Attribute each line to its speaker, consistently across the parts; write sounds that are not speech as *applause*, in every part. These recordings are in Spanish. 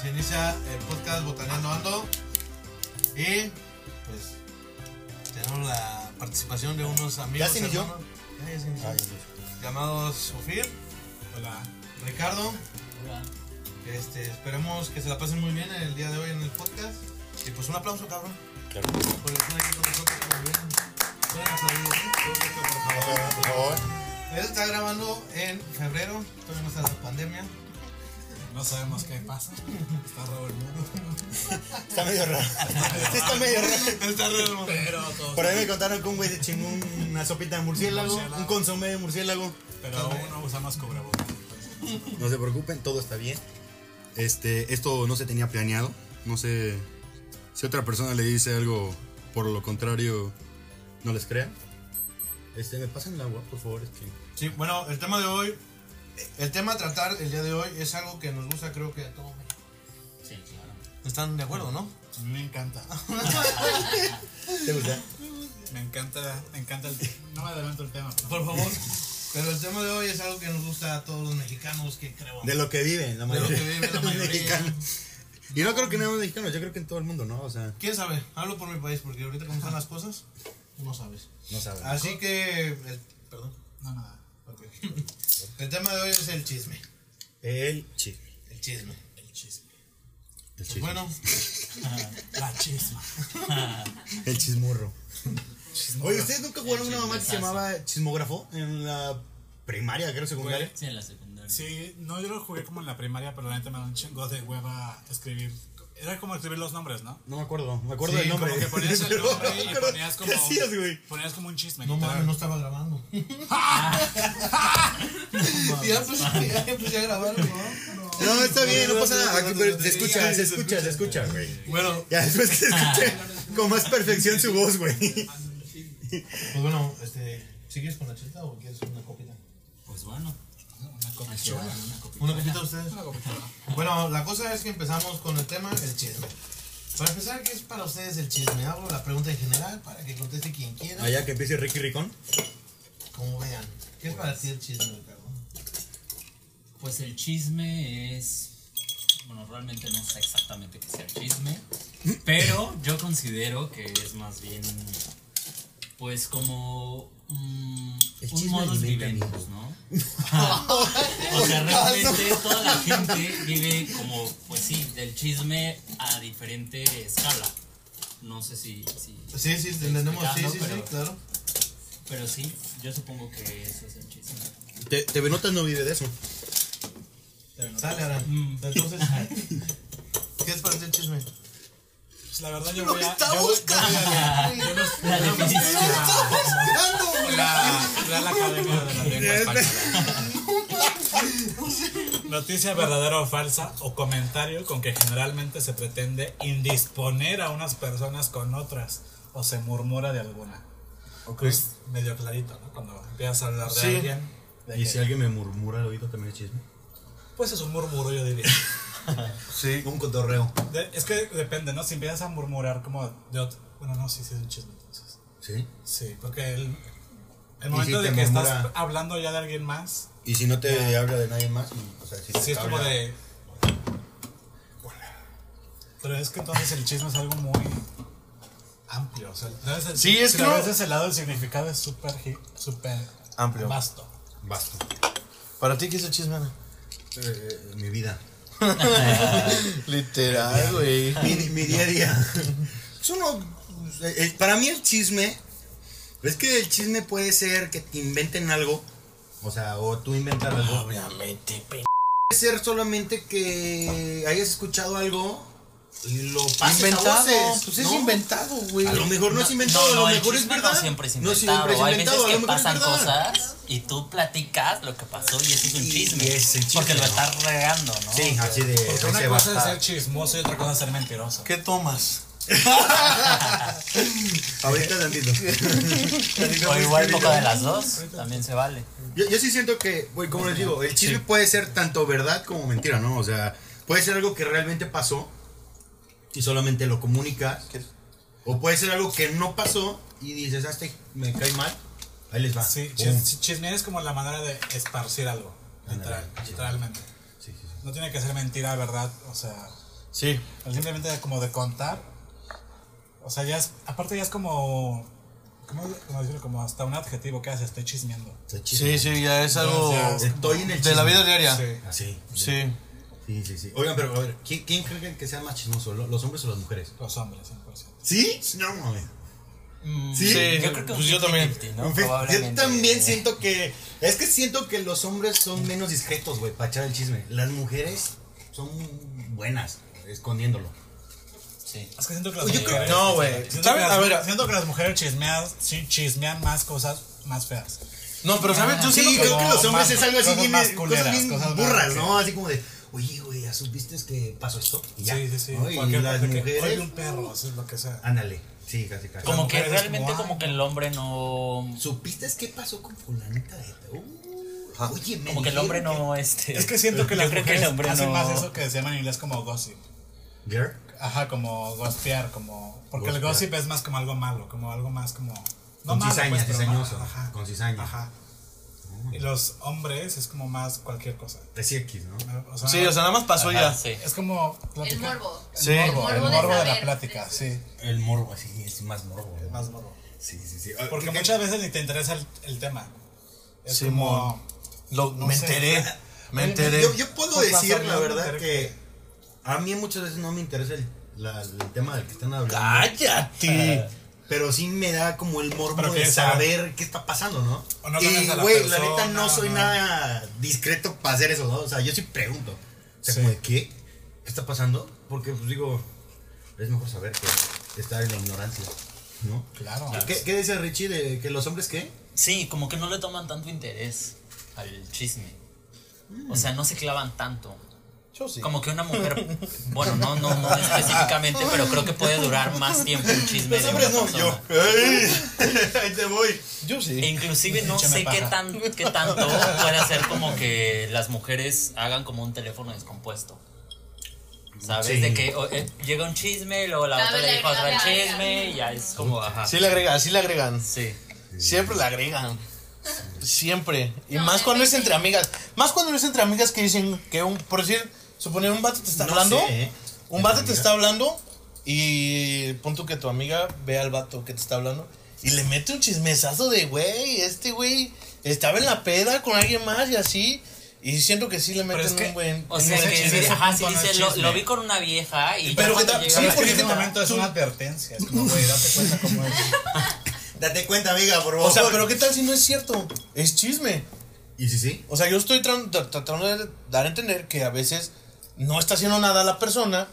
Speaker 1: se inicia el podcast Botaneando Ando. Y pues tenemos la participación de unos amigos.
Speaker 2: se inició?
Speaker 1: hermanos. Ya, Ah, ya se inició. Llamados Sofir,
Speaker 3: Hola.
Speaker 1: Ricardo.
Speaker 3: Hola.
Speaker 1: Este, esperemos que se la pasen muy bien el día de hoy en el podcast. Y pues un aplauso, cabrón.
Speaker 4: Claro.
Speaker 1: Por estar aquí con nosotros también. Pueden aplaudir, por favor.
Speaker 2: Por favor.
Speaker 1: Él está grabando en febrero, todavía no está la pandemia.
Speaker 3: No sabemos qué pasa. Está robo el mundo.
Speaker 2: Está medio raro. Sí, está medio raro.
Speaker 1: *laughs* Está raro.
Speaker 3: Pero todo.
Speaker 2: Por ahí me contaron que un güey se chingó una sopita de murciélago,
Speaker 3: Murciélago.
Speaker 2: un consomé de murciélago.
Speaker 3: Pero uno usa más cubrebocas.
Speaker 4: No se preocupen, todo está bien. Este, esto no se tenía planeado. No sé si otra persona le dice algo por lo contrario, no les crean. Este, me pasan el agua, por favor. este. Es que...
Speaker 1: Sí, bueno, el tema de hoy, el tema a tratar el día de hoy es algo que nos gusta, creo que a todos.
Speaker 3: Sí, claro.
Speaker 1: Están de acuerdo, ¿no?
Speaker 3: Me encanta.
Speaker 2: ¿Te gusta?
Speaker 3: Me encanta, me encanta el No me adelanto el tema. pero-
Speaker 1: Por favor. Pero el tema de hoy es algo que nos gusta a todos los mexicanos, que creo.
Speaker 2: De lo que viven, la
Speaker 1: De lo
Speaker 2: mayoría.
Speaker 1: que vive
Speaker 4: *laughs*
Speaker 1: la mayoría.
Speaker 2: Mexicanos. Y no creo que no mexicanos, yo creo que en todo el mundo, ¿no? O sea,
Speaker 1: ¿Quién sabe? Hablo por mi país, porque ahorita como están las cosas, no sabes.
Speaker 2: no saben.
Speaker 1: Así que, el- perdón.
Speaker 3: No, nada.
Speaker 1: ok. El tema de hoy es el chisme.
Speaker 2: El chico.
Speaker 1: El chisme.
Speaker 3: El chisme.
Speaker 4: El,
Speaker 1: Pues
Speaker 4: chisme.
Speaker 1: bueno,
Speaker 3: La chisma.
Speaker 4: el chismorro.
Speaker 2: Oye, ¿ustedes nunca jugaron una mamá que se llamaba chismógrafo en la primaria, creo, secundaria?
Speaker 5: Sí, en la secundaria.
Speaker 3: Sí, no, yo lo jugué como en la primaria, pero la neta me da un chingo de hueva escribir. Era como escribir los nombres, ¿no?
Speaker 2: No me acuerdo, me acuerdo
Speaker 1: Sí,
Speaker 2: del nombre.
Speaker 3: Como que ponías el
Speaker 2: Pero *laughs* no me
Speaker 3: nombre y
Speaker 2: acuerdo.
Speaker 3: ponías como.
Speaker 2: ¿Qué hacías, güey?
Speaker 3: Ponías como un chisme.
Speaker 1: no
Speaker 3: que te
Speaker 1: mames,
Speaker 3: era-
Speaker 1: no estaba grabando. *laughs* ya empecé, ya empecé a grabar, ¿no?
Speaker 4: *laughs*
Speaker 1: No.
Speaker 2: No, está bien, no pasa nada. Aquí, pero se escucha,
Speaker 1: Sí,
Speaker 2: se escucha, se escucha, Ah, güey.
Speaker 1: Bueno,
Speaker 2: Ya después que se escuche con más perfección su voz, güey.
Speaker 1: pues bueno, este, ¿sigues con la chita o quieres una copita?
Speaker 5: Pues bueno.
Speaker 3: Una copia. Una copia.
Speaker 1: Una copita ustedes.
Speaker 3: Una copia.
Speaker 1: Bueno, la cosa es que empezamos con el tema del chisme. Para empezar, ¿qué es para ustedes el chisme? Hago la pregunta en general para que conteste quien
Speaker 2: *laughs*
Speaker 1: quiera,
Speaker 4: Ah,
Speaker 2: Allá que empiece Ricky Ricón.
Speaker 1: como vean. ¿Qué es para ti el chisme, Ricardo?
Speaker 5: Pues el chisme es. Bueno, realmente no sé exactamente qué sea el chisme. Pero yo considero que es más bien. Pues como. mm,
Speaker 2: El
Speaker 5: un
Speaker 2: chisme
Speaker 5: modus
Speaker 2: alimenta,
Speaker 5: vivendus, ¿no? o sea, realmente toda la gente vive como, pues sí, del chisme a diferente escala. No sé si. si
Speaker 1: Sí, sí, te entendemos, sí, sí, sí,
Speaker 5: Explicando, pero-
Speaker 1: claro.
Speaker 5: pero sí, yo supongo que eso es el chisme.
Speaker 2: Te, te Venotas no vive de eso.
Speaker 1: Sale, Aran.
Speaker 5: Mm.
Speaker 1: Entonces, *laughs* ¿qué es para ti el chisme?
Speaker 3: Pues la verdad yo voy a...
Speaker 1: está
Speaker 3: yo voy- yo voy a la- yo los-
Speaker 5: La
Speaker 3: yo los-
Speaker 5: definición.
Speaker 3: La Real Academia de la Lengua
Speaker 2: Este.
Speaker 3: Española. Noticia verdadera o falsa o comentario con que generalmente se pretende indisponer a unas personas con otras o se murmura de alguna. Pues medio clarito, ¿no? Cuando empiezas a hablar de
Speaker 1: Sí.
Speaker 3: alguien. de
Speaker 4: Y
Speaker 3: que-
Speaker 4: si alguien me murmura al oído, también es chisme.
Speaker 3: Pues es un murmuro, yo diría.
Speaker 1: Sí.
Speaker 2: Un cotorreo.
Speaker 3: De- es que depende, ¿no? Si empiezas a murmurar como de otro... Bueno, no, sí, sí es un chisme entonces.
Speaker 4: Sí.
Speaker 3: Sí, porque el, el
Speaker 2: Y
Speaker 3: momento
Speaker 2: si
Speaker 3: de
Speaker 2: te
Speaker 3: que
Speaker 2: murmura-
Speaker 3: estás hablando ya de alguien más,
Speaker 2: Y si no te habla de nadie más, o sea, si te
Speaker 3: sí es como
Speaker 2: habla-
Speaker 3: de. Pero es que entonces el chisme es algo muy amplio. O sea, no es el-
Speaker 1: Sí, es
Speaker 3: si
Speaker 1: que
Speaker 3: lo
Speaker 1: no-
Speaker 3: ves desde el lado, el significado es súper gi- súper
Speaker 1: Amplio.
Speaker 3: vasto.
Speaker 2: Basta.
Speaker 1: ¿Para ti qué es el chisme, Ana?
Speaker 2: Eh, mi vida.
Speaker 1: Literal, güey.
Speaker 5: *laughs*
Speaker 2: mi, mi día a día. Es uno- eh, eh, para mí el chisme, es que el chisme puede ser que te inventen algo, o sea, o tú inventas algo.
Speaker 1: Obviamente,
Speaker 2: Puede ser solamente que hayas escuchado algo y lo
Speaker 6: Ah,
Speaker 2: pases a
Speaker 1: Inventado,
Speaker 2: voces,
Speaker 1: pues es
Speaker 2: ¿no?
Speaker 1: inventado, güey.
Speaker 2: A lo mejor no, es inventado, a
Speaker 5: no,
Speaker 2: lo
Speaker 5: el
Speaker 2: mejor es
Speaker 5: chisme
Speaker 2: verdad.
Speaker 5: No siempre es
Speaker 2: No
Speaker 5: inventado.
Speaker 2: siempre es
Speaker 5: Hay
Speaker 2: inventado, a
Speaker 5: veces
Speaker 2: lo
Speaker 5: que
Speaker 2: mejor es
Speaker 5: pasan
Speaker 2: verdad.
Speaker 5: cosas y tú platicas lo que pasó y eso es un
Speaker 2: Y-
Speaker 5: chisme.
Speaker 2: y es el chisme,
Speaker 5: porque lo
Speaker 2: ¿no?
Speaker 5: estás regando, ¿no?
Speaker 2: Sí, así de.
Speaker 3: Porque
Speaker 2: ahí
Speaker 3: una
Speaker 2: se
Speaker 3: cosa
Speaker 2: va.
Speaker 3: es ser chismoso y otra cosa es ser mentiroso.
Speaker 1: eh, ¿Qué tomas?
Speaker 2: Ahorita tantito.
Speaker 3: *laughs*
Speaker 5: O igual poca de las dos, también se vale.
Speaker 4: Yo, yo sí siento que, güey, como les digo, el chisme puede ser tanto verdad como mentira, ¿no? O sea, puede ser algo que realmente pasó y solamente lo comunicas. O puede ser algo que no pasó y dices, ah, este me cae mal, ahí les va.
Speaker 3: Ah, Sí,
Speaker 1: Uh.
Speaker 4: Pum.
Speaker 3: chis- chis- chismear es como la manera de esparcir algo, literal-
Speaker 4: Ándale, sí.
Speaker 3: literalmente.
Speaker 4: Sí, sí, sí.
Speaker 3: No tiene que ser mentira, ¿verdad? O sea,
Speaker 6: Sí.
Speaker 3: El simplemente como de contar. O sea, ya es. Aparte, ya es como. ¿Cómo, cómo decirlo? Como hasta un adjetivo que haces, estoy chismeando.
Speaker 6: Sí, sí, ya es algo
Speaker 3: Ya, ya,
Speaker 4: Estoy en el
Speaker 6: de la
Speaker 4: chisme.
Speaker 6: vida diaria.
Speaker 3: Sí.
Speaker 4: Así.
Speaker 6: Sí.
Speaker 4: Sí, sí, sí. Oigan, pero a ver, ¿quién, quién creen que sea más chismoso? lo- ¿Los hombres o las mujeres?
Speaker 3: Los hombres, 100%.
Speaker 4: ¿Sí? No mames.
Speaker 6: Sí,
Speaker 5: Yo creo que un
Speaker 6: pues yo también.
Speaker 5: 50-50, ¿no?
Speaker 4: En fin, Yo
Speaker 5: Probablemente.
Speaker 4: también siento que. Es que siento que los hombres son menos discretos, güey, para echar el chisme. Las mujeres son buenas escondiéndolo.
Speaker 5: Sí.
Speaker 3: Es que siento que las
Speaker 6: Yo creo-
Speaker 3: mujeres.
Speaker 6: no, güey.
Speaker 3: Siento, que
Speaker 6: ¿Sabes?
Speaker 3: las-
Speaker 6: A ver,
Speaker 3: siento que las mujeres chismean, sí, chismean más cosas más feas.
Speaker 6: no, pero ¿sabes? Yo
Speaker 4: Sí,
Speaker 6: siento que-
Speaker 4: creo que los
Speaker 3: No,
Speaker 4: hombres
Speaker 3: más-
Speaker 4: es algo así
Speaker 3: cosas
Speaker 4: bien,
Speaker 3: más
Speaker 4: cosas
Speaker 3: culeras,
Speaker 4: bien
Speaker 3: cosas más
Speaker 4: burras,
Speaker 3: que-
Speaker 4: ¿no? Así como de, oye, güey, ¿ya supiste que pasó esto? Y ya.
Speaker 3: Sí, sí, sí.
Speaker 4: ¿no? Y
Speaker 3: Cualquier
Speaker 4: las
Speaker 3: cosa que-
Speaker 4: mujeres.
Speaker 3: Oye, un perro, eso es lo que sea.
Speaker 4: Ándale. Sí, casi, casi.
Speaker 5: Como que
Speaker 3: mujeres
Speaker 5: realmente
Speaker 3: como,
Speaker 5: como que el hombre no...
Speaker 4: ¿Supiste qué pasó con fulanita de tal? Uh, oye, me
Speaker 5: Como que el
Speaker 4: dijeron
Speaker 5: hombre no... Este,
Speaker 3: Es que siento que las
Speaker 5: yo creo que
Speaker 3: mujeres
Speaker 5: el hombre
Speaker 3: hacen
Speaker 5: no...
Speaker 3: más eso que se llama en inglés como gossip.
Speaker 4: Girl.
Speaker 3: Ajá, como gospear, como. Porque el
Speaker 4: Gospear.
Speaker 3: gossip es más como algo malo, como algo más como.
Speaker 4: Con
Speaker 3: malo,
Speaker 4: cizaña,
Speaker 3: pues, pero
Speaker 4: cizañoso,
Speaker 3: malo, Ajá.
Speaker 4: con cizaña.
Speaker 3: Ajá. Y los hombres es como más cualquier cosa.
Speaker 4: Es X, ¿no?
Speaker 3: O sea,
Speaker 6: Sí, o sea, nada más pasó ya.
Speaker 5: Sí.
Speaker 3: es como.
Speaker 7: El
Speaker 3: platicar.
Speaker 7: morbo.
Speaker 6: Sí.
Speaker 3: El morbo,
Speaker 7: El
Speaker 3: el
Speaker 7: morbo de
Speaker 3: morbo de, la
Speaker 7: saber,
Speaker 3: plática,
Speaker 7: sí,
Speaker 3: sí.
Speaker 4: El morbo, así es más morbo. ¿no?
Speaker 3: Más morbo.
Speaker 4: Sí, sí, sí.
Speaker 3: Porque muchas veces ni te interesa el, el tema. Es
Speaker 6: Sí,
Speaker 3: como.
Speaker 6: mon. Lo-
Speaker 3: No
Speaker 6: me
Speaker 3: sé.
Speaker 6: enteré. Me enteré.
Speaker 4: Yo, yo puedo
Speaker 3: Pues
Speaker 4: decir
Speaker 3: pasaría
Speaker 4: la
Speaker 3: un
Speaker 4: verdad
Speaker 3: interés.
Speaker 4: que a mí muchas veces no me interesa el, la- el tema del que están hablando.
Speaker 6: ¡Cállate!
Speaker 4: *laughs* Pero sí me da como el morbo
Speaker 3: Pero
Speaker 4: de
Speaker 3: quieres
Speaker 4: saber qué está pasando, ¿no?
Speaker 3: O no
Speaker 4: y
Speaker 3: conoces a la
Speaker 4: güey, la
Speaker 3: persona,
Speaker 4: neta no soy
Speaker 3: ¿no?
Speaker 4: nada discreto para hacer eso, ¿no? O sea, yo sí pregunto. O sea,
Speaker 3: Sí.
Speaker 4: como de qué? ¿Qué está pasando? Porque pues digo, es mejor saber que estar en la ignorancia, ¿no?
Speaker 3: Claro.
Speaker 4: ¿Qué, qué dice Richie de que los hombres qué?
Speaker 5: Sí, como que no le toman tanto interés al chisme. O sea, no se clavan tanto.
Speaker 6: Yo sí.
Speaker 5: Como que una mujer, bueno, no, no, no específicamente, pero creo que puede durar más tiempo un chisme de una persona.
Speaker 4: Ahí te voy.
Speaker 6: Yo
Speaker 5: E
Speaker 6: sí.
Speaker 5: inclusive no
Speaker 3: Échame
Speaker 5: sé qué,
Speaker 3: paja.
Speaker 5: tan, qué tanto puede hacer como que las mujeres hagan como un teléfono descompuesto. ¿Sabes?
Speaker 4: Sí.
Speaker 5: De que o, eh, llega un chisme, luego la
Speaker 7: Dame
Speaker 5: otra
Speaker 7: la
Speaker 5: le dijo a otra el
Speaker 7: agregada.
Speaker 5: chisme y ya es como, ajá.
Speaker 6: Sí le agregan, sí le agregan.
Speaker 5: Sí.
Speaker 6: Siempre le agregan. Siempre. Y
Speaker 7: No,
Speaker 6: más cuando es
Speaker 7: depende.
Speaker 6: entre amigas. Más cuando es entre amigas que dicen que un, por decir, suponer un vato te está
Speaker 4: No
Speaker 6: hablando.
Speaker 4: sé, ¿eh?
Speaker 6: Un vato te está hablando y pon tú que tu amiga ve al vato que te está hablando y le mete un chismesazo de, güey, este güey estaba en la peda con alguien más y así. Y siento que sí le meten
Speaker 3: es que-
Speaker 6: un buen...
Speaker 5: O sea,
Speaker 3: Ese
Speaker 5: que
Speaker 3: chisme es
Speaker 5: dice,
Speaker 3: un
Speaker 5: ajá, sí
Speaker 3: punto, no
Speaker 5: dice,
Speaker 3: es
Speaker 5: lo,
Speaker 3: chisme.
Speaker 5: lo vi con una vieja y...
Speaker 6: Pero
Speaker 5: ya
Speaker 6: que
Speaker 5: cuando
Speaker 6: ta-
Speaker 5: llega-
Speaker 3: Es
Speaker 6: sí,
Speaker 3: que
Speaker 6: porque
Speaker 3: en ese
Speaker 6: tú-
Speaker 3: momento es
Speaker 6: tú-
Speaker 3: una advertencia. Es *laughs* como, güey, date cuenta cómo es.
Speaker 4: Date cuenta, amiga, por favor.
Speaker 6: O sea, pero ¿qué tal si no es cierto? Es chisme.
Speaker 4: Y sí, sí.
Speaker 6: O sea, yo estoy tran- tra- tratando de dar a entender que a veces no está haciendo nada la persona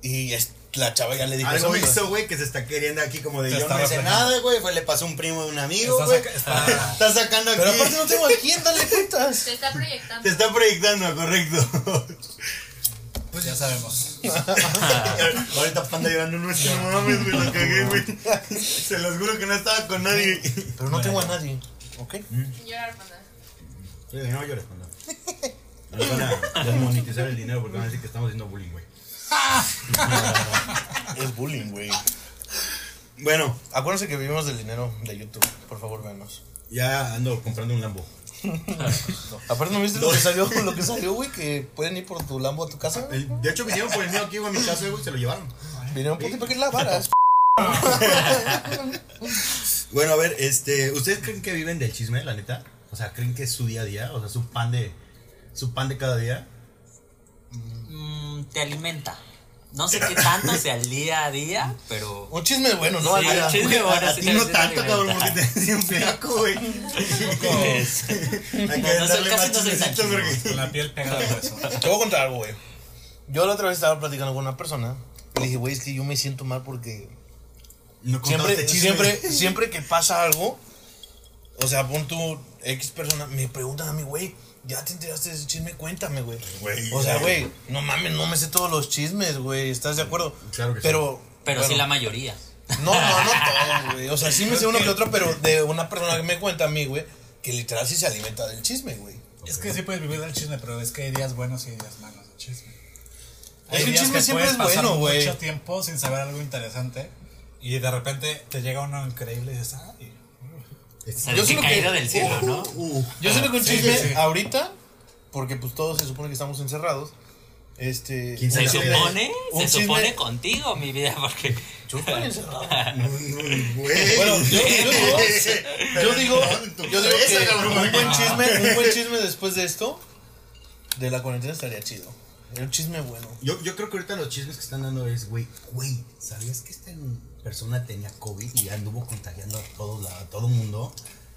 Speaker 6: y es- la chava ya le dijo
Speaker 4: Algo
Speaker 6: eso.
Speaker 4: hizo, güey, que se está queriendo aquí como de
Speaker 3: Te
Speaker 4: yo
Speaker 3: está
Speaker 4: no hice
Speaker 3: reflejando.
Speaker 4: nada, güey. Fue, le pasó un primo de un amigo,
Speaker 3: Está
Speaker 4: güey.
Speaker 3: saca-
Speaker 4: Está,
Speaker 3: está-
Speaker 4: sacando aquí.
Speaker 6: Pero aparte no tengo a quién darle
Speaker 4: *laughs*
Speaker 6: cuentas.
Speaker 7: Se está proyectando.
Speaker 4: Te está proyectando, correcto. *laughs* Pues
Speaker 3: ya sabemos.
Speaker 4: Ahorita panda llorando, no es que no mames, güey, lo cagué, *laughs* güey. Se los juro que no estaba con nadie.
Speaker 6: Pero no tengo a nadie. ¿Ok?
Speaker 7: Llorar, panda.
Speaker 4: No llores, *laughs* panda. Nos van a desmonetizar el dinero porque van a decir que estamos haciendo bullying, güey.
Speaker 6: Es bullying, güey.
Speaker 4: Bueno,
Speaker 6: Acuérdense que vivimos del dinero de YouTube. Por favor, veanos.
Speaker 4: ya ando comprando un Lambo.
Speaker 6: Aparte, ¿no viste lo que salió, *laughs* lo que salió, güey? Que pueden ir por tu Lambo a tu casa.
Speaker 4: El- de hecho, vinieron por el mío aquí, güey, a mi casa, güey, se lo llevaron.
Speaker 6: Vinieron por ti para que la varas.
Speaker 4: Bueno, a ver, este, ¿ustedes creen que viven del chisme, la neta? O sea, ¿creen que es su día a día? O sea, su pan de su pan de cada día.
Speaker 5: Mm, te alimenta. No sé qué tanto sea el día a día, pero...
Speaker 6: Un chisme bueno, ¿no?
Speaker 5: Sí,
Speaker 6: Alida?
Speaker 5: un chisme bueno,
Speaker 4: a
Speaker 5: sí
Speaker 4: ti
Speaker 5: te
Speaker 4: no
Speaker 5: necesita
Speaker 4: tanto, cabrón, porque
Speaker 5: alimentar.
Speaker 4: te ves bien flaco, güey.
Speaker 5: Es-
Speaker 4: *laughs* Hay que
Speaker 5: No, no soy-
Speaker 4: darle
Speaker 5: casi
Speaker 4: más
Speaker 5: no soy
Speaker 4: chismecito
Speaker 5: tan
Speaker 4: porque...
Speaker 3: Con la piel pegada al hueso.
Speaker 6: Te voy a contar algo, güey. Yo la otra vez estaba platicando con una persona. y Le dije, güey, es que yo me siento mal porque
Speaker 4: No contaste
Speaker 6: siempre,
Speaker 4: chisme.
Speaker 6: siempre, siempre que pasa algo, o sea, pon tu X persona, me preguntan a mí, güey, ¿ya te enteraste de ese chisme? Cuéntame, güey.
Speaker 4: Güey,
Speaker 6: O sea,
Speaker 4: ya.
Speaker 6: güey, no mames, no me sé todos los chismes, güey, ¿estás de acuerdo?
Speaker 4: Claro que sí.
Speaker 6: pero,
Speaker 5: Pero sí la mayoría.
Speaker 6: No, no, no todos, güey. O sea, sí me sé uno que otro, pero de una persona que me cuenta a mí, güey, que literal sí se alimenta del chisme, güey.
Speaker 3: Es que sí puedes vivir del chisme, pero es que hay días buenos y hay días malos de chisme.
Speaker 6: Es que el
Speaker 3: días
Speaker 6: chisme siempre
Speaker 3: puedes
Speaker 6: es
Speaker 3: pasar
Speaker 6: bueno, güey.
Speaker 3: mucho tiempo sin saber algo interesante y de repente te llega uno increíble y dices, ay,
Speaker 5: O sea, de
Speaker 6: Yo
Speaker 5: que
Speaker 6: siento que-
Speaker 5: caído del cielo,
Speaker 6: Uh,
Speaker 5: ¿no?
Speaker 6: Yo siento que un
Speaker 3: Sí,
Speaker 6: chisme
Speaker 3: sí, sí.
Speaker 6: ahorita, porque pues todos se supone que estamos encerrados, Este.
Speaker 8: ¿Quién sabe?
Speaker 5: Se
Speaker 6: un chisme-
Speaker 5: supone,
Speaker 6: un
Speaker 5: se
Speaker 6: chisme-
Speaker 5: supone contigo, mi vida, porque. *laughs*
Speaker 6: Yo estoy encerrado.
Speaker 4: Güey.
Speaker 6: Bueno,
Speaker 4: *laughs*
Speaker 6: yo, yo *laughs* digo, yo digo, yo digo
Speaker 4: cabeza,
Speaker 6: que
Speaker 4: cabrón.
Speaker 6: un buen chisme, un buen *laughs* chisme después de esto, de la cuarentena estaría chido. Era un chisme bueno.
Speaker 4: Yo, yo creo que ahorita los chismes que están dando es, güey, güey, ¿sabías que esta persona tenía COVID y anduvo contagiando a todo, la- a todo mundo?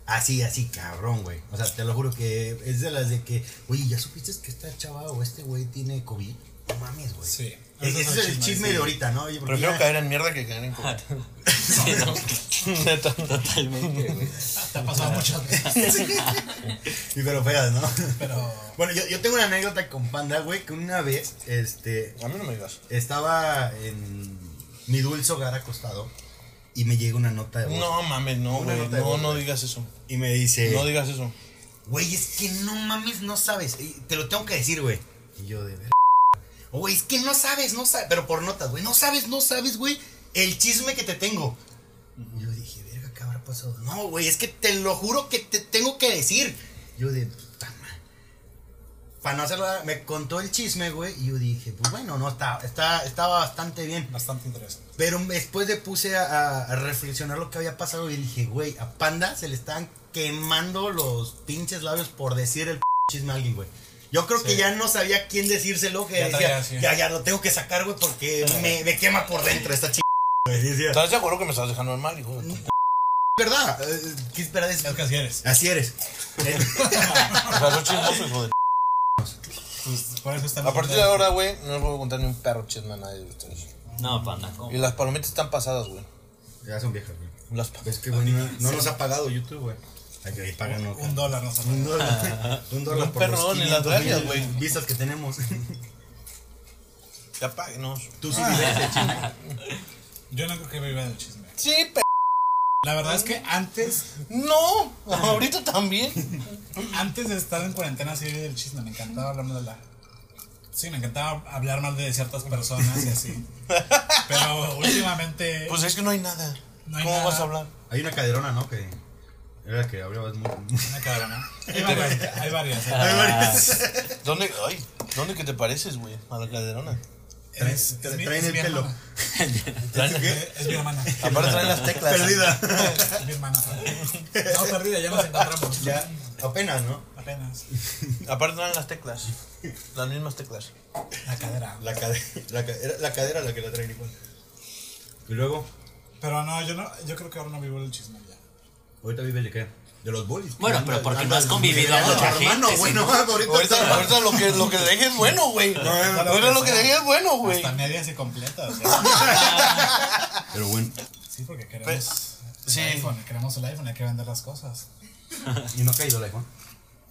Speaker 4: Así, así, cabrón, güey. O sea, te lo juro que es de las de que, oye, ¿ya supiste que esta chava o este güey tiene COVID? No mames, güey. E-,
Speaker 3: Sí.
Speaker 4: Ese es el chisme de ahorita, ¿no? Oye, porque
Speaker 6: Prefiero
Speaker 4: ya-
Speaker 6: caer en mierda que caer en coca.
Speaker 5: Sí, no,
Speaker 6: Neta.
Speaker 5: totalmente, güey.
Speaker 3: Te ha *laughs* pasado muchas veces.
Speaker 4: *laughs* Y pero feas, ¿no?
Speaker 3: Pero.
Speaker 4: *laughs* Bueno, yo, yo tengo una anécdota con Panda, güey, que una vez, este,
Speaker 6: A mí no me digas.
Speaker 4: estaba en mi dulce hogar acostado y me llega una nota de voz.
Speaker 6: No mames, no,
Speaker 4: Una
Speaker 6: güey.
Speaker 4: nota de
Speaker 6: No,
Speaker 4: voz,
Speaker 6: no
Speaker 4: güey.
Speaker 6: digas eso.
Speaker 4: Y me dice...
Speaker 6: No digas eso.
Speaker 4: Güey, es que no mames, no sabes. Y Te lo tengo que decir, güey. Y yo de ver. O, Güey, es que no sabes, no sabes. Pero por notas, güey. No sabes, no sabes, güey. El chisme que te tengo. Y yo dije, verga, ¿qué habrá pasado? No, güey, es que te lo juro que te tengo que decir. Yo de puta madre. Para no hacerla, me contó el chisme, güey. Y yo dije, pues bueno, no, está, está, estaba bastante bien.
Speaker 3: Bastante interesante.
Speaker 4: Pero después le puse a, a reflexionar lo que había pasado y dije, güey, a Panda se le estaban quemando los pinches labios por decir el p- chisme a alguien, güey. Yo creo que
Speaker 3: Sí.
Speaker 4: ya no sabía quién decírselo, que
Speaker 3: Ya
Speaker 4: decía,
Speaker 3: traía, sí.
Speaker 4: ya, ya lo tengo que sacar, güey, porque me, me quema por dentro esta chica, güey. Decía,
Speaker 6: ¿Estás de acuerdo que me estás dejando mal, hijo? de tu-
Speaker 4: ¿verdad? eh, ¿Qué esperas de eso?
Speaker 3: Es que así eres.
Speaker 4: Así eres.
Speaker 6: O sea, soy chismoso, hijo de
Speaker 3: Pues, por eso estamos.
Speaker 6: A partir de ahora, güey, no les voy a contar ni un perro chisme a nadie de ustedes.
Speaker 5: No, panda, ¿cómo?
Speaker 6: Y las palomitas están pasadas, güey.
Speaker 4: *laughs* ya son viejas, güey.
Speaker 6: Las pa-
Speaker 4: Es que, güey, no, no nos ha pagado YouTube, güey. Ay, güey, páganos.
Speaker 3: Un dólar nos
Speaker 4: Un dólar. Un dólar
Speaker 6: Un
Speaker 4: por los
Speaker 6: perdón, ni las
Speaker 4: 500
Speaker 6: gracias,
Speaker 4: mil
Speaker 6: güey.
Speaker 4: vistas que tenemos.
Speaker 6: Ya páguenos.
Speaker 4: Tú sí vives de chisme.
Speaker 3: Yo no creo que viva del chisme.
Speaker 6: Sí, pero.
Speaker 3: La verdad es que antes,
Speaker 6: No, ahorita también.
Speaker 3: antes de estar en cuarentena sí vivía del chisme. Me encantaba hablar mal de la. Sí, me encantaba hablar mal de ciertas personas y así. Pero últimamente.
Speaker 6: Pues es que no hay nada.
Speaker 3: No hay
Speaker 6: ¿Cómo
Speaker 3: nada.
Speaker 6: vas a hablar?
Speaker 4: Hay una caderona, ¿no? Que era la que hablabas muy.
Speaker 3: Una cabrona. Hay varias. Hay varias. ¿eh?
Speaker 4: Ah,
Speaker 5: Ah,
Speaker 6: ¿Dónde, ay, ¿dónde que te pareces, güey? A la caderona.
Speaker 3: Es-
Speaker 4: Traen-
Speaker 3: es mi-
Speaker 4: traen
Speaker 3: es
Speaker 4: el
Speaker 3: mi
Speaker 4: pelo.
Speaker 3: hermana. Es mi hermana.
Speaker 6: Aparte traen las teclas.
Speaker 4: Perdida.
Speaker 3: Es mi hermana. No, perdida, ya nos encontramos.
Speaker 4: ya, apenas, ¿no?
Speaker 3: Apenas.
Speaker 6: Aparte traen las teclas. Las mismas teclas.
Speaker 3: La cadera.
Speaker 4: La cadera, la cadera, la cadera la que la traen igual. Y luego,
Speaker 3: Pero no, yo no, yo creo que ahora no vivo el chisme ya.
Speaker 4: ahorita vive de qué? De los bullies.
Speaker 5: Bueno, pero porque no has convivido
Speaker 4: Anda-
Speaker 5: con mucha
Speaker 4: hermano,
Speaker 5: gente,
Speaker 4: güey,
Speaker 5: sí,
Speaker 4: no, ahorita.
Speaker 6: Ahorita, ahorita lo que lo que dejes es bueno, güey. Ahorita lo que dejes es bueno, güey.
Speaker 3: Hasta medias y completas. ¿eh? ¿no?
Speaker 4: Pero bueno,
Speaker 3: Sí, porque queremos el
Speaker 6: sí.
Speaker 3: iPhone, queremos el iPhone, hay que vender las cosas.
Speaker 4: y no ha caído la iPhone.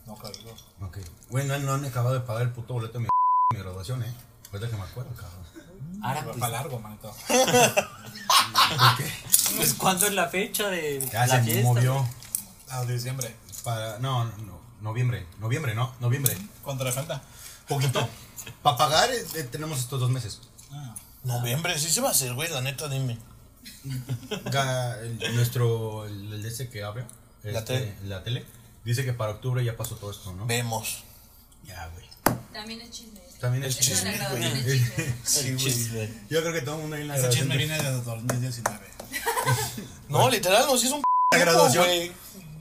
Speaker 3: No código.
Speaker 4: Ok. Güey, no, no han acabado de pagar el puto boleto de mi, *laughs* mi graduación, ¿eh? Ahorita que me acuerdo, cabrón.
Speaker 5: *laughs* Ahora,
Speaker 3: Va
Speaker 5: pues,
Speaker 3: para largo, manito.
Speaker 5: pues, ¿cuándo es la fecha de
Speaker 4: Ya
Speaker 5: la
Speaker 4: se
Speaker 5: fiesta?
Speaker 4: movió
Speaker 3: A diciembre.
Speaker 4: para. No, no, no, noviembre. Noviembre, ¿no? Noviembre.
Speaker 3: ¿Cuánto le falta?
Speaker 5: *laughs*
Speaker 4: Poquito. Para pagar eh, eh, tenemos estos dos meses.
Speaker 3: Ah,
Speaker 6: Noviembre, sí se va a hacer, güey, la neta, dime.
Speaker 4: Ga- el- nuestro, el, el de ese que habla,
Speaker 6: La
Speaker 4: este,
Speaker 6: tele.
Speaker 4: la tele, dice que para octubre ya pasó todo esto, ¿no?
Speaker 6: Vemos.
Speaker 4: Ya, güey.
Speaker 9: También es chisme.
Speaker 4: También es
Speaker 9: Eso de la
Speaker 4: chisme,
Speaker 9: graduación
Speaker 4: güey.
Speaker 9: es chisme.
Speaker 6: Sí, güey.
Speaker 4: Yo creo que todo el mundo ahí en la
Speaker 3: Ese
Speaker 4: graduación
Speaker 3: chisme
Speaker 4: de-
Speaker 3: viene desde 2019.
Speaker 6: No, literal, nos hizo un
Speaker 4: La graduación.
Speaker 6: güey.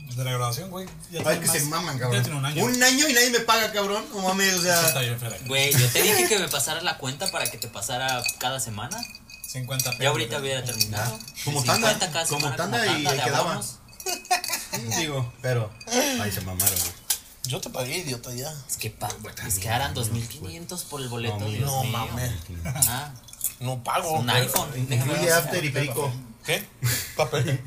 Speaker 3: Desde la grabación, güey. Ya
Speaker 4: Ay,
Speaker 3: tiene
Speaker 4: que
Speaker 3: más-
Speaker 4: se maman,
Speaker 3: Ya
Speaker 4: cabrón.
Speaker 3: tiene un año.
Speaker 4: y nadie me paga, cabrón. No mames, o
Speaker 3: Eso Está
Speaker 4: sea.
Speaker 3: bien, Fede.
Speaker 5: Güey, yo te dije que me pasara la cuenta para que te pasara cada semana.
Speaker 3: 50 pesos.
Speaker 5: Ya ahorita hubiera terminado.
Speaker 4: Como
Speaker 5: 50
Speaker 4: tanda,
Speaker 5: cada
Speaker 4: como
Speaker 5: semana,
Speaker 4: tanda y
Speaker 5: de
Speaker 4: ahí quedaba.
Speaker 5: abonos.
Speaker 4: Digo, pero. Ay, se mamaron, güey.
Speaker 6: Yo te pagué, idiota, ya.
Speaker 5: Es que, pa, es que harán 2.500 por el boleto.
Speaker 4: No,
Speaker 5: Dios
Speaker 4: no *laughs*
Speaker 5: mío.
Speaker 6: mames.
Speaker 5: Ah,
Speaker 6: No pago.
Speaker 5: un iPhone. déjame
Speaker 4: Incluye
Speaker 5: ver.
Speaker 4: after y perico.
Speaker 6: ¿Qué? Papel.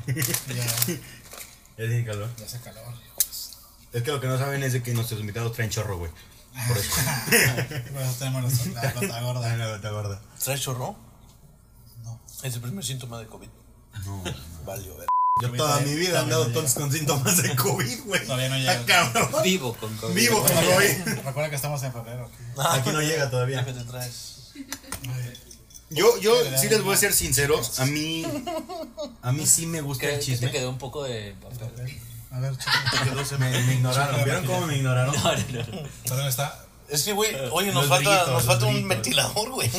Speaker 4: Ya tiene calor.
Speaker 3: Ya hace calor. pues.
Speaker 4: Es que lo que no saben es de que nuestros invitados traen chorro, güey. Por eso.
Speaker 3: *laughs* Por eso tenemos
Speaker 4: *laughs*
Speaker 3: la, la gota gorda.
Speaker 4: Ay, no, te acuerdas.
Speaker 6: ¿Traes chorro?
Speaker 3: No.
Speaker 6: Es el primer síntoma de COVID.
Speaker 4: No,
Speaker 6: *laughs* Valió, ver.
Speaker 4: Yo
Speaker 3: Covid
Speaker 4: toda
Speaker 3: todavía-
Speaker 4: mi vida he
Speaker 3: todavía
Speaker 4: andado
Speaker 3: no llega.
Speaker 4: entonces con síntomas de COVID, güey.
Speaker 3: Todavía no llega.
Speaker 4: Ah, cabrón.
Speaker 5: Vivo con COVID.
Speaker 4: Vivo con COVID.
Speaker 3: Recuerda que estamos en febrero.
Speaker 4: Aquí no llega
Speaker 6: ¿Qué
Speaker 4: todavía.
Speaker 6: te traes?
Speaker 4: Yo, yo sí les voy a ser sinceros. A mí, a mí sí me gusta
Speaker 5: Creo
Speaker 4: el
Speaker 5: que te
Speaker 4: chisme.
Speaker 5: quedó un
Speaker 4: *laughs*
Speaker 5: poco de papel.
Speaker 3: A ver, chicos.
Speaker 4: Me, me ignoraron. ¿Vieron cómo me ignoraron?
Speaker 5: No, no, no.
Speaker 3: Pero está.
Speaker 6: Es que, güey, oye, nos
Speaker 4: Los
Speaker 6: falta,
Speaker 4: brillitos,
Speaker 6: nos
Speaker 4: los
Speaker 6: falta un
Speaker 4: brillitos.
Speaker 6: ventilador, güey.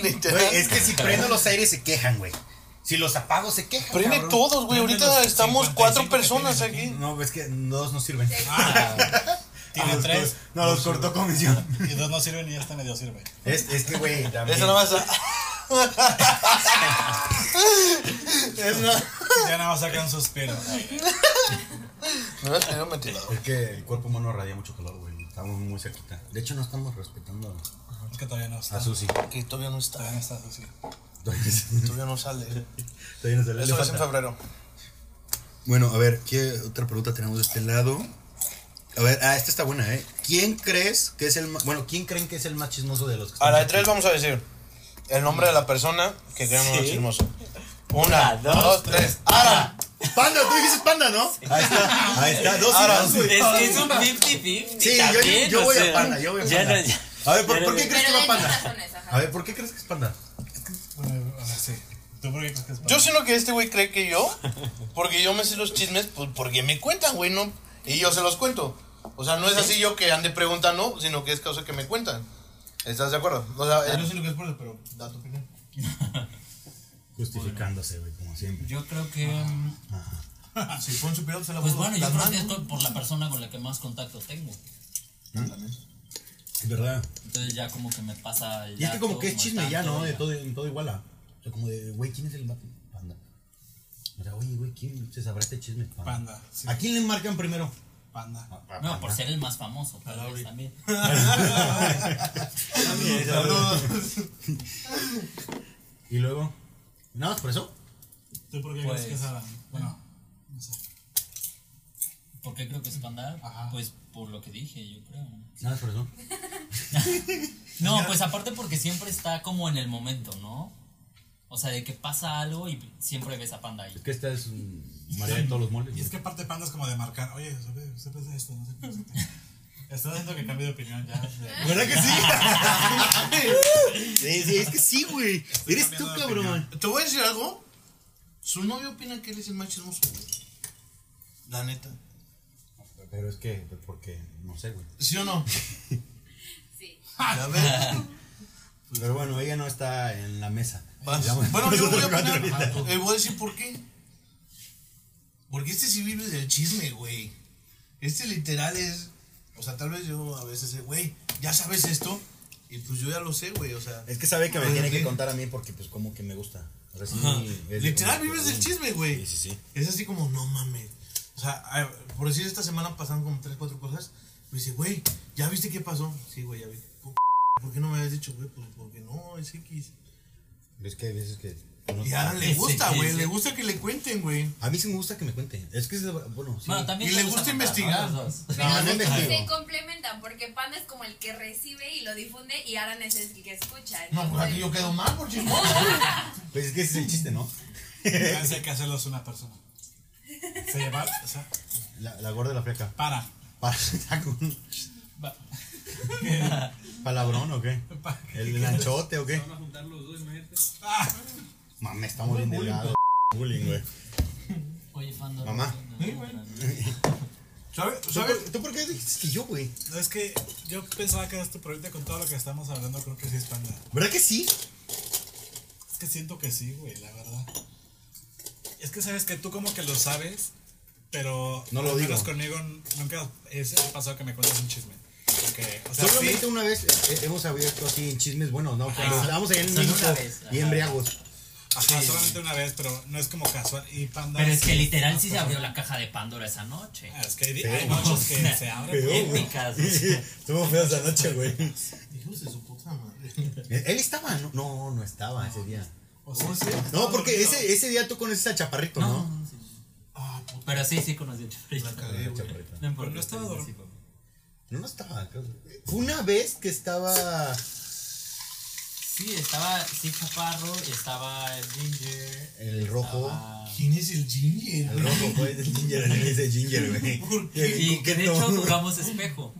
Speaker 6: Literal.
Speaker 2: Güey, es que si prendo los aires se quejan, güey. Si los apago se quejan.
Speaker 6: Prende
Speaker 2: cabrón.
Speaker 6: todos, güey.
Speaker 3: Prende
Speaker 6: Ahorita
Speaker 3: los
Speaker 6: estamos
Speaker 3: 55
Speaker 6: cuatro
Speaker 3: que
Speaker 6: personas
Speaker 3: tienen
Speaker 6: aquí.
Speaker 4: No, es que dos no sirven.
Speaker 3: Ah, *laughs* tiene
Speaker 4: Ah, los
Speaker 3: tres.
Speaker 4: cor- No, los cortó comisión.
Speaker 3: Y dos no sirven y este medio sirve.
Speaker 4: Es, es que, güey, también.
Speaker 6: Esa nada más. ah,
Speaker 4: Es una-
Speaker 3: Ya nada más sacan suspiro. Ay,
Speaker 6: No vas a tener un ventilador.
Speaker 4: Es que el cuerpo humano radia mucho calor, güey. Estamos muy cerquita. De hecho, no estamos respetando
Speaker 3: Es que todavía no
Speaker 4: a
Speaker 3: está.
Speaker 4: Susi.
Speaker 6: Que todavía no está.
Speaker 3: Todavía no está Susi.
Speaker 4: Todavía
Speaker 6: Todavía no sale.
Speaker 4: todavía nos sale. Le
Speaker 6: Eso es en
Speaker 4: falta.
Speaker 6: febrero.
Speaker 4: Bueno, a ver, ¿qué otra pregunta tenemos de este lado? A ver, ah, esta está buena, ¿eh? ¿Quién crees que es el más, bueno, quién creen que es el más chismoso de los que
Speaker 6: A la de
Speaker 4: están
Speaker 6: tres vamos a decir el nombre de la persona que creemos chismoso. Una,
Speaker 7: Una,
Speaker 6: dos,
Speaker 7: dos,
Speaker 6: tres. ¡Ara!
Speaker 4: aquí? Panda, tú dijiste panda, ¿no? Ahí está, ahí está, dos y
Speaker 6: Ahora,
Speaker 4: dos,
Speaker 7: Es
Speaker 4: güey.
Speaker 7: que es un 50-50.
Speaker 4: Sí, yo- yo-
Speaker 7: también,
Speaker 4: yo
Speaker 7: o
Speaker 4: voy a
Speaker 7: sea,
Speaker 4: pana, yo voy a
Speaker 7: ya
Speaker 4: pana.
Speaker 7: no- ya-
Speaker 4: A ver, ¿por,
Speaker 7: ya
Speaker 4: por
Speaker 7: no-
Speaker 4: qué crees que
Speaker 9: Pero
Speaker 4: va
Speaker 9: de mis
Speaker 4: panda?
Speaker 9: razones, ajá.
Speaker 4: A ver, ¿por qué crees que es panda?
Speaker 3: Bueno, ahora sí. ¿Tú por qué crees que es
Speaker 6: Yo siento que este güey cree que yo, porque yo me sé los chismes, pues porque me cuentan, güey, no. Y yo se los cuento. O sea, no es así yo que ande preguntando, sino que es cosa que me cuentan. ¿Estás de acuerdo? O sea,
Speaker 1: Yo
Speaker 6: eh,
Speaker 1: Ah, no sé lo que es por eso, pero da tu opinión.
Speaker 4: Justificándose, güey, como siempre.
Speaker 5: Yo creo que. mm,
Speaker 1: Si pon su piropo, se la
Speaker 5: Pues
Speaker 1: puso
Speaker 5: bueno, yo
Speaker 1: tan
Speaker 5: creo
Speaker 1: mal.
Speaker 5: que es por la persona con la que más contacto tengo.
Speaker 4: Es verdad.
Speaker 5: Entonces ya como que me pasa.
Speaker 4: Y es que como que es chisme ya, ¿no? De
Speaker 5: todo
Speaker 4: todo, en todo igual a... O sea, como de, güey, ¿quién es el más panda? O sea, oye, güey, ¿quién se sabrá este chisme? Panda.
Speaker 3: Panda, sí.
Speaker 4: ¿A quién le marcan primero?
Speaker 3: panda?
Speaker 5: No, por ser el más famoso, tal vez también.
Speaker 4: Y luego... Nada más por eso.
Speaker 3: ¿Tú por qué
Speaker 5: Pues-
Speaker 3: crees que es Ara? Bueno, no sé.
Speaker 5: ¿Por qué creo que es panda?
Speaker 3: Ajá.
Speaker 5: Pues por lo que dije, yo creo.
Speaker 4: Nada más por eso.
Speaker 5: No, pues aparte porque siempre está como en el momento, ¿no? O sea, de que pasa algo y siempre ves a panda ahí.
Speaker 4: Es que esta es mm, María de todos los moldes.
Speaker 3: Y es
Speaker 4: güey.
Speaker 3: que aparte panda es como de marcar, oye, ¿sabes sabes esto? No sé qué, no sé qué. Estás haciendo que cambie de opinión ya. de-
Speaker 4: ¿Verdad que sí? sí, sí, es que sí, güey. Eres tú,
Speaker 3: cambiando de
Speaker 4: cabrón.
Speaker 1: Te voy a decir algo. Su novio opina que él es el más chismoso, güey. La neta.
Speaker 4: Pero es que, porque, no sé, güey.
Speaker 1: ¿Sí o no?
Speaker 9: Sí.
Speaker 1: Ya ves.
Speaker 4: Pero bueno, ella no está en la mesa.
Speaker 1: Vas.
Speaker 4: Digamos.
Speaker 1: Ah, Bueno,
Speaker 4: *laughs*
Speaker 1: yo voy a
Speaker 4: Nosotros cuatro
Speaker 1: opinar.
Speaker 4: ahorita.
Speaker 1: eh, voy a decir por qué. Porque este sí vive del chisme, güey. Este literal es. O sea, tal vez yo a veces, eh, güey, ya sabes esto. Y pues yo ya lo sé, güey. O sea,
Speaker 4: Es que sabe que me
Speaker 1: Ah,
Speaker 4: tiene
Speaker 1: sí.
Speaker 4: que contar a mí porque, pues, como que me gusta. Ahora sí, es de
Speaker 1: literal
Speaker 4: como que,
Speaker 1: vives del
Speaker 4: mm,
Speaker 1: chisme, güey.
Speaker 4: Sí, sí, sí.
Speaker 1: Es así como, no mames. O sea, a- por decir, esta semana pasaron como tres, cuatro cosas. Me dice, güey, ¿ya viste qué pasó? Sí, güey, ya vi. "Pu- ¿Por qué no me habías dicho, güey? Pues porque no, es X.
Speaker 4: Es que hay veces que.
Speaker 1: Y a Adam le
Speaker 5: Ese,
Speaker 1: gusta, güey.
Speaker 5: ese.
Speaker 1: Le gusta que le cuenten, güey.
Speaker 4: A mí sí me gusta que me cuente. Es que es. Bueno, sí.
Speaker 5: Bueno, también
Speaker 1: Y
Speaker 5: te
Speaker 1: le gusta
Speaker 5: contar,
Speaker 1: investigar.
Speaker 5: ¿no? Los dos.
Speaker 4: No, no investigo.
Speaker 9: Se complementan porque Panda es como el que recibe y lo difunde y Aran es el que escucha.
Speaker 1: No, pues aquí
Speaker 9: entonces-
Speaker 1: yo quedo mal por chismoso.
Speaker 4: Pues es que ese es el chiste, ¿no?
Speaker 3: Entonces hay que hacerlos una persona. Se lleva, o sea,
Speaker 4: La, la gorda y la flaca. *laughs*
Speaker 3: para.
Speaker 4: Pa- saca un
Speaker 5: Va.
Speaker 4: ¿Palabrón o qué?
Speaker 3: Pa-
Speaker 4: ¿El lanchote o qué?
Speaker 10: Van a juntar los dos, imagínate.
Speaker 3: Ah,
Speaker 4: Mami, estamos bien delgados. Bullying, güey.
Speaker 5: Oye, panda.
Speaker 4: Mamá.
Speaker 5: ¿no?
Speaker 1: ¿Sabes?
Speaker 4: ¿Tú,
Speaker 1: ¿Sabes?
Speaker 4: por- tú por qué dijiste que yo, güey?
Speaker 3: no, es que yo pensaba que esto, pero ahorita con todo lo que estamos hablando, creo que sí es panda.
Speaker 4: ¿Verdad que sí?
Speaker 3: Es que siento que sí, güey, la verdad. Es que sabes que tú como que lo sabes, pero
Speaker 4: No lo
Speaker 3: al menos
Speaker 4: digo.
Speaker 3: conmigo nunca es ha pasado que me cuentes un chisme. Porque, o sea,
Speaker 4: Solamente
Speaker 3: sí,
Speaker 4: una vez eh, hemos abierto así en chismes buenos, ¿no? Cuando
Speaker 3: Ajá.
Speaker 4: estábamos allá en
Speaker 5: Solo
Speaker 4: México
Speaker 5: una vez, ajá.
Speaker 4: y embriagos.
Speaker 3: ajá, solamente una vez, pero no es como casual. Y panda.
Speaker 5: Pero es que
Speaker 3: sí,
Speaker 5: literal
Speaker 3: más
Speaker 5: sí se abrió la caja de Pandora esa noche.
Speaker 3: Ah, Es que hay, hay muchos que
Speaker 4: *laughs*
Speaker 3: se abren.
Speaker 4: Feo, güey.
Speaker 5: Épicas.
Speaker 4: Estuvo feo esa noche, güey.
Speaker 1: Hijos de su puta madre.
Speaker 4: Él estaba, no, no, no estaba ese día.
Speaker 3: O sea, sí,
Speaker 4: No, porque ese, ese día tú conoces a Chaparrito, ¿no?
Speaker 1: Ah,
Speaker 5: Ah, Pero sí, sí conocí a Chaparrito.
Speaker 1: cagué, güey.
Speaker 4: Chaparrito.
Speaker 5: No importa,
Speaker 3: Pero no estaba
Speaker 5: sí,
Speaker 3: dormido.
Speaker 5: sí, fue.
Speaker 4: No, no estaba. creo. Fue una vez que estaba.
Speaker 5: Sí, estaba sí Chaparro, estaba Ginger. ah,
Speaker 4: El rojo.
Speaker 5: estaba-
Speaker 1: ¿Quién es el Ginger?
Speaker 4: El rojo, pues, el Ginger, le dice Ginger, güey.
Speaker 1: ¿Por qué?
Speaker 4: El
Speaker 5: Y que de
Speaker 4: coqueto.
Speaker 5: hecho jugamos espejo.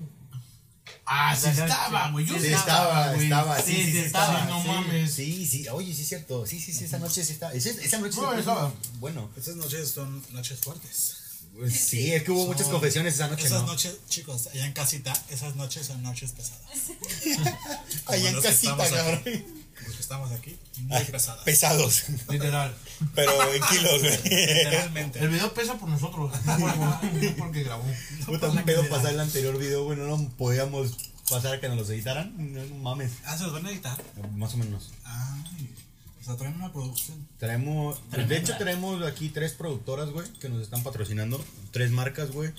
Speaker 1: Ah, sí estaba, güey. Yo
Speaker 4: Sí, estaba,
Speaker 1: güey.
Speaker 4: estaba.
Speaker 5: Sí, sí estaba,
Speaker 1: No
Speaker 5: sí.
Speaker 1: mames.
Speaker 4: Sí, sí, oye, sí es cierto. Sí, sí, sí, esa noche sí estaba. Esa, esa noche
Speaker 1: Bueno,
Speaker 4: sí
Speaker 1: estaba.
Speaker 4: Bueno,
Speaker 3: Esas noches son noches fuertes.
Speaker 4: Pues sí, es que hubo muchas confesiones esa noche,
Speaker 3: Esas
Speaker 4: Ah, ¿no?
Speaker 3: noches, chicos, allá en casita, esas noches son noches pesadas. Como
Speaker 2: Allá en
Speaker 3: los que
Speaker 2: casita,
Speaker 3: estamos
Speaker 2: cabrón.
Speaker 3: aquí. Los que estamos aquí, muy
Speaker 4: *laughs*
Speaker 3: pesadas.
Speaker 2: Pesados.
Speaker 1: Literal.
Speaker 2: Pero en kilos,
Speaker 3: *laughs*
Speaker 2: güey.
Speaker 1: El
Speaker 4: *laughs*
Speaker 3: Literalmente.
Speaker 1: video pesa por nosotros. No por el güey, no porque grabó.
Speaker 4: Puta, un pedo pasar el anterior video, güey. No nos podíamos pasar a que nos los editaran. No, no mames.
Speaker 3: Ah, se los van a editar.
Speaker 4: Más o menos.
Speaker 3: Ay, o sea, traen una producción.
Speaker 4: Traemos, pues, de hecho traemos aquí tres productoras, güey, que nos están patrocinando, tres marcas, güey.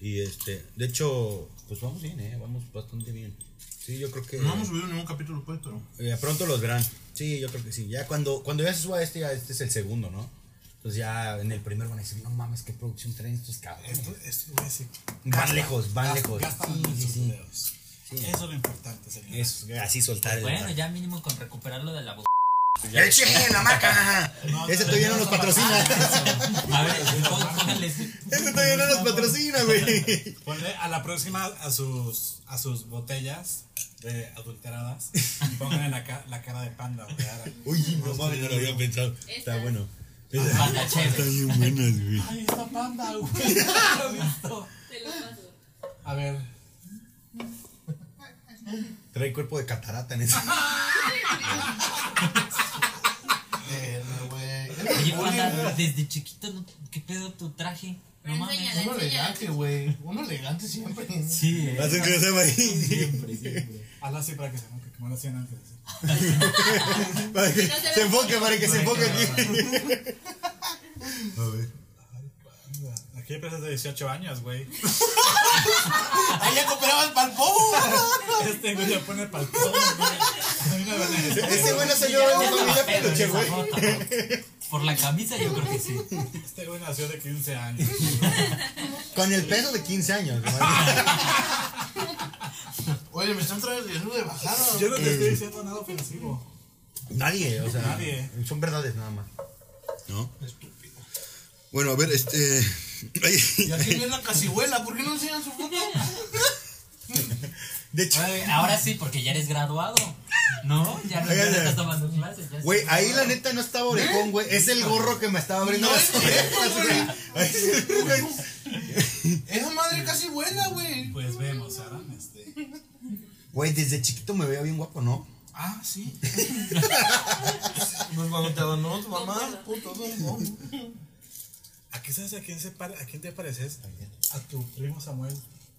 Speaker 4: Y este, de hecho, pues vamos bien, eh, vamos bastante bien. Sí, yo creo que
Speaker 1: No hemos subido ningún capítulo pues, puesto.
Speaker 4: eh, pronto los verán. Sí, yo creo que sí. Ya cuando cuando ya se suba este, ya este es el segundo, ¿no? Entonces ya en el primero van a decir, "No mames, qué producción traen estos cabrones."
Speaker 3: Esto, esto voy a decir.
Speaker 4: Van lejos, van lejos.
Speaker 3: Gastan
Speaker 4: Sí,
Speaker 3: en
Speaker 4: sí,
Speaker 3: sus
Speaker 4: sí.
Speaker 3: videos. Eso es lo importante, señor.
Speaker 4: Es así soltar el
Speaker 5: Bueno, ya mínimo con recuperar lo de la voz.
Speaker 4: ¡Echen la marca!
Speaker 3: No,
Speaker 4: Ese
Speaker 3: no,
Speaker 4: todavía
Speaker 3: no,
Speaker 4: no nos
Speaker 3: no,
Speaker 4: patrocina.
Speaker 5: *laughs*
Speaker 4: *laughs*
Speaker 5: A ver, póngales.
Speaker 4: Ese todavía no nos patrocina, güey. *laughs*
Speaker 3: Ponle a la próxima a sus, a sus botellas de adulteradas. Pónganle la, ca- la cara de panda, güey. ahora.
Speaker 4: Uy, no mames, no lo había pensado. Está bueno.
Speaker 5: Panda
Speaker 4: Está
Speaker 5: chévere.
Speaker 4: bien buenas, güey.
Speaker 3: Ahí está panda, güey. No lo he visto.
Speaker 9: Te lo paso.
Speaker 3: A ver.
Speaker 4: Trae cuerpo de catarata
Speaker 5: *laughs*
Speaker 4: en ese.
Speaker 1: Verga, güey.
Speaker 5: Oye, Panda, desde chiquito, no- ¿qué pedo tu traje? No mames.
Speaker 9: Enséñale.
Speaker 1: Uno elegante, güey. Uno elegante siempre. *laughs*
Speaker 5: Sí, eh.
Speaker 4: Hacen que se ahí.
Speaker 5: Siempre, siempre.
Speaker 3: Hazla así para que se note, como lo hacían antes. así.
Speaker 4: Para que
Speaker 9: No se
Speaker 4: se
Speaker 9: ve.
Speaker 4: enfoque, para que se enfoque aquí. *laughs* A ver.
Speaker 3: Aquí hay empresas de 18 años, güey.
Speaker 6: ¡Ahí ya cooperaban para el bobo!
Speaker 3: Este güey le pone pal todo, güey. A mí me van a decir,
Speaker 4: Ese güey no se lleva de familia
Speaker 5: Pero
Speaker 4: peluche,
Speaker 5: esa
Speaker 4: güey.
Speaker 5: bota, ¿no? Por la camisa yo creo que sí.
Speaker 3: Este güey nació de 15 años.
Speaker 4: Con el peso de 15 años. güey. *laughs*
Speaker 1: Oye, me están trayendo de bajada.
Speaker 3: Yo no te estoy diciendo nada ofensivo.
Speaker 4: Nadie, o sea.
Speaker 3: Nadie.
Speaker 4: Son verdades nada más.
Speaker 10: ¿No?
Speaker 1: Estúpido.
Speaker 10: Bueno, a ver, este. *laughs*
Speaker 1: Y aquí viene la casihuela. ¿Por qué no enseñan su foto?
Speaker 4: De hecho,
Speaker 5: Oye, ahora sí, porque ya eres graduado. No, ya no ya no estás tomando clases. ya
Speaker 4: güey,
Speaker 5: estás
Speaker 4: ahí la
Speaker 5: graduado.
Speaker 4: neta no estaba orejón, güey. Es el gorro que me estaba abriendo
Speaker 1: No es
Speaker 4: las
Speaker 1: cierto,
Speaker 4: orejas, güey. Güey.
Speaker 1: Esa madre casi buena, güey.
Speaker 3: Pues vemos, Aran, este.
Speaker 4: Güey, desde chiquito me veía bien guapo, ¿no?
Speaker 1: Ah, sí. Pues cuando te abandonó tu mamá, puto, no.
Speaker 3: ¿A qué sabes a quién, se pare- a quién te pareces? A tu primo Samuel.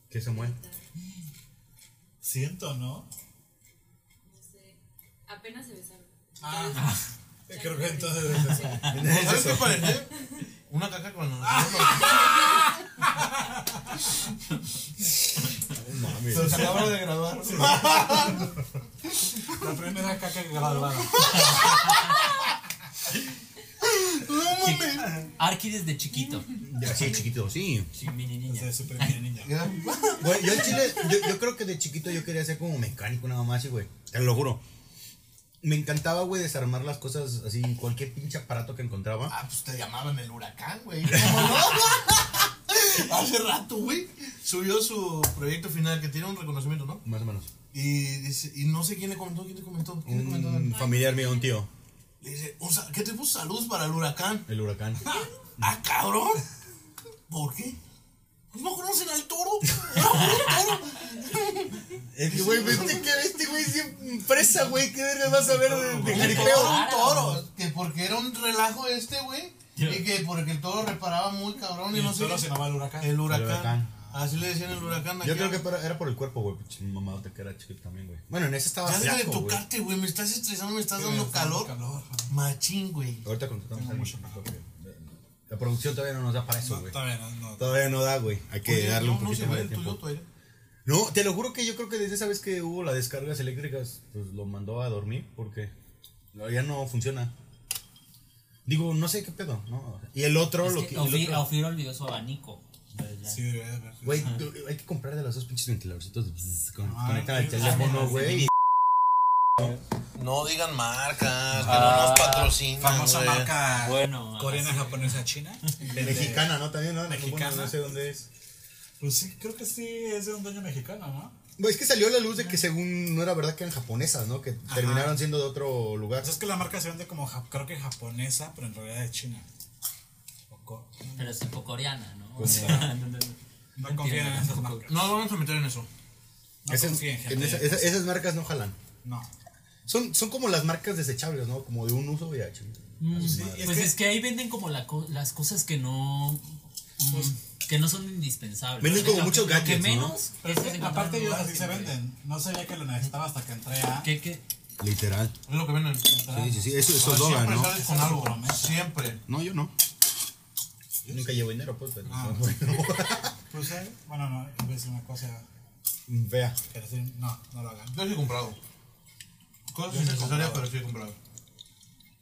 Speaker 4: ¿Qué, Samuel?
Speaker 3: Siento, ¿no?
Speaker 9: No sé. Apenas se besaron.
Speaker 3: Ah, creo que entonces es eso.
Speaker 1: ¿Sabes qué parece? Una caca con Ah. *laughs*
Speaker 4: Mami.
Speaker 1: Pero se acaba de grabar.
Speaker 3: La primera caca que graduaron.
Speaker 5: Arqui desde chiquito.
Speaker 4: Así chiquito, sí.
Speaker 5: Sí, mini niña.
Speaker 3: Desde su primera niña.
Speaker 4: Güey, yo en Chile, yo, yo creo que de chiquito yo quería ser como mecánico nada más, sí, güey. Te lo juro. Me encantaba, güey, desarmar las cosas así, cualquier pinche aparato que encontraba.
Speaker 1: Ah, pues te llamaban el huracán, güey. ¿Cómo no? *laughs* Hace rato, güey. Subió su proyecto final que tiene un reconocimiento, ¿no?
Speaker 4: Más o menos.
Speaker 1: Y dice, y no sé quién le comentó, quién te comentó, quién le comentó.
Speaker 3: Mm.
Speaker 4: Un familiar mío, un tío,
Speaker 1: Le dice, un sa- ¿qué te puso salud para el huracán?
Speaker 4: el huracán.
Speaker 1: Ah, cabrón. ¿Por qué? Pues no conocen al toro. *laughs* Era un toro.
Speaker 4: *laughs* Es que, güey, viste que este güey es empresa, güey. ¿Qué verga vas a ver de, de
Speaker 1: Un
Speaker 4: jaripeo?
Speaker 1: toro, un toro. Que porque era un relajo este, güey. Y que porque el toro reparaba muy cabrón y,
Speaker 3: Y
Speaker 1: no sé.
Speaker 3: solo
Speaker 1: qué.
Speaker 3: se llamaba el huracán.
Speaker 1: El huracán.
Speaker 4: El huracán.
Speaker 1: Así le decían el huracán. aquí
Speaker 4: Yo creo
Speaker 1: a-
Speaker 4: que para- era por el cuerpo, güey. Pinche mamadota que era chiquito también, güey. Bueno, en ese estaba
Speaker 1: Ya deja de
Speaker 4: flaco, güey.
Speaker 1: tocarte, güey. Me estás estresando, me estás
Speaker 3: Sí,
Speaker 1: dando
Speaker 3: me está dando
Speaker 1: calor.
Speaker 3: calor.
Speaker 1: Machín, güey.
Speaker 4: Ahorita contratamos a alguien. La producción todavía no nos da para eso, güey.
Speaker 3: Está bien, no. no.
Speaker 4: Todavía no da, güey. Hay que
Speaker 1: Oye,
Speaker 4: darle
Speaker 1: no,
Speaker 4: un poquito
Speaker 1: no se
Speaker 4: más
Speaker 1: ve
Speaker 4: de
Speaker 1: el
Speaker 4: tiempo.
Speaker 1: tuyo, tu aire.
Speaker 4: No, te lo juro que yo creo que desde esa vez que hubo las descargas eléctricas, pues lo mandó a dormir porque no, ya no funciona. Digo, no sé qué pedo, ¿no? Y el otro,
Speaker 5: Es
Speaker 4: lo
Speaker 5: que
Speaker 4: que. el
Speaker 5: Ofi-
Speaker 4: otro-
Speaker 5: a Ofir olvidó su abanico. Entonces, ya.
Speaker 3: Sí, debe de haber.
Speaker 4: Güey, tú- hay que comprar de los dos pinches ventiladorcitos. bzz, con-
Speaker 3: Ah,
Speaker 4: conectan al
Speaker 3: sí,
Speaker 4: teléfono, güey. y-
Speaker 6: No digan marcas, que no nos patrocinan.
Speaker 3: Famosa
Speaker 6: güey.
Speaker 3: marca
Speaker 5: Bueno,
Speaker 3: coreana,
Speaker 5: así.
Speaker 3: japonesa,
Speaker 4: *laughs*
Speaker 3: china. Vende-
Speaker 4: Mexicana, ¿no? También, ¿no?
Speaker 3: Mexicana.
Speaker 4: Bueno, no sé dónde es.
Speaker 3: Pues sí, creo que sí es de un dueño mexicano, ¿no?
Speaker 4: Güey, es que salió a la luz de que según no era verdad que eran japonesas, ¿no? Que terminaron siendo de otro lugar.
Speaker 3: Pues es que la marca se vende como, ja- creo que japonesa, pero en realidad es china. O poco.
Speaker 5: Pero es tipo coreana, ¿no?
Speaker 4: Pues
Speaker 5: O
Speaker 4: sí.
Speaker 5: sea, *laughs* no, no, no.
Speaker 3: No confíen en esas marcas.
Speaker 1: No nos vamos a meter en eso.
Speaker 3: No
Speaker 4: Esas-
Speaker 3: confíen, gente.
Speaker 4: en esa- esa- esas marcas no jalan.
Speaker 3: No.
Speaker 4: Son, son como las marcas desechables, ¿no? Como de un uso y a chingar.
Speaker 5: Mm,
Speaker 3: Sí,
Speaker 5: pues
Speaker 3: es
Speaker 5: es que,
Speaker 3: que-
Speaker 5: ahí venden como la co- las cosas que no mm,
Speaker 3: Pues,
Speaker 5: que no son indispensables.
Speaker 4: Venden como
Speaker 5: Lo que-
Speaker 4: muchos
Speaker 5: lo que
Speaker 4: gadgets, ¿no?
Speaker 5: menos
Speaker 3: Pero
Speaker 5: es
Speaker 3: es que
Speaker 5: encontrar
Speaker 3: aparte
Speaker 5: un
Speaker 3: ellos
Speaker 5: lugar
Speaker 3: así se
Speaker 5: siempre.
Speaker 3: venden. No sabía que lo necesitaba hasta que entré a...
Speaker 5: ¿Qué, qué?
Speaker 10: Literal.
Speaker 1: Venden.
Speaker 10: Sí, sí, sí. Eso, eso
Speaker 1: Pero
Speaker 10: es doga,
Speaker 1: Ah, siempre
Speaker 10: ¿no?
Speaker 1: sales con algo. Siempre.
Speaker 10: No, yo no.
Speaker 4: Yo Nunca llevo dinero, pues, pero.
Speaker 3: Ah.
Speaker 4: *laughs* bueno.
Speaker 3: Pues, eh, bueno, no, iba a decir una cosa
Speaker 4: Vea.
Speaker 3: que decir, no, no lo hagan.
Speaker 1: Yo sí he comprado. Cosas innecesarias, pero sí he comprado.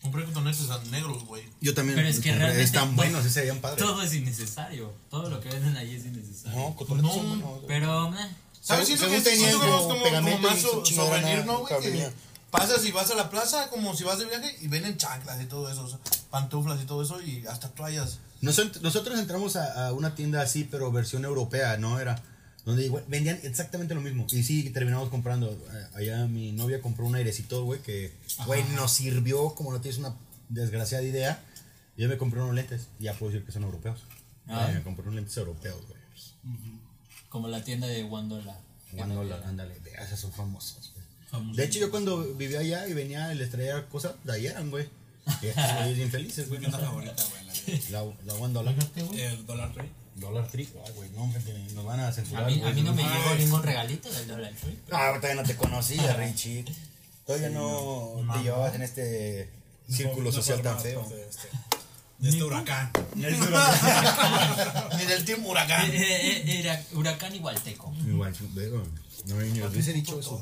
Speaker 1: Compré cotonetes a negros, güey.
Speaker 10: Yo también.
Speaker 5: Pero es que
Speaker 10: compré.
Speaker 5: realmente
Speaker 4: Están
Speaker 5: *laughs* todo-
Speaker 4: buenos, ese serían padres.
Speaker 5: Todo es innecesario. Todo lo que venden ahí es innecesario.
Speaker 4: No, cotonetes
Speaker 1: No,
Speaker 4: son buenos.
Speaker 5: Pero meh,
Speaker 1: ¿Sabes?
Speaker 4: Según-
Speaker 1: Siento que
Speaker 4: según
Speaker 1: siento que
Speaker 4: tenían
Speaker 1: vemos
Speaker 4: como
Speaker 1: como, como
Speaker 4: pegamento y
Speaker 1: más
Speaker 4: su
Speaker 1: so-
Speaker 4: chingadera
Speaker 1: souvenir, ¿no, güey?
Speaker 4: cabría.
Speaker 1: Que Pasas y vas a la plaza como si vas de viaje y venden chanclas y todo eso, o sea, pantuflas y todo eso y hasta toallas.
Speaker 4: Nosot- Nosotros entramos a, a una tienda así, pero versión europea, ¿no? Era donde igual vendían exactamente lo mismo. Y sí, terminamos comprando. A- Allá mi novia compró un airecito, güey, que, güey, nos sirvió, como no tienes una desgraciada idea. Yo me compré unos lentes. Ya puedo decir que son europeos.
Speaker 5: Ah.
Speaker 4: Ay, me compré unos lentes europeos, güey.
Speaker 5: como la tienda de Wandola.
Speaker 4: Guandola, ándale, vea, esas son famosas, güey. De hecho, yo cuando vivía allá y venía y les traía cosas, de allá eran, güey. Y estos güeyes bien felices,
Speaker 3: Mi
Speaker 4: güey.
Speaker 3: tienda favorita, güey. la de-
Speaker 4: La, la guandola.
Speaker 3: El Dollar Tree.
Speaker 4: Dólar Tree, ah, güey, no, hombre, nos van a
Speaker 5: A
Speaker 4: censurar.
Speaker 5: mí, a
Speaker 4: güey.
Speaker 5: mí no me
Speaker 3: Ay.
Speaker 5: llegó ningún regalito del Dollar Tree.
Speaker 4: Ah, todavía no te conocía, Richie. Todavía no, te llevabas en este círculo
Speaker 3: No
Speaker 4: social tan
Speaker 3: formabas
Speaker 4: feo.
Speaker 3: parte De este, *laughs* de este huracán.
Speaker 1: Ni del Team Huracán.
Speaker 5: Eh, eh, eh, era Huracán y Hualteco.
Speaker 4: Igual, luego, no me ni les hubiese dicho eso.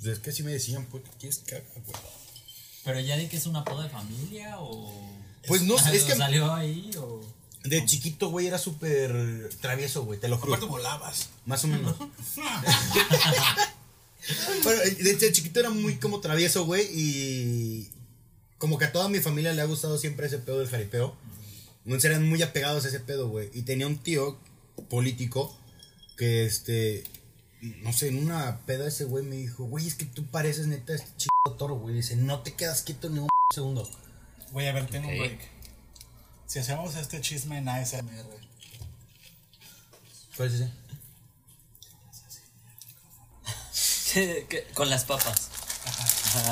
Speaker 4: Pues Es que si me decían, pues, ¿qué quieres que haga, güey?
Speaker 5: Pero ya de que es un apodo de familia o.
Speaker 4: Pues no, es
Speaker 5: ¿O
Speaker 4: que
Speaker 5: salió ahí o.
Speaker 4: de chiquito, güey, era súper travieso, güey, te lo juro.
Speaker 1: Aparte volabas.
Speaker 4: Más *laughs* o menos. bueno, desde chiquito era muy como travieso, güey, y como que a toda mi familia le ha gustado siempre ese pedo del jaripeo. Entonces eran muy apegados a ese pedo, güey. Y tenía un tío político que, este, no sé, en una peda ese güey me dijo, güey, es que tú pareces neta este chico toro, güey. Dice, no te quedas quieto ni un segundo.
Speaker 3: Voy a ver, tengo un break. Si hacemos este chisme en ASMR.
Speaker 4: ¿Cuál es ese?
Speaker 7: ¿Qué? Con las papas.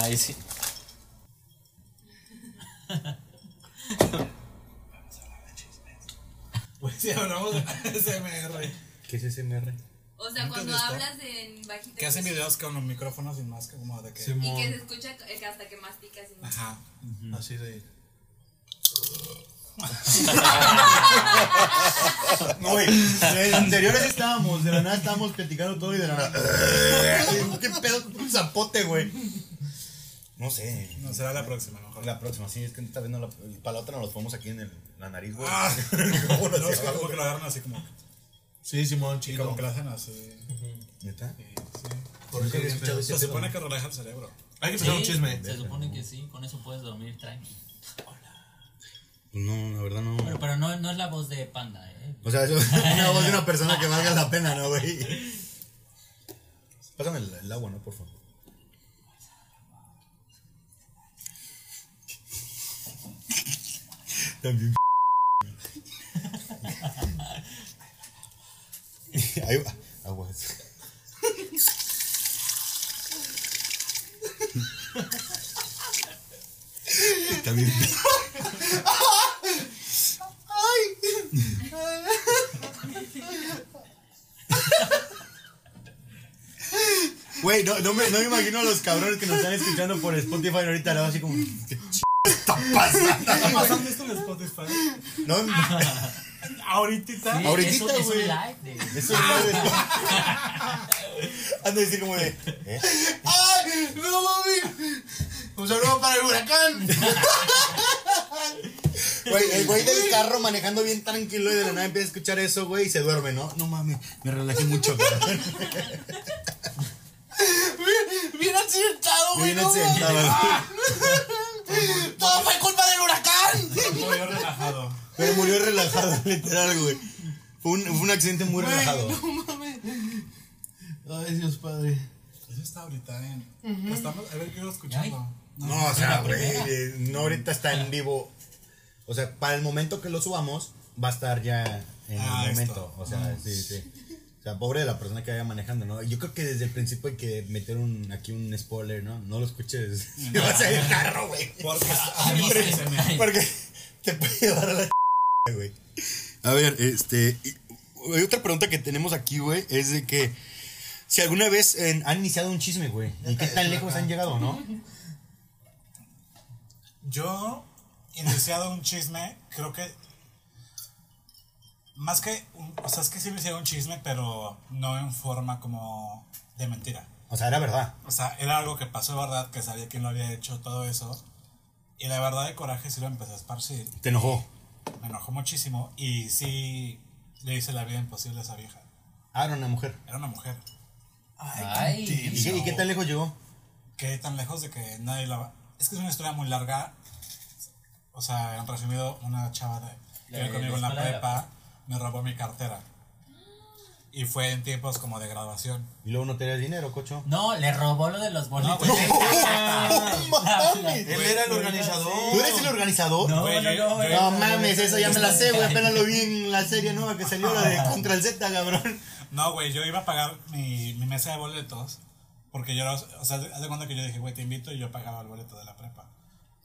Speaker 7: Ay, sí.
Speaker 3: Güey, si hablamos de ASMR.
Speaker 4: ¿Qué es ese MR?
Speaker 9: O sea,
Speaker 3: ¿Nunca has
Speaker 9: cuando
Speaker 3: visto?
Speaker 9: hablas en bajito. pues,
Speaker 3: Que hacen videos con los micrófonos y más que como de que.
Speaker 9: Y que se escucha eh, hasta que masticas.
Speaker 4: Ah.
Speaker 9: y-
Speaker 3: Ajá.
Speaker 1: Así de.
Speaker 4: Güey, en anteriores estábamos, de la nada estábamos platicando todo y de la
Speaker 3: *laughs*
Speaker 4: nada. ¿Qué pedo con un zapote, güey? No sé.
Speaker 3: No será la próxima, a lo mejor.
Speaker 4: La próxima, sí, es que esta vez no la. Para la otra nos los ponemos aquí en el- la nariz, güey.
Speaker 3: Ah,
Speaker 4: *laughs* ¿Cómo lo
Speaker 3: no, es
Speaker 4: hacíamos,
Speaker 3: que como que
Speaker 4: güey?
Speaker 3: lo agarran así como.
Speaker 1: Sí, Simón,
Speaker 3: Y
Speaker 1: chico.
Speaker 3: como que lo hacen así.
Speaker 4: ¿Neta?
Speaker 3: Sí, sí.
Speaker 1: Por eso
Speaker 4: Nunca había
Speaker 1: es
Speaker 4: escuchado
Speaker 1: feo.
Speaker 4: ese
Speaker 3: Se supone
Speaker 4: pedo.
Speaker 3: que relaja el cerebro.
Speaker 1: Hay que empezar un
Speaker 5: Sí,
Speaker 1: chisme.
Speaker 5: Se supone que sí, con eso puedes dormir tranqui.
Speaker 4: No, la verdad no.
Speaker 5: Pero, pero no, no es la voz de panda, ¿eh?
Speaker 4: O sea, eso es *laughs* una voz de una persona que valga la pena, ¿no, güey? Pásame el, el agua, ¿no? Por favor. También. *laughs* Ahí va. Agua. También. Güey, no, no, me, no me imagino a los cabrones que nos están escuchando por Spotify ahorita, ¿no? así como, ¿qué ch... está pasando?
Speaker 3: ¿Está pasando esto en Spotify?
Speaker 4: No,
Speaker 3: Ahorita.
Speaker 5: Sí,
Speaker 4: Ahorita,
Speaker 5: es un-
Speaker 4: güey.
Speaker 5: Es un live
Speaker 4: *laughs*
Speaker 5: de-
Speaker 4: eso no es... Han de decir como de, ¿eh?
Speaker 1: ¡Ay! ¡No mami! Un saludo para el huracán.
Speaker 4: Güey, el güey del carro manejando bien tranquilo y de la nada empieza a escuchar eso, güey, y se duerme, ¿no? No mames, me relajé mucho, cabrón.
Speaker 1: Bien- Bien accidentado, güey.
Speaker 4: Bien
Speaker 1: No, mames.
Speaker 4: sentado.
Speaker 1: Todo fue culpa del huracán.
Speaker 3: Estoy yo relajado.
Speaker 4: Pero murió relajado, *laughs* literal, güey. Fue un, fue un accidente muy relajado.
Speaker 1: Ay, Dios Padre.
Speaker 3: Eso está ahorita en. Estamos, a ver, ¿qué iba escuchando?
Speaker 4: No, o sea, güey, eh, no ahorita está en vivo O sea, para el momento que lo subamos, va a estar ya en
Speaker 3: Ah,
Speaker 4: el
Speaker 3: esto.
Speaker 4: momento. O sea, sí, sí. O sea, pobre de la persona que vaya manejando, ¿no? Yo creo que desde el principio hay que meter un, aquí un spoiler, ¿no? No lo escuches. *laughs*
Speaker 3: Mm.
Speaker 4: Te vas a ir al carro, güey.
Speaker 3: Porque sabemos que se me-
Speaker 4: Porque te puede llevar a la ch- güey.
Speaker 10: A ver, este. y- y otra pregunta que tenemos aquí, güey, es de que.
Speaker 4: Si alguna vez eh, han iniciado un chisme, güey. ¿Y qué tan lejos han llegado, no?
Speaker 3: Yo he iniciado un chisme, creo que. Más que. un- o sea, es que sí me hicieron un chisme, pero no en forma como de mentira.
Speaker 4: O sea, era verdad.
Speaker 3: O sea, era algo que pasó de verdad, que sabía quién lo había hecho, todo eso. Y la verdad de coraje sí lo empecé a esparcir.
Speaker 4: Te enojó.
Speaker 3: Me enojó muchísimo y sí le hice la vida imposible a esa vieja.
Speaker 4: Ah, era una mujer.
Speaker 3: Era una mujer.
Speaker 5: Ay, qué
Speaker 4: ¿Y qué, y qué tan lejos llegó?
Speaker 3: Quedé tan lejos de que nadie la va... Es que es una historia muy larga. O sea, en resumido, una chava de, que
Speaker 5: La
Speaker 3: iba
Speaker 5: de
Speaker 3: conmigo en
Speaker 5: la
Speaker 3: la
Speaker 5: escuela de la
Speaker 3: prepa me robó mi cartera. Y fue en tiempos como de graduación.
Speaker 4: Y luego no tenías dinero, cocho.
Speaker 5: No, le robó lo de los
Speaker 3: No,
Speaker 5: boletos.
Speaker 3: güey,
Speaker 5: *laughs*
Speaker 4: mames!
Speaker 1: Él era el organizador.
Speaker 4: ¿Tú eres el organizador?
Speaker 5: No,
Speaker 3: Güey,
Speaker 5: no,
Speaker 3: yo-
Speaker 5: no.
Speaker 3: yo-
Speaker 4: No
Speaker 5: era-
Speaker 4: mames, eso ya me la sé, güey. Apenas lo vi en la serie nueva que salió, la de Contra el Z, cabrón.
Speaker 3: *laughs* No, güey, yo iba a pagar mi, mi mesa de boletos. Porque yo, o sea, haz de cuenta que yo dije, güey, te invito y yo pagaba el boleto de la prepa.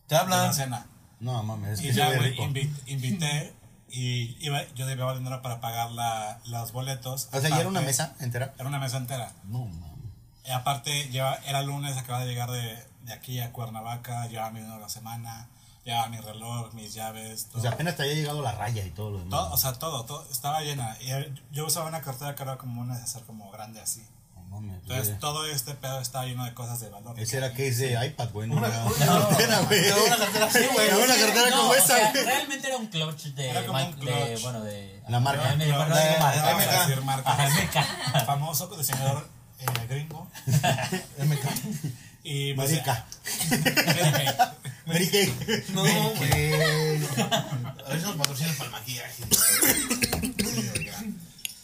Speaker 1: Te
Speaker 3: De la
Speaker 1: hablan.
Speaker 3: cena.
Speaker 4: No mames, es
Speaker 3: Y
Speaker 4: que se
Speaker 3: ya,
Speaker 4: ve
Speaker 3: güey,
Speaker 4: rico.
Speaker 3: invi- invité y iba, yo debía dinero para pagar la, los boletos.
Speaker 4: O sea, ¿y era una
Speaker 3: Aparte,
Speaker 4: mesa entera?
Speaker 3: Era una mesa entera.
Speaker 4: No mames.
Speaker 3: Y Eh, aparte, lleva, era lunes, acababa de llegar de, de aquí a Cuernavaca, llevaba mi dinero de la semana, llevaba mi reloj, mis llaves, todo.
Speaker 4: O sea, apenas te había llegado la raya y todo lo
Speaker 3: todo, o
Speaker 4: demás.
Speaker 3: sea, todo, todo, estaba llena. Y eh, yo usaba una cartera que era como una de hacer como grande así.
Speaker 4: No mames.
Speaker 3: Entonces,
Speaker 4: güey.
Speaker 3: todo este pedo estaba lleno de cosas de valor.
Speaker 4: Ese era que es de iPad, güey. No, era-
Speaker 10: Espera, güey.
Speaker 1: Una cartera así, güey.
Speaker 10: Una cartera
Speaker 5: No,
Speaker 10: como
Speaker 5: o
Speaker 10: esa,
Speaker 5: sea,
Speaker 10: güey.
Speaker 5: realmente era un clutch de.
Speaker 3: Era como
Speaker 5: Mac-
Speaker 3: un
Speaker 5: de-
Speaker 3: clutch.
Speaker 5: bueno, de.
Speaker 4: La marca.
Speaker 5: Ah, me-
Speaker 3: Pero
Speaker 5: bueno,
Speaker 3: no
Speaker 5: de-
Speaker 3: digo marcas, vamos a
Speaker 1: MK.
Speaker 3: decir marcas.
Speaker 5: Ajá, MK.
Speaker 3: Famoso diseñador eh, gringo.
Speaker 4: *laughs*
Speaker 3: Y pues, eh,
Speaker 4: Marica. *laughs*
Speaker 3: MK.
Speaker 4: Mary Kay. *laughs*
Speaker 1: No, güey. A veces nos patrocinan para el maquillaje.
Speaker 3: Y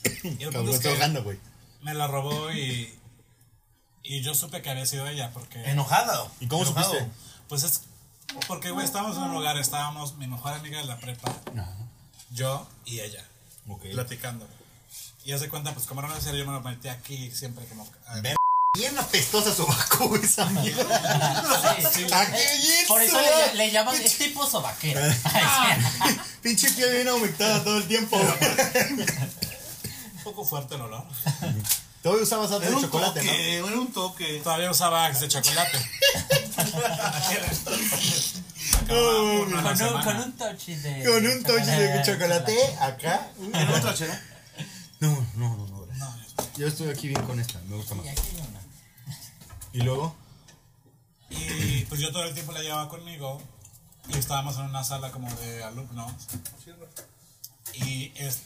Speaker 3: el punto
Speaker 4: Cabrón,
Speaker 3: es
Speaker 4: estoy
Speaker 3: que
Speaker 4: ahogando, güey.
Speaker 3: me la robó y, y yo supe que había sido ella porque...
Speaker 4: Eh,
Speaker 1: Enojado.
Speaker 4: ¿Y cómo
Speaker 1: Enojado.
Speaker 4: supiste?
Speaker 3: Pues es porque, güey, estábamos en un lugar, estábamos mi mejor amiga de la prepa,
Speaker 4: Ajá.
Speaker 3: yo y ella,
Speaker 4: Ok.
Speaker 3: platicando. Y hace cuenta, pues como era una serie, yo me lo metí aquí siempre como... a-
Speaker 4: Bien apestosa sobaco, güey, esa mierda. *laughs*
Speaker 5: sí.
Speaker 4: Aquí,
Speaker 5: Por eso
Speaker 4: sobaco.
Speaker 5: le, le llaman es tipo sobaquero. Ay, sí.
Speaker 4: Pinche piel bien aumentada todo el tiempo.
Speaker 3: Un poco fuerte el olor.
Speaker 4: Todavía usabas antes
Speaker 1: Era
Speaker 4: de
Speaker 1: un
Speaker 4: chocolate, ¿no?
Speaker 1: toque, era un toque.
Speaker 3: Todavía usaba Axe de
Speaker 4: *laughs*
Speaker 3: chocolate. *laughs* Acababa
Speaker 4: No,
Speaker 3: uno a
Speaker 5: Con
Speaker 3: la
Speaker 5: un,
Speaker 3: semana.
Speaker 5: con un touch de.
Speaker 4: Con un toche de chocolate acá.
Speaker 1: Era otra chela.
Speaker 4: No, no, no, no, gracias.
Speaker 3: No, yo-
Speaker 4: Yo estoy aquí bien con esta, me gusta más.
Speaker 5: Y aquí hay una.
Speaker 4: Y luego,
Speaker 3: Y pues yo todo el tiempo la llevaba conmigo y estábamos en una sala como de alumnos. Y, es-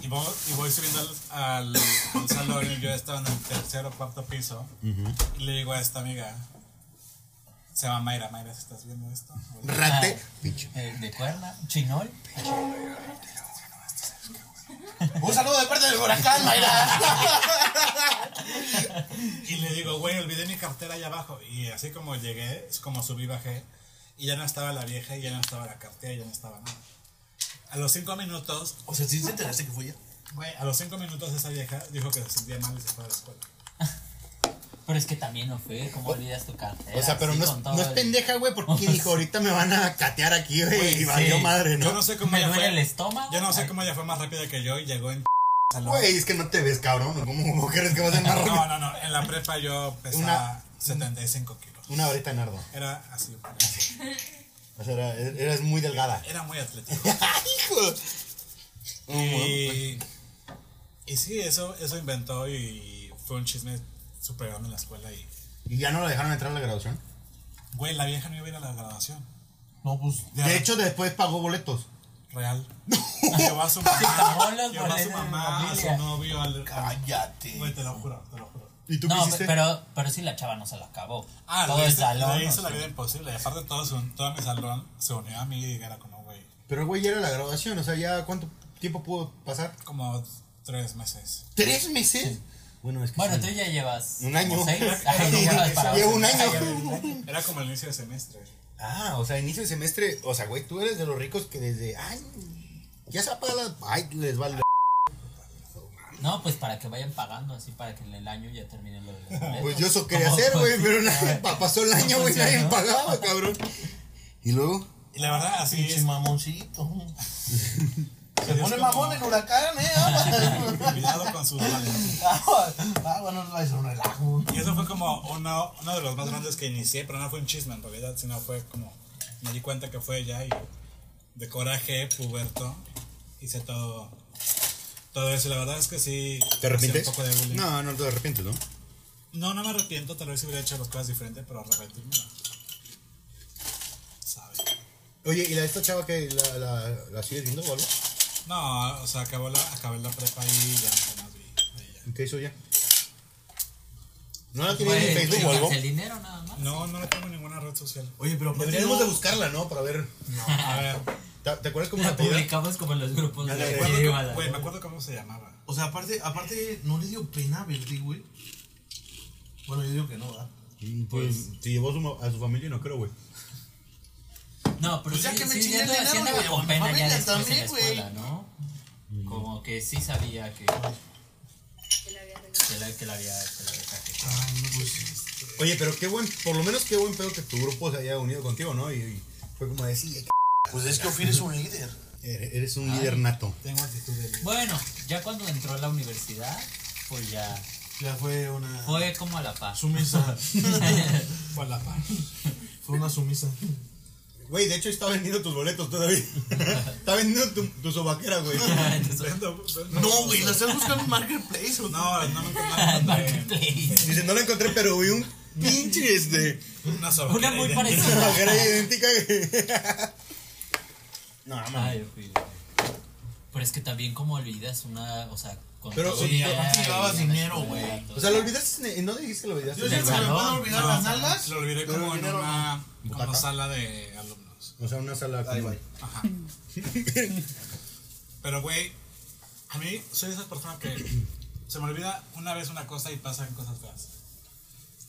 Speaker 3: y, voy, y voy subiendo al, al- al salón y yo estaba en el tercer o cuarto piso y le digo a esta amiga, se llama Mayra, Mayra, si estás viendo esto.
Speaker 4: rate.
Speaker 5: Eh, de cuerna, chinol.
Speaker 1: Un saludo de parte del huracán, Mayra.
Speaker 3: Y le digo, güey, olvidé mi cartera allá abajo. Y así como llegué, es como subí, bajé. Y ya no estaba la vieja, y ya no estaba la cartera, y ya no estaba nada. A los cinco minutos,
Speaker 1: O sea, ¿sí te enteraste que fue ella?
Speaker 3: güey, a los cinco minutos esa vieja dijo que se sentía mal y se fue a la escuela.
Speaker 5: Pero es que también no fue, ¿cómo olvidas tu cartera?
Speaker 4: O sea, pero
Speaker 5: Sí,
Speaker 4: no, es-
Speaker 5: con todo
Speaker 4: no es
Speaker 5: el-
Speaker 4: pendeja, güey,
Speaker 5: *laughs*
Speaker 4: porque dijo, ahorita me van a catear aquí, güey, y valió
Speaker 5: sí.
Speaker 4: madre,
Speaker 3: Yo
Speaker 4: ¿no?
Speaker 3: no sé cómo
Speaker 5: Me
Speaker 3: ella
Speaker 5: duele
Speaker 3: fue.
Speaker 5: el estómago.
Speaker 3: Yo no sé
Speaker 5: Ay.
Speaker 3: cómo ella fue más rápida que yo y llegó en. *laughs* salón.
Speaker 4: Güey, es que no te ves, cabrón, ¿no? ¿cómo, cómo crees que vas a ser más
Speaker 5: *laughs*
Speaker 4: rápido?
Speaker 3: No, no, no. En la prepa yo pesaba
Speaker 4: Una-
Speaker 3: 75 kilos.
Speaker 4: Una varita nardo.
Speaker 3: Era así.
Speaker 4: O sea, era- eras muy
Speaker 5: *laughs*
Speaker 4: delgada.
Speaker 3: Era muy atlético.
Speaker 4: *laughs* ¡Hijo!
Speaker 3: Y, y sí, eso, eso inventó y fue un chisme súper grande en la escuela. Y,
Speaker 4: ¿Y ya no la dejaron entrar a la graduación?
Speaker 3: güey, la vieja no iba a ir a la graduación.
Speaker 5: No, pues.
Speaker 4: De hecho, después pagó boletos.
Speaker 3: real. Llevó a su mamá,
Speaker 5: Pagó los
Speaker 3: llevó a su,
Speaker 5: boletos de
Speaker 3: mamá, a su
Speaker 5: familia.
Speaker 3: novio, al. al-
Speaker 1: Cállate.
Speaker 3: Güey, te lo juro, te lo juro.
Speaker 4: ¿Y tú qué
Speaker 5: No,
Speaker 4: hiciste?
Speaker 5: pero, pero sí la chava no se la acabó.
Speaker 3: Ah,
Speaker 5: todo
Speaker 3: le
Speaker 5: el
Speaker 3: hice,
Speaker 5: salón.
Speaker 3: le
Speaker 5: o
Speaker 3: hice la
Speaker 5: sea.
Speaker 3: vida imposible. Y aparte, todo, su, todo mi salón se unió a mí y era como, güey,
Speaker 4: Pero, güey, ya era la graduación, o sea, ¿ya cuánto tiempo pudo pasar?
Speaker 3: como tres meses.
Speaker 4: ¿Tres meses? Bueno, es que
Speaker 5: Bueno,
Speaker 4: sí.
Speaker 5: tú ya llevas.
Speaker 4: Un año. *laughs*
Speaker 5: como seis. Ay, tú Ah, llevas para
Speaker 4: Llevo un
Speaker 5: otro.
Speaker 4: año.
Speaker 3: Era como el inicio de semestre.
Speaker 4: Ah, o sea, inicio de semestre. O sea, güey, tú eres de los ricos que desde. Ay, ya se apaga la. Ay, les vale. la-
Speaker 5: No, pues para que vayan pagando, así para que en el año ya
Speaker 4: *laughs*
Speaker 5: terminen lo de los boletos.
Speaker 4: Pues yo eso quería
Speaker 5: Como-
Speaker 4: hacer, güey, pero nadie, pa- pasó el año, güey, nadie me
Speaker 5: funcionó.
Speaker 4: pagaba, cabrón. Y luego.
Speaker 3: Y la verdad, así
Speaker 6: Pinche
Speaker 3: es.
Speaker 6: mamoncito. Se
Speaker 3: Dios
Speaker 6: pone
Speaker 3: como-
Speaker 6: mamón el huracán, ¿eh? Aguas.
Speaker 3: Cuidado con sus vales.
Speaker 6: Aguas. Aguas, no es un relajo.
Speaker 3: Y eso fue como uno, uno de los más grandes que inicié, pero no fue un chisme en realidad, sino fue como. Me di cuenta que fue ya y. De coraje, puberto. Hice todo. Todo eso. Y La verdad es que sí.
Speaker 4: ¿Te arrepientes?
Speaker 3: arrepientes? Un poco de bullying.
Speaker 10: No, no te arrepientes, ¿no?
Speaker 3: No, no me arrepiento, tal vez hubiera hecho las cosas diferentes, pero arrepentirme no. ¿Sabes?
Speaker 4: Oye, ¿y la esta chava que la, la, la sigues viendo o algo?
Speaker 3: No, o sea, acabó la, acabé la prepa y ya nunca más vi. Ahí ya.
Speaker 4: ¿Qué hizo ya? ¿No la
Speaker 5: Pues,
Speaker 4: tienes en Facebook o algo?
Speaker 5: el dinero nada más.
Speaker 3: No, no le tengo ninguna red social.
Speaker 4: Oye, pero Pues deberíamos de buscarla, ¿no? Para ver.
Speaker 3: A ver,
Speaker 4: ¿Te, te acuerdas cómo se
Speaker 5: La
Speaker 4: apellida?
Speaker 5: publicamos como en los grupos de
Speaker 3: me
Speaker 5: aquí de
Speaker 3: acuerdo,
Speaker 5: Iguala.
Speaker 3: cómo- güey, me acuerdo cómo se llamaba.
Speaker 1: O sea, aparte, aparte, ¿no le dio pena verte, güey? Bueno, yo digo que no, ¿verdad?
Speaker 4: Mm, Pues si llevó a su, ma- a su familia, no creo, güey.
Speaker 5: No, pero
Speaker 1: Pues ya
Speaker 5: sí,
Speaker 1: que me
Speaker 5: sí,
Speaker 1: chingue el
Speaker 5: andaba-
Speaker 1: dinero,
Speaker 5: sí andaba
Speaker 1: güey,
Speaker 5: con
Speaker 1: mi
Speaker 5: pena ya
Speaker 1: familia
Speaker 5: después en la
Speaker 1: también, güey.
Speaker 5: escuela, ¿no? Como que sí sabía que, que,
Speaker 9: Que la había regalado.
Speaker 5: la, que la había que la había cajeteado.
Speaker 1: Ay, no, pues.
Speaker 4: Oye, pero qué buen, por lo menos qué buen pedo que tu grupo se haya unido contigo, ¿no? Y, y fue como decir,
Speaker 6: Pues es que Ofir es un líder.
Speaker 4: eres un líder nato.
Speaker 3: Tengo actitud de.
Speaker 5: Bueno, ya cuando entró a la universidad, pues ya
Speaker 1: Ya fue una.
Speaker 5: fue como a la *laughs* paz.
Speaker 1: Sumisa.
Speaker 3: Fue a la par.
Speaker 1: Fue una sumisa.
Speaker 4: Güey, de hecho está vendiendo tus boletos
Speaker 5: *laughs*
Speaker 4: todavía. está vendiendo tu, tu sobaquera, güey.
Speaker 5: Entonces,
Speaker 1: No, güey, la estás buscando en Marketplace, güey.
Speaker 3: No, no me encontré
Speaker 1: *laughs*
Speaker 4: Dice, no la encontré, pero vi un pinche este.
Speaker 3: una sola.
Speaker 5: Una muy
Speaker 4: Una
Speaker 5: parecida.
Speaker 4: sobaquera idéntica. *laughs* que- no, mames.
Speaker 5: Ay, güey. Pero es que también como olvidas una, o sea, con
Speaker 4: Pero,
Speaker 5: todo
Speaker 4: sí,
Speaker 5: ya
Speaker 1: aparte
Speaker 5: y
Speaker 1: llevabas
Speaker 5: una
Speaker 1: dinero,
Speaker 5: escuela,
Speaker 1: güey.
Speaker 5: todo.
Speaker 4: O sea, lo olvidaste, en- ¿no dijiste que lo olvidaste?
Speaker 1: Yo sé que me
Speaker 5: salón.
Speaker 1: puedo olvidar las nalgas.
Speaker 3: Lo olvidé
Speaker 4: Pero
Speaker 3: como en
Speaker 4: dinero
Speaker 3: una,
Speaker 4: Butaca.
Speaker 3: como sala de alumnos.
Speaker 4: O sea, una sala
Speaker 1: Ahí
Speaker 4: común.
Speaker 3: Ajá. Pero, güey, a mí soy esa persona que *clears throat* se me olvida una vez una cosa y pasan cosas feas.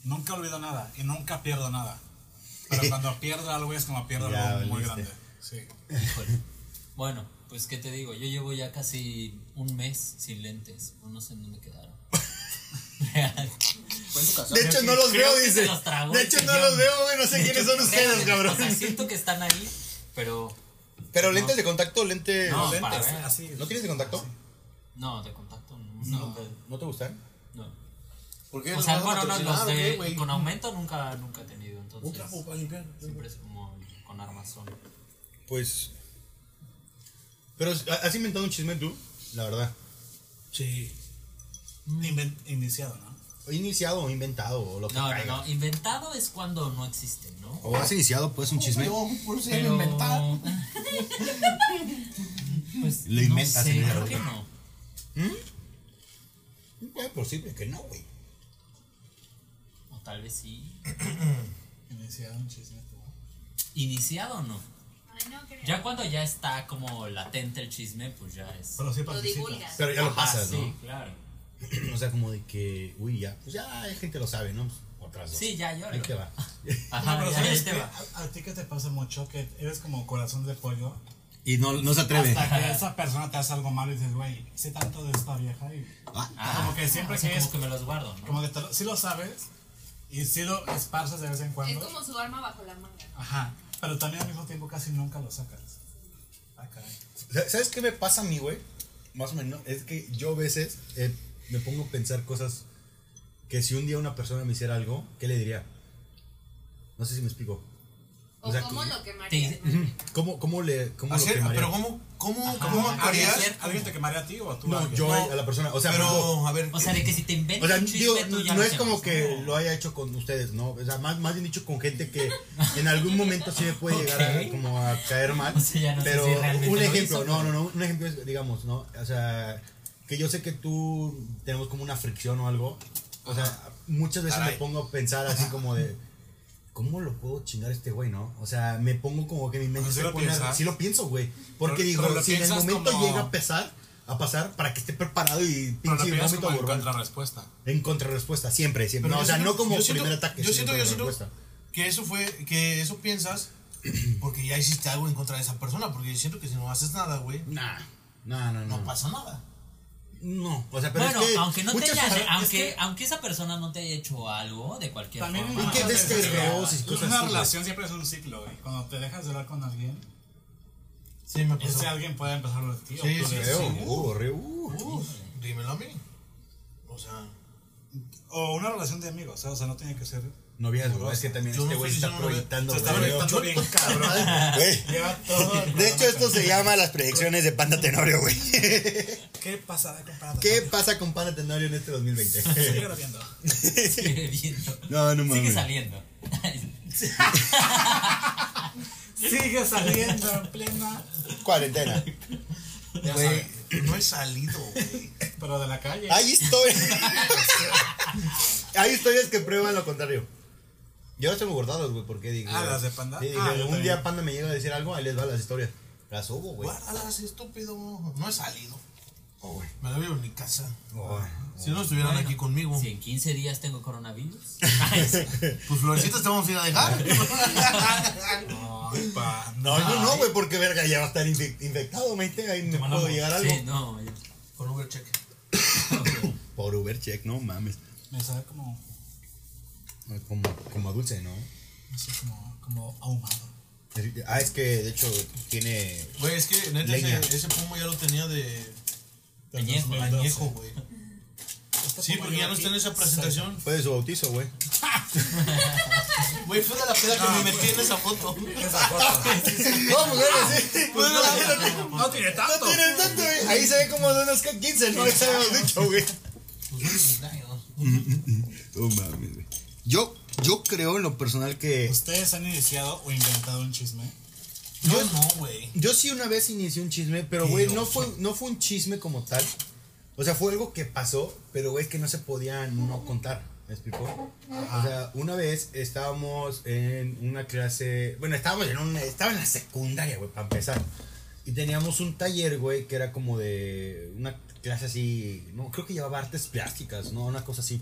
Speaker 3: Nunca olvido nada y nunca pierdo nada.
Speaker 4: *laughs*
Speaker 3: Pero cuando pierdo algo es como pierdo
Speaker 4: Ya
Speaker 3: algo muy
Speaker 4: valiste.
Speaker 3: grande. Sí.
Speaker 5: Híjole. Bueno, pues qué te digo, yo llevo ya casi un mes sin lentes, Pues, no sé en dónde quedaron. Real.
Speaker 4: De hecho, no los
Speaker 5: Creo
Speaker 4: veo,
Speaker 5: que
Speaker 4: dice.
Speaker 5: se los tragó
Speaker 4: De
Speaker 5: el
Speaker 4: hecho, no
Speaker 5: señor.
Speaker 4: los veo, güey. No sé quiénes son ustedes,
Speaker 5: Realmente,
Speaker 4: cabrón.
Speaker 5: O sea, siento que están ahí, pero
Speaker 4: Pero lentes de contacto, lente.
Speaker 5: No,
Speaker 4: ¿No,
Speaker 5: para
Speaker 3: Lentes,
Speaker 5: ver.
Speaker 3: así.
Speaker 4: tienes de contacto?
Speaker 5: no, de contacto no.
Speaker 4: ¿No te gustan?
Speaker 5: no.
Speaker 1: ¿Por qué?
Speaker 5: O sea,
Speaker 1: ¿Nos vas a
Speaker 5: bueno, no,
Speaker 1: patrocinar
Speaker 5: los
Speaker 1: o qué,
Speaker 5: de,
Speaker 1: güey?
Speaker 5: con aumento nunca, nunca he tenido, entonces
Speaker 1: Un trapo para limpiar.
Speaker 5: siempre es como con armazón.
Speaker 4: Pues. Pero has inventado un chisme tú, la verdad.
Speaker 3: Sí. Inven- iniciado, ¿no?
Speaker 4: ¿Has iniciado o inventado o lo que
Speaker 5: No, no,
Speaker 4: caiga.
Speaker 5: no, inventado es cuando no existe, ¿no?
Speaker 4: ¿O has iniciado pues un chisme?
Speaker 1: Yo, por ser
Speaker 5: Pero...
Speaker 1: inventado.
Speaker 5: *laughs* pues,
Speaker 4: Lo inventas
Speaker 5: no sé,
Speaker 4: en el
Speaker 5: creo
Speaker 4: aeropuerto.
Speaker 5: que no.
Speaker 4: No es posible que no, güey.
Speaker 5: O tal vez sí.
Speaker 3: Iniciado un chisme.
Speaker 5: Iniciado o no.
Speaker 9: Ay, no, creo.
Speaker 5: Ya cuando ya está como latente el chisme, pues ya es.
Speaker 3: Pero sí
Speaker 9: Lo
Speaker 3: participas.
Speaker 9: divulgas.
Speaker 4: Pero ya lo
Speaker 5: Ajá,
Speaker 4: pasas,
Speaker 5: sí,
Speaker 4: ¿no? *laughs*
Speaker 5: claro.
Speaker 4: *clears throat* O sea, como de que, uy, ya, pues ya hay gente lo sabe, ¿no? Otras dos.
Speaker 5: Sí, ya llora.
Speaker 4: Ahí
Speaker 5: *laughs*
Speaker 4: te va.
Speaker 5: Ajá,
Speaker 3: No, pero
Speaker 5: ya,
Speaker 3: ¿sabes
Speaker 5: ahí te
Speaker 3: qué?
Speaker 5: va.
Speaker 3: A, a ti que te pasa mucho que eres como corazón de pollo.
Speaker 10: Y no, no se atreve.
Speaker 3: Hasta que esa persona te hace algo malo y dices, güey, sé tanto de esta vieja. Y
Speaker 5: Ah,
Speaker 3: como que siempre
Speaker 5: o sea,
Speaker 3: que
Speaker 5: como
Speaker 3: es-
Speaker 5: que me los guardo, ¿no?
Speaker 3: como que te lo- sí lo sabes y sí lo esparces de vez en
Speaker 9: Es
Speaker 3: cuando.
Speaker 9: como su arma bajo la manga.
Speaker 3: Ajá. Pero también al mismo tiempo casi nunca lo sacas. Ah, caray.
Speaker 4: Sa- ¿Sabes qué me pasa a mí, güey? Más o menos. Es que yo a veces eh, me pongo a pensar cosas que si un día una persona me hiciera algo, ¿qué le diría? No sé si me explico.
Speaker 9: O,
Speaker 4: O sea,
Speaker 9: cómo
Speaker 4: que-
Speaker 9: lo quemarías.
Speaker 5: Te-
Speaker 9: más bien.
Speaker 4: ¿Cómo, cómo le cómo lo
Speaker 1: Hacer-
Speaker 4: quemaría?
Speaker 1: pero ¿cómo, cómo,
Speaker 5: Ajá.
Speaker 1: cómo
Speaker 5: Ajá.
Speaker 1: actuarías?
Speaker 5: Hacer-
Speaker 3: ¿Alguien te quemaría a ti o a tú? a
Speaker 4: No,
Speaker 3: alguien?
Speaker 4: yo
Speaker 1: No.
Speaker 4: a la persona. O sea,
Speaker 1: Pero, a ver.
Speaker 5: O sea, de que si te
Speaker 4: O
Speaker 5: inventas
Speaker 4: sea,
Speaker 5: un chisme,
Speaker 4: digo,
Speaker 5: tú ya
Speaker 4: no
Speaker 5: lo
Speaker 4: es como
Speaker 5: quemas,
Speaker 4: que
Speaker 5: ¿no?
Speaker 4: lo haya hecho con ustedes, ¿no? O sea, más, más bien dicho con gente que en algún momento sí me puede llegar a,
Speaker 5: *laughs* Ok.
Speaker 4: como a caer mal.
Speaker 5: *laughs* O sea, ya no sé
Speaker 4: pero
Speaker 5: si realmente
Speaker 4: un
Speaker 5: lo
Speaker 4: ejemplo,
Speaker 5: hizo,
Speaker 4: no, no,
Speaker 5: pero-
Speaker 4: no, un ejemplo es, digamos, ¿no? O sea, que yo sé que tú tenemos como una fricción o algo. O sea, muchas veces me
Speaker 1: Caray.
Speaker 4: pongo a pensar así como de, ¿cómo lo puedo chingar a este güey, no? O sea, me pongo como que mi mente
Speaker 3: ¿Así
Speaker 4: se
Speaker 3: lo
Speaker 4: pone... a-
Speaker 3: piensas?
Speaker 4: Sí lo pienso, güey. Porque
Speaker 3: Pero-
Speaker 4: digo,
Speaker 3: pero lo
Speaker 4: si en el
Speaker 3: piensas
Speaker 4: momento
Speaker 3: como-
Speaker 4: llega a pesar, a pasar, para que esté preparado y
Speaker 3: Pero la
Speaker 4: pinche
Speaker 3: pides
Speaker 4: vómito
Speaker 3: como en
Speaker 4: verbal.
Speaker 3: contrarrespuesta.
Speaker 4: En contrarrespuesta, siempre, siempre.
Speaker 1: Pero
Speaker 4: No,
Speaker 1: yo
Speaker 4: o sea,
Speaker 1: siento-
Speaker 4: no como
Speaker 1: yo siento-
Speaker 4: primer ataque.
Speaker 1: Yo
Speaker 4: sino
Speaker 1: siento, yo siento
Speaker 4: contrarrespuesta.
Speaker 1: que eso fue, que eso piensas *clears throat* Porque ya hiciste algo en contra de esa persona. Porque yo siento que si no haces nada, güey,
Speaker 4: Nah, no, no,
Speaker 1: no
Speaker 4: no.
Speaker 1: pasa nada.
Speaker 4: No, o sea, pero
Speaker 5: Bueno,
Speaker 4: es que
Speaker 5: aunque no te
Speaker 4: muchas
Speaker 5: haya-
Speaker 4: personas-
Speaker 5: aunque,
Speaker 4: es que-
Speaker 5: aunque esa persona no te haya hecho algo de cualquier
Speaker 3: También
Speaker 5: forma.
Speaker 4: que
Speaker 3: muchas veces
Speaker 4: desterros y
Speaker 3: que
Speaker 4: cosas
Speaker 3: Una
Speaker 4: así, güey.
Speaker 3: relación siempre es un ciclo, güey. Cuando te dejas de hablar con alguien,
Speaker 1: Sí, me pasó.
Speaker 3: ese alguien puede empezar a hablar de ti. o
Speaker 1: Sí,
Speaker 3: tú
Speaker 1: sí,
Speaker 3: de
Speaker 1: creo.
Speaker 3: sí,
Speaker 4: Uh,
Speaker 3: güey.
Speaker 4: borré, uh.
Speaker 1: Uf, dímelo a mí. O sea,
Speaker 3: O una relación de amigos, ¿eh? o sea, no tiene que ser.
Speaker 4: Noviazgo, es que también
Speaker 1: Yo
Speaker 4: este
Speaker 1: no
Speaker 4: güey
Speaker 1: sé si
Speaker 4: está
Speaker 1: son novios.
Speaker 4: proyectando.
Speaker 3: Se está
Speaker 4: güey.
Speaker 3: conectando bien, cabrón.
Speaker 10: Güey.
Speaker 3: Lleva todo. el
Speaker 10: De hecho,
Speaker 3: programa
Speaker 10: esto se llama las predicciones de Panda Tenorio, güey.
Speaker 3: con- ¿Qué pasada con Prada?
Speaker 4: ¿Qué pasa con Panda Tenorio en este *laughs* 2020?
Speaker 3: Sigue grabando.
Speaker 5: *laughs* Sigue viendo.
Speaker 10: No, no
Speaker 5: Sigue
Speaker 10: mames.
Speaker 5: saliendo.
Speaker 3: Sigue saliendo en plena.
Speaker 10: Cuarentena.
Speaker 1: ya
Speaker 10: Güey.
Speaker 1: sabes, no he salido, güey.
Speaker 3: Pero de la calle.
Speaker 10: Hay historias.
Speaker 4: Hay historias que prueban lo contrario. Yo las tengo guardadas, güey, porque digo.
Speaker 3: Ah, ¿las de Panda?
Speaker 4: Sí,
Speaker 3: Ah,
Speaker 4: dije,
Speaker 3: yo
Speaker 4: un
Speaker 3: también.
Speaker 4: día Panda me llega a decir algo, ahí les va las historias. Las hubo, güey.
Speaker 1: Guárdalas, estúpido. No he salido.
Speaker 4: Oh, güey.
Speaker 1: Me la veo en mi casa.
Speaker 4: Oh,
Speaker 1: Si no estuvieran aquí conmigo,
Speaker 5: Si en 15 días tengo
Speaker 4: *laughs*
Speaker 5: coronavirus.
Speaker 1: pues florecitas te vamos a ir a
Speaker 4: *laughs*
Speaker 1: dejar.
Speaker 3: Ay, pa.
Speaker 4: No, yo no, güey, porque verga, ya va a estar infec- infectado, me dice, ahí me puedo llegar algo.
Speaker 5: Sí, no. yo-
Speaker 1: Con Uber check.
Speaker 10: Por Uber Check, no mames.
Speaker 3: Me sabe como.
Speaker 4: Ah, Como, como a dulce, ¿no?
Speaker 3: No sé, como, como ahumado.
Speaker 4: Ah, es que de hecho tiene.
Speaker 1: Güey, es que neta
Speaker 4: Leña.
Speaker 1: ese, ese pomo ya lo tenía de
Speaker 5: Añejo.
Speaker 1: añejo, güey. Sí, porque ya no está en esa presentación.
Speaker 4: Fue de su bautizo,
Speaker 3: *laughs*
Speaker 4: güey.
Speaker 1: Güey, fue de la peda que me metí en esa foto.
Speaker 3: Esa foto.
Speaker 4: *laughs* Vamos, güey, sí.
Speaker 1: Fue de la peda.
Speaker 3: Pues No tiene tanto.
Speaker 4: Tiene tanto, güey. Ahí se ve como de unos 15, ¿no? Eso habíamos dicho, güey.
Speaker 10: No mames, güey. Yo, yo creo en lo personal que.
Speaker 3: ¿Ustedes han iniciado o inventado un chisme?
Speaker 1: Yo no, güey.
Speaker 4: Yo sí una vez inicié un chisme, pero güey, no fue, no fue un chisme como tal. O sea, fue algo que pasó, pero güey, es que no se podía no contar. ¿Me explicó? O sea, una vez estábamos en una clase. Bueno, estábamos en una. Estaba en la secundaria, güey, para empezar. Y teníamos un taller, güey, que era como de una clase así. No, creo que llevaba artes plásticas, ¿no? Una cosa así.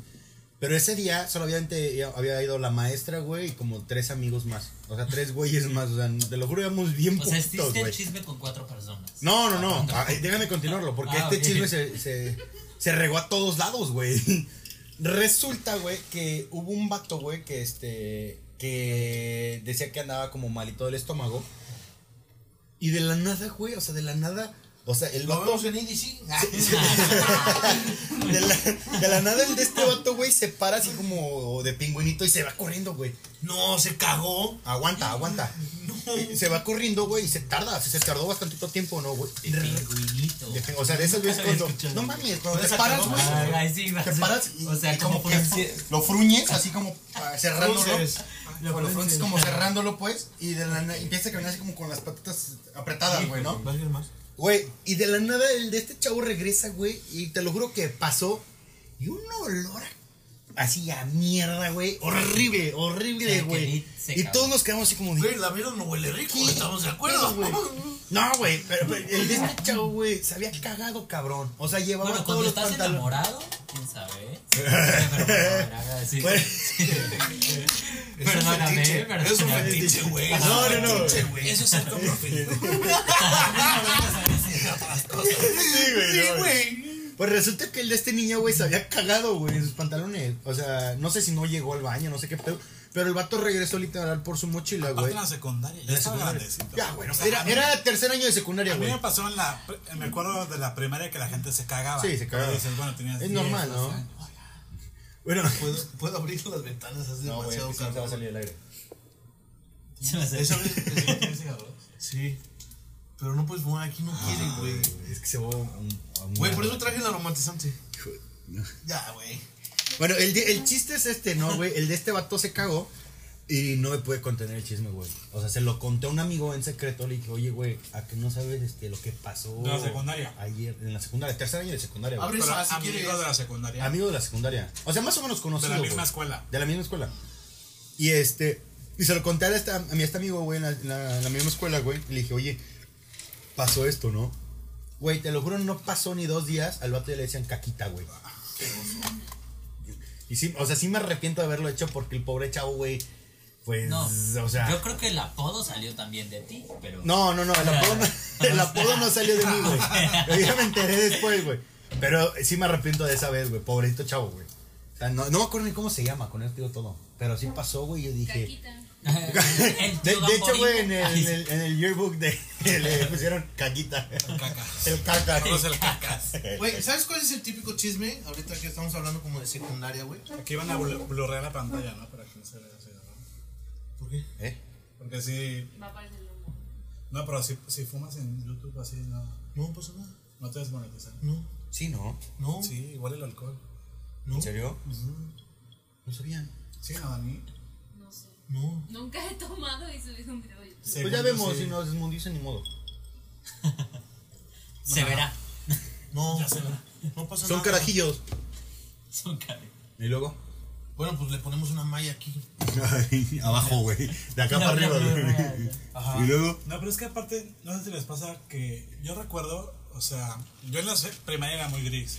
Speaker 4: Pero ese día solamente ya había ido la maestra, güey, y como tres amigos más. O sea, tres güeyes más. O sea, te lo juro, íbamos bien
Speaker 5: O sea,
Speaker 4: poquitos,
Speaker 5: existe el
Speaker 4: güey.
Speaker 5: chisme con cuatro personas.
Speaker 4: No, no, no. Ah, eh, déjame continuarlo, porque
Speaker 5: Ah,
Speaker 4: este
Speaker 5: ok.
Speaker 4: chisme se, se, se regó a todos lados, güey. Resulta, güey, que hubo un vato, güey, que este. que decía que andaba como malito del estómago. Y de la nada, güey, o sea, de la nada. O sea, el
Speaker 1: Lo
Speaker 4: vato.
Speaker 1: vemos en EDC.
Speaker 4: De la, de la nada, el de este vato, güey, se para así como de pingüinito y se va corriendo, güey.
Speaker 1: *laughs* No, se cagó.
Speaker 4: Aguanta, aguanta. Eh, Se va corriendo, güey, y se tarda. Se, se tardó bastante tiempo, ¿no, güey?
Speaker 5: El pingüinito.
Speaker 4: De- O sea, de esas
Speaker 5: *laughs*
Speaker 4: veces cuando. No mames, cuando te paras, güey.
Speaker 5: Ah, ahí sí vas.
Speaker 4: Te paras y,
Speaker 5: O sea,
Speaker 4: y como
Speaker 5: como
Speaker 4: que
Speaker 5: que.
Speaker 4: lo fruñes, así como ah, cerrándolo.
Speaker 1: Frunces.
Speaker 4: Lo frunces como cerrándolo, pues. Y de la na- empieza a caminar así como con las patitas apretadas, güey, ¿no?
Speaker 1: ¿Vas a ir más?
Speaker 4: Güey, y de la nada el de este chavo regresa, güey, y te lo juro que pasó. Y un olor así a mierda, güey. Horrible, horrible,
Speaker 5: Se
Speaker 4: güey.
Speaker 5: quedó- se
Speaker 4: Y
Speaker 5: cagó.
Speaker 4: todos nos quedamos así como... de,
Speaker 1: Güey, la mierda no huele rico,
Speaker 4: ¿Qué?
Speaker 1: estamos de acuerdo, güey.
Speaker 4: No, güey, pero, pero el de este chavo, güey, se había cagado, cabrón. O sea, llevaba
Speaker 5: Bueno,
Speaker 4: todos
Speaker 5: cuando
Speaker 4: los
Speaker 5: estás
Speaker 4: pantalones.
Speaker 5: enamorado, quién
Speaker 4: *laughs*
Speaker 5: sabe. Pero bueno, ahora sí.
Speaker 4: Güey.
Speaker 1: Es un
Speaker 5: Perdóname,
Speaker 1: fetiche,
Speaker 5: perdóname.
Speaker 1: es un fetiche, güey.
Speaker 4: No, no, no.
Speaker 1: Fetiche, güey.
Speaker 3: Eso es ser coprofil.
Speaker 4: Sí, güey. no, Pues resulta que el de este niño, güey, se había cagado, güey, en sus pantalones. O sea, no sé si no llegó al baño, no sé qué pedo. Pero el vato regresó literal por su mochila,
Speaker 3: Aparte
Speaker 4: güey.
Speaker 3: en la secundaria, ya estaba grandecito.
Speaker 4: Ya, güey.
Speaker 3: Ah, O sea,
Speaker 4: Era,
Speaker 3: a mí-
Speaker 4: era tercer año de secundaria,
Speaker 3: A mí
Speaker 4: güey.
Speaker 3: me pasó en la. pre- Me acuerdo de la primaria que la gente se cagaba.
Speaker 4: Sí, se cagaba.
Speaker 3: Pero dices, bueno, tenías
Speaker 4: Es
Speaker 3: 10,
Speaker 4: normal,
Speaker 3: 12
Speaker 4: ¿no?
Speaker 3: años.
Speaker 4: Bueno, *laughs*
Speaker 1: ¿Puedo, puedo abrir las ventanas, es demasiado calor.
Speaker 4: el aire.
Speaker 5: Se me hace-
Speaker 1: Esa vez- *laughs* Sí. Pero no puedes fumar aquí, Ah, no quieren, güey.
Speaker 4: Ah, Es que se va a un. a un-
Speaker 1: Güey, por eso traje el aromatizante.
Speaker 10: Hijo, no.
Speaker 1: Ya, güey.
Speaker 4: Bueno, el, de- el chiste es este, ¿no, güey? El de este vato se cagó y no me pude contener el chisme, güey. O sea, se lo conté a un amigo en secreto. Le dije, oye, güey, ¿a que no sabes este, lo que pasó?
Speaker 3: De la secundaria. Ah,
Speaker 4: Ayer, en la secundaria, tercer año de secundaria, güey.
Speaker 1: Abre
Speaker 3: Pero
Speaker 1: esa, si
Speaker 3: amigos
Speaker 1: quieres.
Speaker 3: de la secundaria.
Speaker 4: Amigo de la secundaria. O sea, más o menos conocido.
Speaker 3: De la misma
Speaker 4: güey.
Speaker 3: escuela.
Speaker 4: De la misma escuela. Y este. Y se lo conté a, esta- a mi a este amigo, güey, en la, en la- en la misma escuela, güey. Y le dije, oye, pasó esto, ¿no? Güey, te lo juro, no pasó ni dos días. Al vato ya le decían caquita, güey.
Speaker 5: Ah,
Speaker 4: Y sí, o sea, sí me arrepiento de haberlo hecho porque el pobre chavo, güey. Pues,
Speaker 5: No,
Speaker 4: o sea.
Speaker 5: yo creo que el apodo salió también de ti, pero... *laughs*
Speaker 4: No, no, no, el
Speaker 10: Ah.
Speaker 4: apodo no, *laughs* el apodo no salió de mí, güey.
Speaker 10: *laughs*
Speaker 4: Yo ya me enteré después, güey. Pero sí me arrepiento de esa vez, güey. Pobrecito chavo, güey. O sea, no, no me acuerdo ni cómo se llama, con él digo todo. Pero *laughs* sí pasó, güey. Yo dije.
Speaker 9: Caquita.
Speaker 4: De, de hecho, güey, en el, en, el, en el yearbook de, *laughs* le pusieron caquita.
Speaker 3: Caca.
Speaker 4: *laughs* El caca.
Speaker 3: Todos
Speaker 4: *laughs*
Speaker 3: el cacas.
Speaker 1: Güey, ¿sabes cuál es el típico chisme? Ahorita que estamos hablando como de secundaria, güey.
Speaker 3: Aquí van a blu- blurrear la pantalla, ¿no? Para que no se vea así, ¿no?
Speaker 1: ¿Por qué?
Speaker 4: ¿Eh?
Speaker 3: Porque si.
Speaker 9: Va a aparecer el humo.
Speaker 3: No, pero si, si fumas en YouTube así, no,
Speaker 1: No pasa nada.
Speaker 3: no te desmonetizan.
Speaker 1: No,
Speaker 4: Sí, ¿no?
Speaker 1: no.
Speaker 3: Sí, igual el alcohol.
Speaker 1: No,
Speaker 4: ¿En serio? No sabían.
Speaker 3: Sí, no, Dani.
Speaker 9: No sé.
Speaker 1: no.
Speaker 9: Nunca he tomado y subido un video.
Speaker 4: Pues ya vemos, si nos desmondicen, ni modo.
Speaker 5: Se verá.
Speaker 1: No,
Speaker 3: se va.
Speaker 1: no pasa
Speaker 4: Son
Speaker 1: nada.
Speaker 4: carajillos.
Speaker 5: Son caras.
Speaker 4: ¿Y luego? *laughs*
Speaker 1: Bueno, pues le ponemos una malla aquí.
Speaker 10: Ay, abajo, güey. De acá para arriba, güey.
Speaker 3: Ajá.
Speaker 4: *laughs*
Speaker 10: Y luego,
Speaker 3: No, pero es que aparte, no sé si les pasa que yo recuerdo, o sea, yo en la se- primaria era muy gris.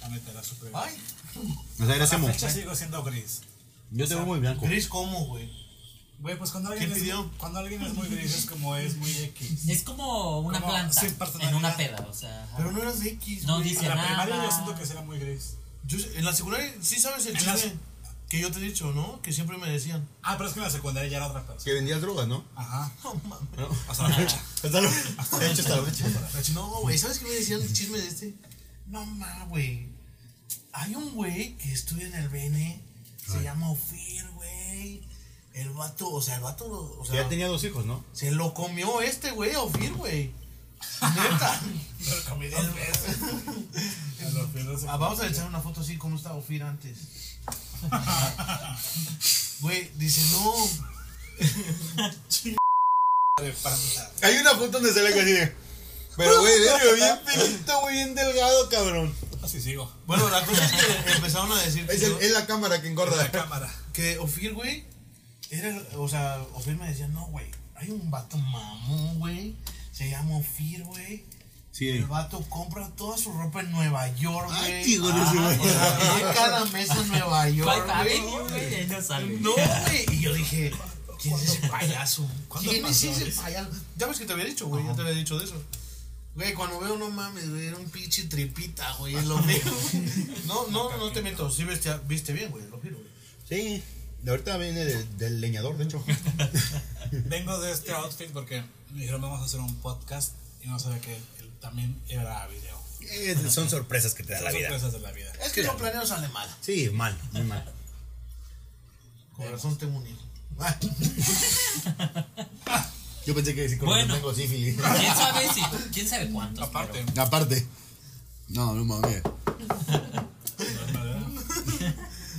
Speaker 3: La neta era súper gris.
Speaker 1: Ay,
Speaker 4: pues
Speaker 10: o sea, era
Speaker 3: A la
Speaker 10: emo.
Speaker 3: fecha sigo siendo gris.
Speaker 10: Yo te veo muy blanco.
Speaker 1: ¿crees cómo, güey?
Speaker 3: Güey, pues cuando alguien,
Speaker 1: ¿Quién
Speaker 3: es,
Speaker 1: pidió?
Speaker 3: cuando alguien es muy gris es como es muy X.
Speaker 5: Es como una
Speaker 3: Como
Speaker 5: planta
Speaker 3: sin
Speaker 5: en
Speaker 3: personalidad.
Speaker 5: una peda, o sea... ajá.
Speaker 1: Pero no eras de X,
Speaker 5: No
Speaker 1: güey.
Speaker 5: dice
Speaker 3: En la
Speaker 5: nada.
Speaker 3: primaria yo siento que sí era muy gris.
Speaker 1: Yo sé- en la secundaria sí sabes el
Speaker 3: En la-
Speaker 1: chisme que yo te he dicho, ¿no? Que siempre me decían.
Speaker 3: Ah, pero es que en la secundaria ya era otra persona.
Speaker 4: Que vendías drogas, ¿no?
Speaker 3: Ajá.
Speaker 1: No mames.
Speaker 3: Hasta la fecha.
Speaker 4: *laughs* Hasta luego. De hecho, hasta la fecha.
Speaker 1: No, güey, ¿sabes qué me decían el chisme de este? No mames, güey. Hay un güey que estudia en el BN, se llama Ofir, güey. El vato, o sea, el vato, lo- o sea,
Speaker 4: Ya tenía dos hijos, ¿no?
Speaker 1: se lo comió este güey, a Ofir, güey. Neta.
Speaker 3: Pero comí dos veces. A los pies de
Speaker 1: Ah, vamos a echar una foto así, ¿cómo estaba Ofir antes? Güey, dice, no.
Speaker 4: Hay una foto donde sale así de. Pero, güey, verga, *laughs* bien pelito, güey, bien delgado, cabrón.
Speaker 3: Así Ah, sigo.
Speaker 1: Bueno, la cosa es que empezaron a decir que
Speaker 4: Es,
Speaker 1: yo-
Speaker 4: el- es la cámara que
Speaker 3: Por la
Speaker 4: engorda.
Speaker 3: cámara.
Speaker 1: Que Ofir, güey, era, o sea, Ofir me decía, no, güey, hay un vato mamón, güey, se llama Ofir, güey.
Speaker 10: Sí.
Speaker 1: El vato compra toda su ropa en Nueva York, güey.
Speaker 10: Ay, qué gordo ese
Speaker 1: O
Speaker 10: güey.
Speaker 1: sea, vive cada mes en Nueva York,
Speaker 5: Avenue,
Speaker 1: güey.
Speaker 5: güey, ahí no sale.
Speaker 1: No, güey. Y yo dije, ¿quién es ese payaso?
Speaker 3: ¿Cuándo
Speaker 1: ¿Quién es
Speaker 3: pasó
Speaker 1: ese
Speaker 3: eso?
Speaker 1: payaso? Ya ves que te había dicho, güey, ya te había dicho de eso. Güey, cuando veo, no mames, güey, era un pinche tripita, güey, *laughs* es lo mismo. No, no, no te meto, sí viste, viste bien, güey, lo juro, güey.
Speaker 4: Sí, de ahorita viene de- del leñador, de hecho.
Speaker 3: Vengo de este outfit porque me dijeron vamos a hacer un podcast y no sabía que él también era video.
Speaker 4: Es- Eh, son sorpresas que te da
Speaker 3: Son
Speaker 4: la vida.
Speaker 3: sorpresas de la vida.
Speaker 1: Es que lo planeo sale mal.
Speaker 4: Sí, mal, muy mal.
Speaker 1: Con razón tengo un hijo.
Speaker 4: Yo pensé que decir con
Speaker 5: Bueno.
Speaker 4: bueno. tengo sífilis.
Speaker 5: ¿Quién sabe si, quién sabe cuántos?
Speaker 3: Aparte,
Speaker 10: Aparte. No, no mames.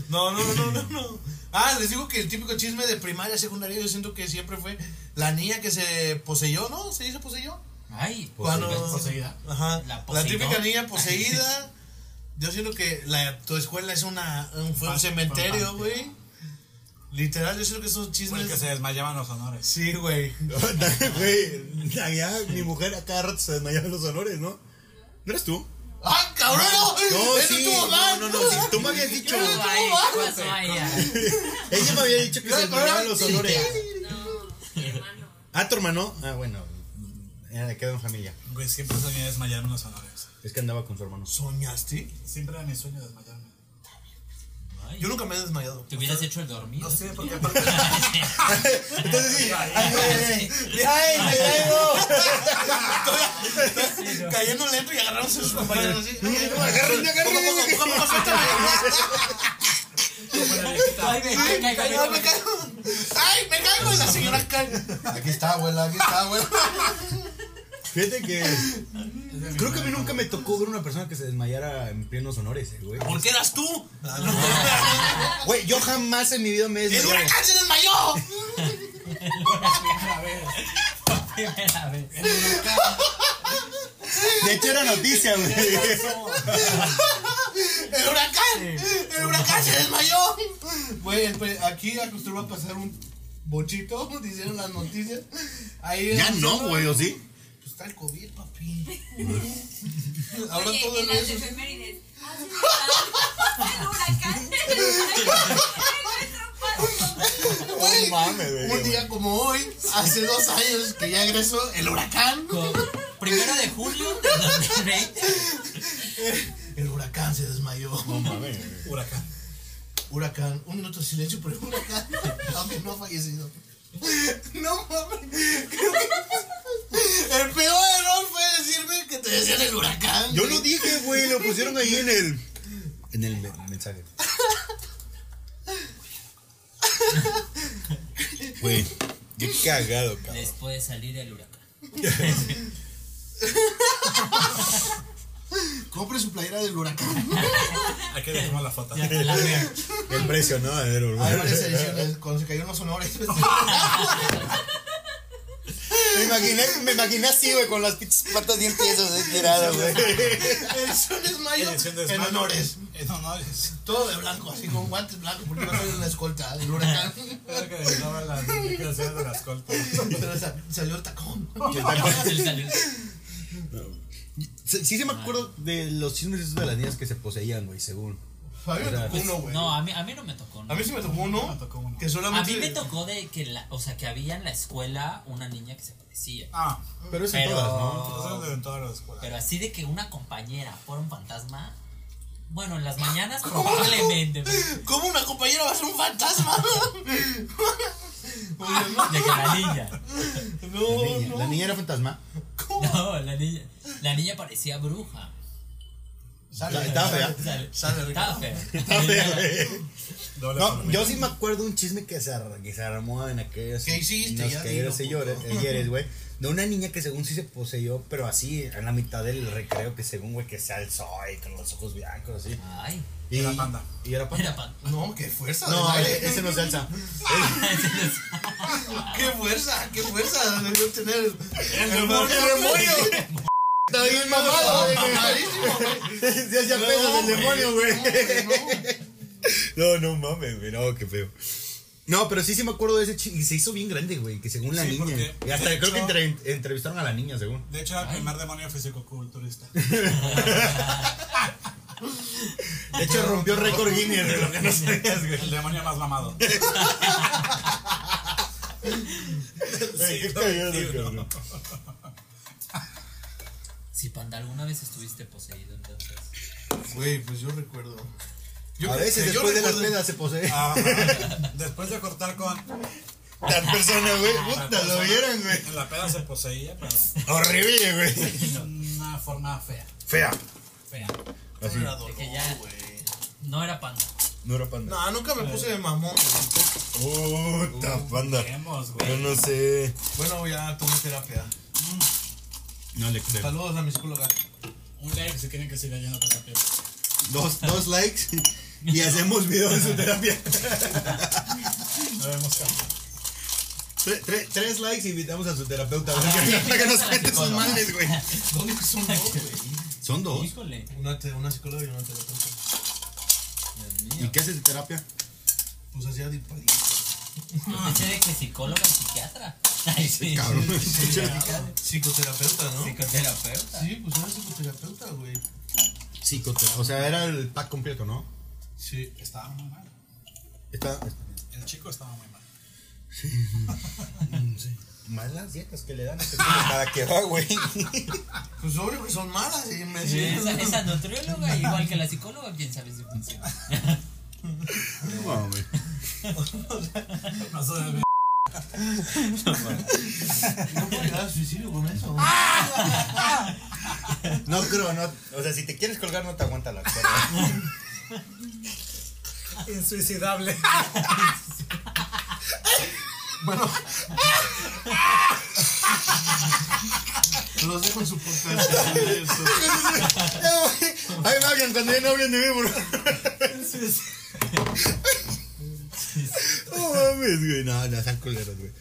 Speaker 1: No, no, no, no, no. Ah, les digo que el típico chisme de primaria, secundaria, yo siento que siempre fue la niña que se poseyó, ¿no? ¿Sí se poseyó?
Speaker 5: Ay,
Speaker 1: Cuando-
Speaker 3: poseída.
Speaker 1: Ajá.
Speaker 5: La
Speaker 1: La,
Speaker 5: poseidó.
Speaker 1: típica niña poseída. *laughs* Yo siento que la, tu escuela es una, un, fue un
Speaker 3: Pan-
Speaker 1: cementerio,
Speaker 3: pan-
Speaker 1: güey. Literal, yo siento que son
Speaker 3: Fue el que
Speaker 1: chismes.
Speaker 3: se desmayaban los honores.
Speaker 1: Sí, güey.
Speaker 4: *laughs* Güey, allá mi mujer acá rato se desmayaba en los honores, ¿no? ¿No eres tú?
Speaker 1: ¡Ah, cabrón! *laughs* ¡No! ¡Eso
Speaker 4: sí,
Speaker 1: estuvo mal!
Speaker 4: No, no, no, sí, tú me habías dicho.
Speaker 5: ¿Qué pasó ahí? ¿Qué pasó ahí?
Speaker 4: Ella me había dicho que se desmayaba en los honores.
Speaker 9: No, mi hermano.
Speaker 4: Ah, tu hermano. Ah, bueno. Era de queda en familia.
Speaker 3: Güey, siempre soñé desmayarme en los honores.
Speaker 4: Es que andaba con su hermano.
Speaker 1: ¿Soñaste?
Speaker 3: Siempre era mi sueño desmayarme.
Speaker 1: Yo nunca me he desmayado.
Speaker 5: Te hubieras hecho el dormido.
Speaker 3: No sé, porque
Speaker 1: *laughs*
Speaker 3: aparte
Speaker 4: Entonces sí. ¡Ay, ay, ay! ¡Ay, me
Speaker 1: *laughs*
Speaker 4: traigo!
Speaker 1: Cayendo lento y agarraron a sus compañeros así. Ay, ay, ay.
Speaker 4: ¡Agárrenme, agárrenme!
Speaker 1: Poco a poco, suéltame.
Speaker 5: Ay, me
Speaker 1: Ay, me
Speaker 5: caigo, me
Speaker 1: caigo,
Speaker 5: caigo.
Speaker 1: me caigo. Ay, me caigo y la señora cae.
Speaker 4: Aquí está, abuela, aquí está, abuela.
Speaker 1: *laughs*
Speaker 4: Fíjate que. Creo que a mí nunca me tocó ver una persona que se desmayara en plenos honores, eh, güey.
Speaker 1: ¿Por qué eras tú?
Speaker 10: Ah,
Speaker 4: Güey, yo jamás en mi vida me
Speaker 1: *laughs*
Speaker 4: he
Speaker 1: ¡El
Speaker 4: desmayado.
Speaker 1: huracán se desmayó!
Speaker 5: Primera vez.
Speaker 4: De hecho, era noticia, güey.
Speaker 1: *laughs* ¡El huracán! ¡El huracán se desmayó! Güey, pues, aquí acostumbra a pasar un bochito, *laughs* dijeron las noticias. Ahí
Speaker 10: Ya
Speaker 1: es-
Speaker 10: no, güey, ¿o sí?
Speaker 1: Pues está el COVID, *laughs* papi. Ahora
Speaker 9: Oye,
Speaker 1: todo
Speaker 9: y
Speaker 1: el
Speaker 9: las
Speaker 1: eso.
Speaker 9: efemérides. Ah, sí, ah, El huracán. El huracán. En nuestro paso.
Speaker 1: Güey,
Speaker 10: mames, güey.
Speaker 1: Un día como hoy, hace dos años que ya egresó el huracán.
Speaker 5: Con- Primero de julio de 2020.
Speaker 1: El huracán se desmayó.
Speaker 10: mames, güey.
Speaker 3: Huracán.
Speaker 1: Huracán, un minuto de silencio por el huracán, *laughs* aunque no ha fallecido. No mames. creo que- El peor error fue decirme que te decían el huracán.
Speaker 10: Yo
Speaker 1: güey.
Speaker 10: lo dije, güey, lo pusieron ahí en el. En el me- mensaje. Güey, qué cagado, cabrón.
Speaker 5: Después de salir
Speaker 1: *laughs*
Speaker 5: del huracán.
Speaker 1: Compre su playera del
Speaker 3: *laughs*
Speaker 1: huracán.
Speaker 3: Aquí dejamos
Speaker 4: *laughs*
Speaker 3: la foto.
Speaker 5: Ya te la veo.
Speaker 10: El precio, ¿no? A ver,
Speaker 1: Hay
Speaker 10: hermano.
Speaker 1: varias ediciones. Cuando se cayeron los honores.
Speaker 3: *laughs*
Speaker 10: Me imaginé, me imaginé así, güey, con las pinches patas bien tiesas ahí tiradas, güey.
Speaker 1: Edición desmayo.
Speaker 3: Edición de
Speaker 1: En
Speaker 3: desmayo.
Speaker 1: honores.
Speaker 3: En honores.
Speaker 1: Todo de blanco, así con guantes blancos, porque no soy una escolta del
Speaker 3: *laughs*
Speaker 1: huracán. *laughs*
Speaker 3: Era que daba las indicaciones de las colpas.
Speaker 1: Pero sa- salió el tacón.
Speaker 5: Se le salió.
Speaker 4: Sí, sí se me acuerdo de los chismes esos de las niñas que se poseían, güey, según.
Speaker 1: A mí me tocó
Speaker 5: Pues,
Speaker 1: uno, güey.
Speaker 5: no, a mí, a mí no me tocó. ¿no?
Speaker 1: A mí sí me tocó uno.
Speaker 3: Me tocó uno.
Speaker 1: Que
Speaker 5: A
Speaker 1: solamente.
Speaker 5: mí me tocó de que, la, o sea, que había en la escuela una niña que se parecía.
Speaker 3: Ah,
Speaker 4: Pero es en
Speaker 5: Pero,
Speaker 4: todas, ¿no?
Speaker 3: eso es en todas las escuelas.
Speaker 5: pero así de que una compañera fuera un fantasma. Bueno, en las mañanas probablemente. pero-
Speaker 1: ¿Cómo una compañera va a ser un fantasma?
Speaker 5: De que la niña.
Speaker 1: no,
Speaker 4: La niña, la niña era fantasma.
Speaker 5: No, la niña. La niña parecía bruja.
Speaker 1: Sale,
Speaker 4: Estaba
Speaker 1: sale,
Speaker 4: fea.
Speaker 5: Sale-
Speaker 1: sale, Ricardo.
Speaker 5: Estaba fea.
Speaker 1: Ah,
Speaker 3: Doble
Speaker 4: No,
Speaker 3: palomita.
Speaker 4: yo sí me acuerdo de un chisme que se, ar- que se armó en aquellos.
Speaker 1: ¿Qué hiciste?
Speaker 4: en los
Speaker 1: Ya
Speaker 4: que
Speaker 1: dilo,
Speaker 4: ayer se llora-
Speaker 1: puto.
Speaker 4: ayeres, güey. De una niña que según sí se poseyó, pero así, en la mitad del recreo, que según, güey, que se alzó y con los ojos blancos, así.
Speaker 5: Ay,
Speaker 4: Y
Speaker 3: Era panda.
Speaker 4: Y era panda.
Speaker 5: era pan.
Speaker 1: No, qué fuerza. de
Speaker 4: No,
Speaker 1: baile.
Speaker 4: eh, ese no se alza.
Speaker 1: Qué fuerza, qué fuerza debió tener el
Speaker 4: ¡El demonio! Está bien mamado, güey.
Speaker 1: Mamadísimo, güey.
Speaker 4: Se hacía pedo del demonio, güey. No, no mames, güey, no, qué feo. No, pero sí, sí me acuerdo de ese chiste. Y se hizo bien grande, güey, que según la
Speaker 3: Sí,
Speaker 4: niña.
Speaker 3: porque,
Speaker 4: Y hasta
Speaker 3: de
Speaker 4: creo que
Speaker 3: hecho-
Speaker 4: entre- entrevistaron a la niña, según.
Speaker 3: De hecho, era el primer demonio
Speaker 4: *laughs*
Speaker 3: físico-culturista.
Speaker 4: De hecho, rompió récord Guinness de lo que no sabías, güey.
Speaker 3: El demonio más
Speaker 4: *laughs*
Speaker 3: mamado.
Speaker 4: Güey, qué cagado, cabrón.
Speaker 5: Si Panda, alguna vez estuviste poseído entonces.
Speaker 1: Güey, pues yo recuerdo. Yo-
Speaker 4: A veces
Speaker 1: que yo
Speaker 4: después de las
Speaker 1: recuerdo-
Speaker 4: pedas se posee.
Speaker 3: Ajá. Después de cortar con.
Speaker 4: Las personas, güey, puta,
Speaker 3: Entonces,
Speaker 4: lo vieron, güey.
Speaker 3: En la peda se poseía, pero
Speaker 4: Horrible, güey.
Speaker 3: de una forma fea.
Speaker 4: Fea.
Speaker 5: Fea.
Speaker 4: Así.
Speaker 1: Era dolor,
Speaker 5: De que ya-
Speaker 1: güey.
Speaker 5: No era Panda.
Speaker 10: No era panda.
Speaker 1: No, nunca me puse de mamón. güey.
Speaker 10: Puta panda.
Speaker 3: Vemos,
Speaker 10: Yo
Speaker 3: güey.
Speaker 10: no sé.
Speaker 1: Bueno, ya tomé terapia.
Speaker 10: No le creo.
Speaker 1: Saludos a mi psicóloga.
Speaker 3: Un like si quieren que siga yendo a terapia.
Speaker 10: Dos, dos likes y hacemos video de su terapia.
Speaker 3: Lo vemos cambiar.
Speaker 4: Tre- tre- tres likes y invitamos a su terapeuta.
Speaker 5: Ah,
Speaker 10: Para que nos cuente sus madres, güey.
Speaker 1: ¿Dónde son dos, güey?
Speaker 4: Son dos.
Speaker 5: Híjole.
Speaker 1: Una, te- una psicóloga y una terapeuta.
Speaker 4: ¿Y qué haces de terapia?
Speaker 1: Pues hacía disparitos.
Speaker 5: Yo pensé de que psicóloga y psiquiatra. Ay, sí.
Speaker 1: Psicoterapeuta, ¿no?
Speaker 5: Psicoterapeuta.
Speaker 1: Sí, pues era psicoterapeuta, güey.
Speaker 4: Psicoterapia. O sea, era el pack completo, ¿no?
Speaker 1: Sí.
Speaker 3: Estaba muy mal.
Speaker 4: Está.
Speaker 3: El chico estaba muy mal.
Speaker 4: Malas dietas que le dan a *laughs* este tipo cada que va, güey.
Speaker 1: Pues obvio que son malas, y me
Speaker 5: Sí,
Speaker 1: decían.
Speaker 5: Esa, esa nutrióloga, igual que la psicóloga, quién sabe si funciona.
Speaker 10: No, güey.
Speaker 3: Pasó de ver-
Speaker 1: No puedo llegar al suicidio con eso.
Speaker 4: No creo, no. O sea, si te quieres colgar, no te aguanta *laughs* la cuerda.
Speaker 3: Insuicidable.
Speaker 1: Los dejo en su podcast.
Speaker 4: Ay, Marian, cuando ya no hablen de mí, bro. No Oh, mames, güey. No, no, sean culeros, güey.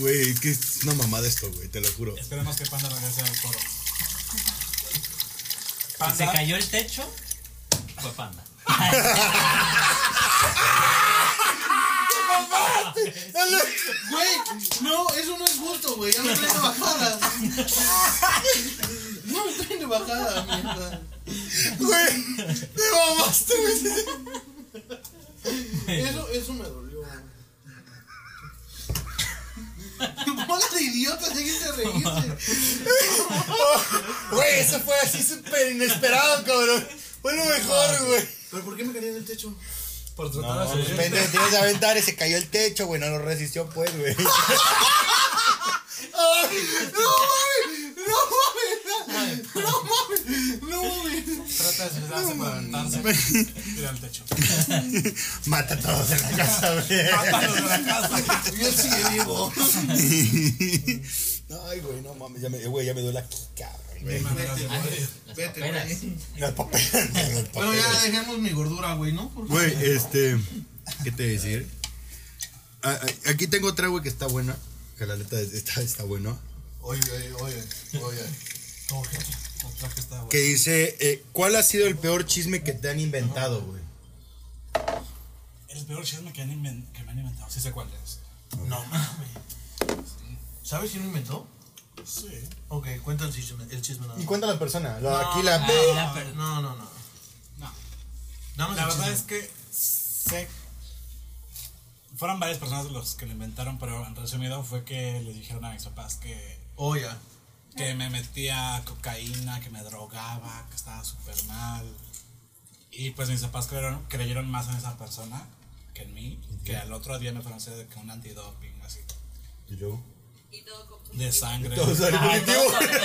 Speaker 10: Güey, que es una mamada esto, güey, te lo juro.
Speaker 3: Esperemos que Panda regrese al coro.
Speaker 5: Si se
Speaker 3: Panda,
Speaker 5: cayó el techo, fue panda.
Speaker 1: Güey, no, eso no es justo, güey. Ya me traen de
Speaker 2: *laughs*
Speaker 1: bajada. No me traen de bajada, mierda.
Speaker 10: Güey, te mamaste, güey.
Speaker 1: Eso, eso me idiotas, dejen de reírse.
Speaker 2: Güey, eso fue así súper inesperado, cabrón. Fue lo mejor, güey.
Speaker 1: ¿Pero por qué me caí del techo?
Speaker 3: Por tratar a su gente.
Speaker 2: Pendejo, te ibas a aventar y se cayó el techo, güey. No lo resistió, pues, güey.
Speaker 3: Trata de suicidarse para aventarse. Tira al techo.
Speaker 2: Mata a todos en la casa, güey.
Speaker 3: Mátalo de la casa.
Speaker 1: Dios sigue vivo.
Speaker 2: *laughs* Ay, güey, no mames. Ya me, eh, güey, ya me duele aquí, cabrón,
Speaker 3: Mi
Speaker 2: güey.
Speaker 3: manera de morir.
Speaker 5: Las
Speaker 1: Vete,
Speaker 5: paperas.
Speaker 1: güey.
Speaker 2: Las *laughs* papeles. las
Speaker 1: Bueno,
Speaker 2: papeles.
Speaker 1: ya dejemos mi gordura, güey, ¿no? Porque-
Speaker 10: Güey, este. ¿Qué te decir? Ah, ah, Aquí tengo otra, güey, que está buena. Que la neta está, está bueno.
Speaker 1: Oye, oye, oye, oye.
Speaker 3: Como que otra que está, güey.
Speaker 10: Que dice: eh, ¿Cuál ha sido el peor chisme que te han inventado, güey?
Speaker 3: El peor chisme que, han inven- que me han inventado. Sí sé cuál es.
Speaker 1: No mames. ¿Sabes quién lo inventó?
Speaker 3: Sí.
Speaker 1: Ok, cuenta el chisme, el chisme nada
Speaker 2: Y
Speaker 1: más.
Speaker 2: cuenta la persona. la-
Speaker 1: No,
Speaker 2: aquí la.
Speaker 5: Ah, la per-
Speaker 1: No, no, no.
Speaker 3: No.
Speaker 1: Nada más
Speaker 3: La
Speaker 1: el
Speaker 3: verdad es
Speaker 1: chisme.
Speaker 3: que sé. Fueron varias personas los que lo inventaron, pero en resumido fue que le dijeron a mis papás que,
Speaker 1: Oh, ya.
Speaker 3: que me metía cocaína, que me drogaba, que estaba súper mal. Y pues mis papás creyeron, creyeron más en esa persona que en mí, que al otro día me fueron a hacer de que un antidoping así,
Speaker 10: Y luego,
Speaker 9: *laughs* Y todo co-
Speaker 3: de sangre. *laughs*
Speaker 5: Ay, no, o
Speaker 2: *laughs*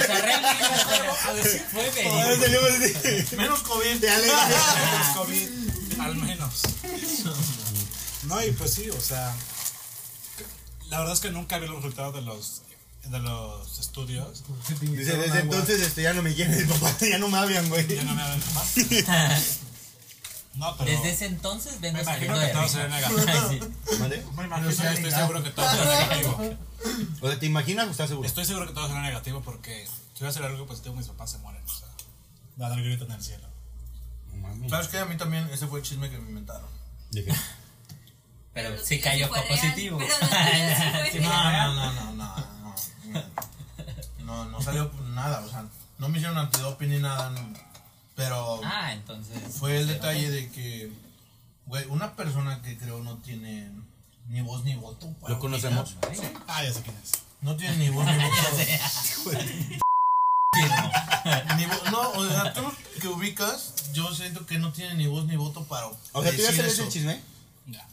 Speaker 5: sea, realmente fue- fue verídico.
Speaker 1: Menos COVID.
Speaker 3: menos COVID, al menos. No, y pues sí, o sea, la verdad es que nunca vi los resultados de los de los estudios.
Speaker 2: Dice, desde entonces este, ya no me quieren, papá. Ya no me hablan, güey.
Speaker 3: Ya no me hablan más. No, pero
Speaker 5: Desde ese entonces vengo
Speaker 3: me imagino
Speaker 5: saliendo
Speaker 3: que
Speaker 5: de
Speaker 3: todos se
Speaker 5: risa.
Speaker 3: ven negativos.
Speaker 5: Ay, *laughs* sí.
Speaker 2: ¿Vale?
Speaker 3: Me imagino, yo estoy seguro
Speaker 5: *laughs*
Speaker 3: que todos serán negativos.
Speaker 2: O sea, ¿te imaginas o estás seguro?
Speaker 3: Estoy seguro que todos serán negativos porque si voy a hacer algo positivo mis papás se mueren, o sea, dan el grito en el cielo.
Speaker 1: ¿Sabes qué? A mí también ese fue el chisme que me inventaron.
Speaker 5: Pero
Speaker 9: Pero
Speaker 5: sí
Speaker 9: sí
Speaker 5: cayó
Speaker 9: fue
Speaker 5: fue
Speaker 9: real,
Speaker 5: positivo.
Speaker 9: pero lo tuyo sí fue
Speaker 5: Sí,
Speaker 9: real.
Speaker 1: No,
Speaker 5: no, no,
Speaker 1: no, no, no, no. No, no salió nada, o sea, no me hicieron antidoping ni nada, no. pero
Speaker 5: *laughs* Ah, entonces.
Speaker 1: fue el detalle de que, güey, una persona que creo no tiene ni voz ni voto. para
Speaker 10: Lo conocemos.
Speaker 1: opinar. Sí,
Speaker 3: Ah, ya sé quién es.
Speaker 1: No tiene ni voz ni voto.
Speaker 5: Firmo.
Speaker 1: Ni vo- no, o sea, tú que ubicas, yo siento que no tiene ni voz ni voto para
Speaker 2: O sea, ¿tú ya
Speaker 1: decir
Speaker 2: sabes
Speaker 1: eso.
Speaker 2: el chisme?
Speaker 3: Ya.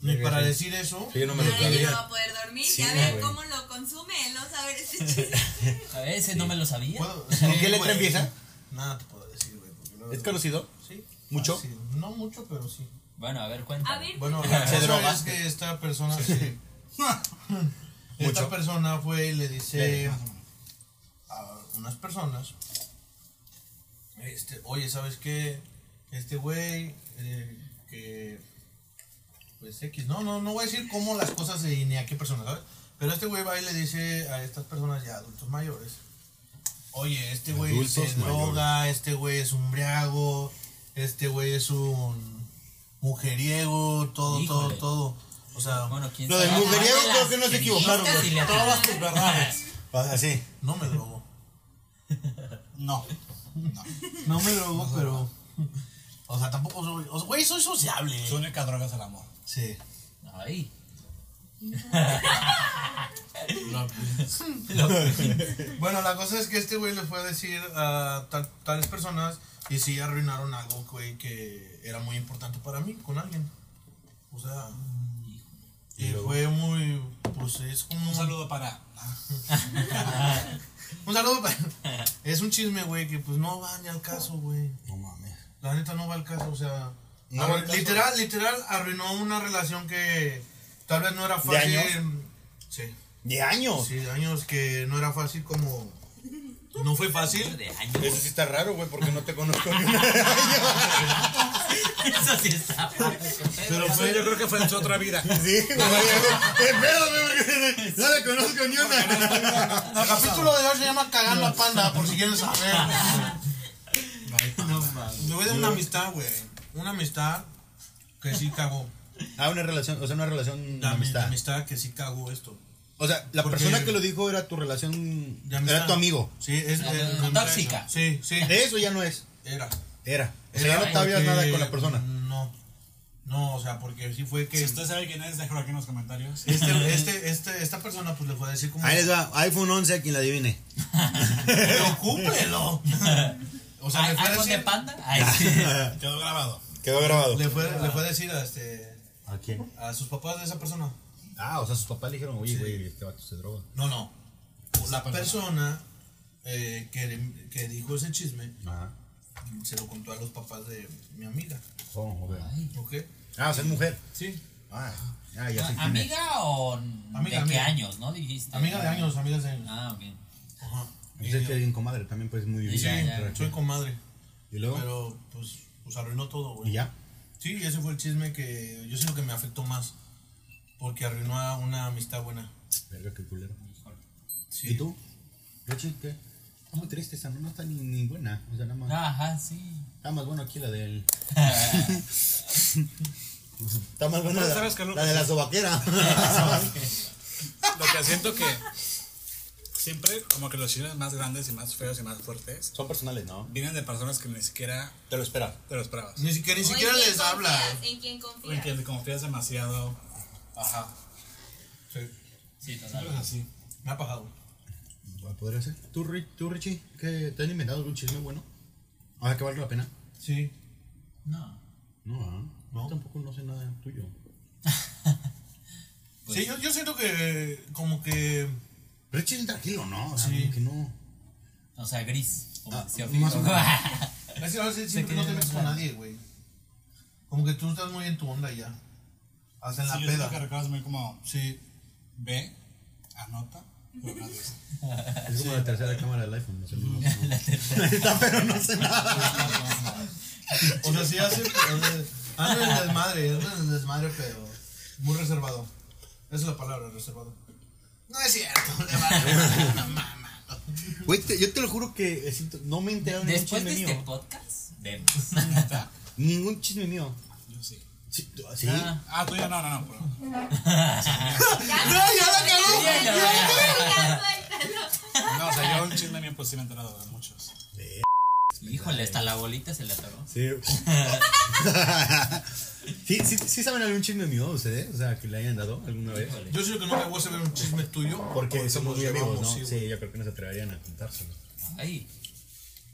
Speaker 1: Ni para decir eso.
Speaker 10: Sí, yo no me lo
Speaker 9: Ahora ya no va
Speaker 10: sabía.
Speaker 9: a poder dormir. ya vean cómo lo consume él no saber
Speaker 5: *laughs*
Speaker 9: este chiste.
Speaker 5: A veces no me lo sabía.
Speaker 1: ¿Puedo?
Speaker 2: ¿Con
Speaker 1: Sí,
Speaker 2: qué letra
Speaker 1: güey.
Speaker 2: empieza?
Speaker 1: Nada te puedo decir, güey. porque luego-
Speaker 2: ¿Es conocido?
Speaker 1: Sí.
Speaker 2: ¿Mucho?
Speaker 1: Ah, sí. No mucho, pero sí.
Speaker 5: Bueno, a ver,
Speaker 9: *laughs* A
Speaker 5: cuenta.
Speaker 9: ver,
Speaker 1: Bueno, la
Speaker 2: Se
Speaker 1: cosa
Speaker 2: droga.
Speaker 1: es que esta persona se- *laughs* esta
Speaker 2: Mucho.
Speaker 1: persona fue y le dice a unas personas, este, oye, ¿sabes qué? Este güey eh, que pues X, no, no, no voy a decir cómo las cosas y ni a qué persona, ¿sabes? Pero este güey va y le dice a estas personas ya adultos mayores. Oye, este güey se
Speaker 10: Adultos
Speaker 1: droga, este güey es un briago, este güey es un mujeriego, todo,
Speaker 5: Híjole.
Speaker 1: todo, todo. O sea,
Speaker 5: Bueno, quién
Speaker 2: Lo del
Speaker 5: sabe?
Speaker 2: mujeriego
Speaker 5: Las
Speaker 2: creo que no se equivocaron,
Speaker 5: quinientas
Speaker 2: güey.
Speaker 5: y le
Speaker 3: Todas
Speaker 5: acabaron. *laughs*
Speaker 3: tus verdades.
Speaker 2: Así.
Speaker 1: Ah, no me drogo.
Speaker 3: No.
Speaker 1: No me drogo, pero. *laughs* O sea, tampoco soy. o sea, güey, soy sociable.
Speaker 3: Su única droga es el amor.
Speaker 1: Sí.
Speaker 5: Ay.
Speaker 1: Bueno, la cosa es que este güey le fue a decir a tal- tales personas y sí arruinaron algo, güey, que era muy importante para mí con alguien. O sea. Y fue muy. Pues es como.
Speaker 3: Un saludo para.
Speaker 1: Un saludo
Speaker 3: *laughs*
Speaker 1: para. Es un chisme, güey, que pues no va ni al caso, güey.
Speaker 2: No mames.
Speaker 1: La neta no va al caso, o sea.
Speaker 2: No
Speaker 1: arru-
Speaker 2: va al caso.
Speaker 1: Literal, literal, arruinó una relación que tal vez no era fácil.
Speaker 2: años? Oh.
Speaker 1: Sí,
Speaker 2: ¿De años?
Speaker 1: sí, de años que no era fácil como. No fue fácil.
Speaker 5: De años.
Speaker 2: Eso sí está raro, güey, porque no te conozco ni una.
Speaker 5: Eso sí está. Pero
Speaker 1: Pero
Speaker 3: Sí, yo
Speaker 1: fue.
Speaker 3: creo que fue en su otra
Speaker 1: *laughs*
Speaker 3: vida.
Speaker 2: *laughs* Sí, güey. Eh, Espérame, porque *laughs* no le conozco ni una.
Speaker 1: El capítulo de hoy se llama Cagando a Panda, por si quieren saber.
Speaker 5: no mames.
Speaker 1: Me voy de una amistad, güey. Una amistad que sí cagó.
Speaker 2: Ah, una relación, o sea, una relación de
Speaker 1: La ami-
Speaker 2: amistad.
Speaker 1: amistad que sí cagó esto.
Speaker 2: O sea, la
Speaker 1: Porque-
Speaker 2: persona que lo dijo era tu relación.
Speaker 1: De amistad.
Speaker 2: Era tu amigo.
Speaker 1: Sí, es.
Speaker 5: La-
Speaker 1: es-
Speaker 5: la tóxica.
Speaker 1: Sí, sí.
Speaker 2: Eso ya no es.
Speaker 1: Era.
Speaker 2: Era. O sea, ya no
Speaker 1: Era
Speaker 2: te habías nada
Speaker 1: porque
Speaker 2: con la persona.
Speaker 1: No. No, o sea, porque sí fue que
Speaker 3: Si
Speaker 1: este,
Speaker 3: usted sabe quién es, déjalo aquí en los comentarios.
Speaker 1: este, este, esta persona pues le fue a decir como...
Speaker 4: Ahí les va, iPhone 11 a quien la adivine.
Speaker 1: Pero cúmplelo. O sea,
Speaker 5: ¿Hay
Speaker 1: le fue a
Speaker 5: iPhone de
Speaker 1: decir...
Speaker 5: panda? Ay, sí.
Speaker 3: Quedó grabado.
Speaker 10: Quedó grabado.
Speaker 1: Le fue, le fue a decir a, este,
Speaker 4: ¿A quién?
Speaker 1: a sus papás de esa persona.
Speaker 4: Ah, o sea, sus papás le dijeron, oye, güey, este vato se droga.
Speaker 1: No, no. La persona eh, que, que dijo ese chisme
Speaker 4: Ajá.
Speaker 1: se lo contó a los papás de mi amiga.
Speaker 4: Oh, ok.
Speaker 1: ¿Ok?
Speaker 4: Ah, o sea, es mujer.
Speaker 1: Sí.
Speaker 4: Ah, ah, ya sé quién es.
Speaker 5: ¿Amiga o de
Speaker 1: Amiga,
Speaker 5: qué
Speaker 1: amiga.
Speaker 5: años, no? Dijiste.
Speaker 1: Amiga de años, amiga de años.
Speaker 5: Ah, ok.
Speaker 1: Ajá.
Speaker 4: Pues es que alguien comadre también, pues muy
Speaker 1: Sí,
Speaker 5: ya, ya.
Speaker 1: soy comadre.
Speaker 4: Y luego,
Speaker 1: Pero pues, pues arruinó todo, güey.
Speaker 4: y ya.
Speaker 1: Sí, ese fue el chisme que yo siento que me afectó más. Porque arruinó a una amistad buena.
Speaker 4: Verga, qué culero.
Speaker 1: Sí.
Speaker 4: ¿Y tú? Richie, ¿qué? Está muy triste esa, no, no está ni, ni buena. O sea, nada más.
Speaker 5: Ajá, sí.
Speaker 4: Está más bueno aquí la del. está más buena
Speaker 3: Pero
Speaker 4: la,
Speaker 3: sabes que no-
Speaker 4: la de la sobaquera.
Speaker 3: Lo que siento que siempre, como que los chismes más grandes y más feos y más fuertes
Speaker 4: *laughs* Son personales, ¿no?
Speaker 3: vienen de personas que ni siquiera
Speaker 4: Te lo esperas.
Speaker 3: te lo esperabas.
Speaker 1: Ni siquiera, ni siquiera
Speaker 9: ¿O en quién
Speaker 1: les habla.
Speaker 9: confías? ¿En quién
Speaker 3: En
Speaker 9: confías?
Speaker 3: que le confías demasiado. Ajá.
Speaker 1: Sí.
Speaker 5: Sí,
Speaker 3: Siempre
Speaker 5: total.
Speaker 3: es así.
Speaker 1: Me ha pagado.
Speaker 4: Podría ser. ¿Tú, Ri- tú, Richie, qué te han inventado algún chisme bueno? A ver, que valga la pena.
Speaker 1: Sí.
Speaker 5: No.
Speaker 4: No, ah, no. tampoco no sé nada tuyo.
Speaker 1: sí, yo, yo siento que como que...
Speaker 4: Richie es tranquilo, ¿no? O sea,
Speaker 1: Sí.
Speaker 4: como que no.
Speaker 5: O sea, gris. Como
Speaker 4: Ah,
Speaker 5: decía
Speaker 4: más o
Speaker 5: Fito. *laughs*
Speaker 1: Es que a veces siempre no te metes con nadie, güey. Como que tú estás muy en tu onda ya. Hasta en la
Speaker 3: Sí, yo siento que
Speaker 1: peda.
Speaker 3: recuerdas muy como
Speaker 1: Sí.
Speaker 3: ve, anota, pero no dice.
Speaker 4: Es como la tercera cámara del iPhone. No sé, no, no. Está, pero no sé nada.
Speaker 1: O sea, sí hace... Anda en el desmadre, anda en el desmadre, pero muy reservado. Esa es la palabra, reservado. No es cierto, le vale. No mames.
Speaker 4: *laughs* Güey, te- yo te lo juro que eh, siento- no me he enterado de ningún
Speaker 5: Después
Speaker 4: chisme
Speaker 5: de este
Speaker 4: mío.
Speaker 5: podcast, vemos.
Speaker 4: Ningún chisme mío.
Speaker 3: Yo sí.
Speaker 4: Sí, tú- ¿Sí?
Speaker 5: Ah.
Speaker 3: Ah, tú ya no, no, no. pero-
Speaker 9: ¡No, ya la acabó! ¡Ya la
Speaker 3: No, o sea, yo un chisme mío pues sí me he enterado de muchos.
Speaker 5: Híjole, hasta la bolita se le atoró.
Speaker 4: Sí. *laughs* sí, sí, sí saben algún chisme mío ustedes, o sea, que le hayan dado alguna vez.
Speaker 5: Híjole.
Speaker 1: Yo siento que nunca voy a saber un chisme tuyo.
Speaker 4: Porque somos
Speaker 1: nos
Speaker 4: muy amigos,
Speaker 1: llevamos,
Speaker 4: ¿no?
Speaker 1: sí,
Speaker 4: Sí,
Speaker 1: güey.
Speaker 4: yo creo que no se atreverían a contárselo.
Speaker 5: Ay.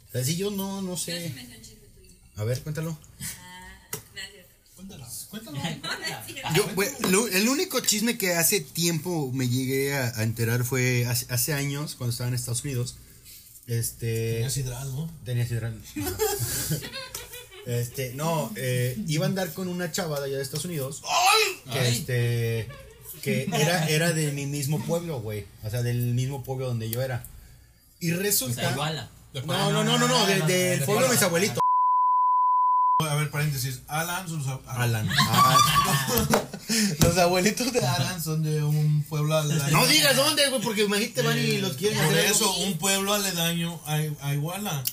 Speaker 4: O sea, sí, yo no, no
Speaker 9: Yo sí
Speaker 4: sé.
Speaker 9: me sé un chiste tuyo.
Speaker 4: A ver, cuéntalo.
Speaker 9: Ah, no es cierto.
Speaker 1: Cuéntalo.
Speaker 9: *laughs* No, no es cierto.
Speaker 10: Yo, güey, lo- el único chisme que hace tiempo me llegué a, a enterar fue hace, hace años, cuando estaba en Estados Unidos. Este.
Speaker 1: Tenías hidral, ¿no?
Speaker 4: Tenía sidral. Este, no, eh, iba a andar con una chava de allá de Estados Unidos. Que
Speaker 5: Ay.
Speaker 4: este. Que era, era de mi mismo pueblo, güey. O sea, del mismo pueblo donde yo era. Y
Speaker 5: O sea,
Speaker 4: resulta.
Speaker 5: iguala.
Speaker 4: no, no, no, no, no, de- del pueblo de mis abuelitos.
Speaker 1: A ver, paréntesis. Alan, sus... ab-
Speaker 4: Alan. Ah,
Speaker 1: Los abuelitos de Alan son de un pueblo aledaño.
Speaker 4: *laughs* no digas dónde, güey, porque imagínate van y los quieren
Speaker 1: Por
Speaker 4: hacer algo.
Speaker 1: eso, un pueblo aledaño a, a Iguala.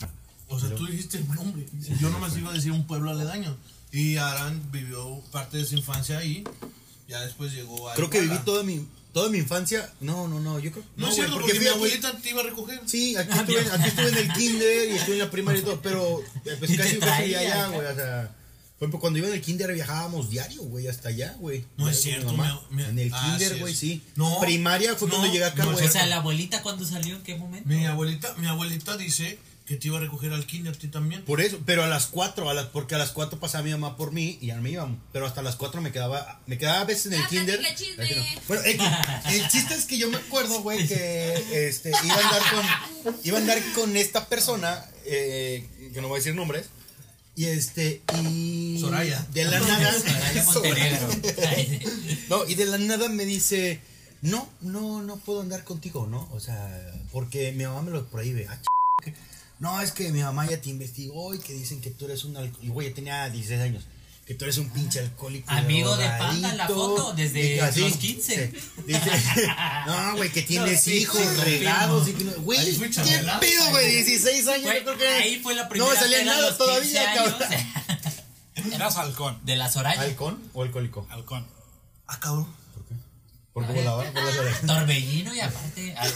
Speaker 1: O sea, tú dijiste el nombre. Yo nomás iba a decir un pueblo aledaño. Y Aran vivió parte de su infancia ahí. Ya después llegó a
Speaker 4: Creo que
Speaker 1: Iguala.
Speaker 4: viví toda mi, toda mi infancia. No, no, no, yo creo.
Speaker 1: No, es
Speaker 4: güey,
Speaker 1: cierto, porque,
Speaker 4: fui
Speaker 1: mi
Speaker 4: aquí-
Speaker 1: abuelita te iba a recoger. *laughs*
Speaker 4: Sí, aquí estuve, aquí estuve en el kinder y estuve en la primaria y todo, pero eh,
Speaker 1: *laughs*
Speaker 4: pues
Speaker 5: Y te
Speaker 4: casi casi
Speaker 5: traía,
Speaker 4: allá,
Speaker 5: ¿no?
Speaker 4: güey. O sea, por ejemplo, cuando iba en el kinder viajábamos diario, güey, hasta allá, güey.
Speaker 1: No es
Speaker 4: Con mi
Speaker 1: cierto,
Speaker 4: mamá.
Speaker 1: mi- mi-
Speaker 4: En el
Speaker 1: ah, sí
Speaker 4: kinder,
Speaker 1: es.
Speaker 4: güey, sí.
Speaker 1: No,
Speaker 4: Primaria fue
Speaker 1: no,
Speaker 4: cuando llegué acá,
Speaker 1: no es
Speaker 4: güey.
Speaker 5: O sea, la abuelita cuando salió, ¿en qué momento?
Speaker 1: Mi abuelita, mi abuelita dice que te iba a recoger al kinder, a ti también.
Speaker 4: Por eso, pero a las 4, a las, porque a las 4 pasaba mi mamá por mí y ya me íbamos. Pero hasta las 4 me quedaba, me quedaba a veces en el
Speaker 9: Ya,
Speaker 4: kinder.
Speaker 9: Ah, platica chisme.
Speaker 4: Aquí no. Bueno, X, el chiste es que yo me acuerdo, güey, que este, iba, a andar con, iba a andar con esta persona, eh, que no voy a decir nombres, y este, y.
Speaker 1: Soraya.
Speaker 4: De la nada.
Speaker 5: *laughs*
Speaker 4: *laughs*
Speaker 5: Soraya Montenegro. Ay,
Speaker 4: No, y de la nada me dice, no, no, no puedo andar contigo, ¿no? O sea, porque mi mamá me lo prohíbe. Ah, ch- que- no, es que mi mamá ya te investigó y que dicen que tú eres un alcohólico. Y güey, yo tenía 16 años. Que tú eres un pinche alcohólico.
Speaker 5: Ah, Amigo de
Speaker 4: drogadicto.
Speaker 5: Panda, la foto, desde
Speaker 4: Y
Speaker 5: los 15.
Speaker 4: sí. Dice, *laughs* no, güey, que tienes
Speaker 5: sí,
Speaker 4: hijos
Speaker 5: sí,
Speaker 4: regados. y
Speaker 5: confirmo.
Speaker 4: que no- Güey,
Speaker 1: Ahí fue
Speaker 4: ¿qué
Speaker 1: chambelán.
Speaker 4: pedo, güey? 16 años.
Speaker 5: Fue-
Speaker 4: yo creo que
Speaker 5: ahí fue la
Speaker 4: No
Speaker 5: primera
Speaker 4: me salía
Speaker 5: peda a
Speaker 4: nada
Speaker 5: los 15
Speaker 4: todavía,
Speaker 5: años.
Speaker 4: cabrón.
Speaker 5: *laughs*
Speaker 3: Eras halcón.
Speaker 5: De la Soraya.
Speaker 4: ¿Halcón o alcohólico?
Speaker 3: Halcón.
Speaker 1: Ah, cabrón.
Speaker 4: Porque volaba por las orejas.
Speaker 5: Torbellino y aparte. al-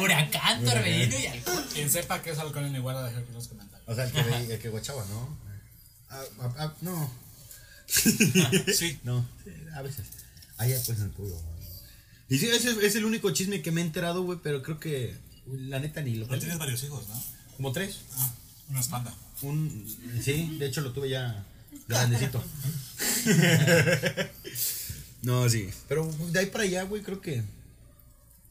Speaker 5: huracán, torbellino y alcohol.
Speaker 3: Quien sepa que es halcón en Iguala, deja aquí en los
Speaker 4: *laughs*
Speaker 3: comentarios.
Speaker 4: O sea, el que, ve- el que guachaba, ¿no? Ah, ah, ah, no.
Speaker 3: Sí.
Speaker 4: No, a veces. Allá pues en el pueblo. ¿no? Y sí, ese es el único chisme que me he enterado, güey, pero creo que la neta ni lo
Speaker 3: Pero tienes varios hijos, ¿no?
Speaker 4: Como tres.
Speaker 3: Ah, una espanta.
Speaker 4: Un, sí, de hecho lo tuve ya grandecito. *laughs* no, sí. Pero de ahí para allá, güey, creo que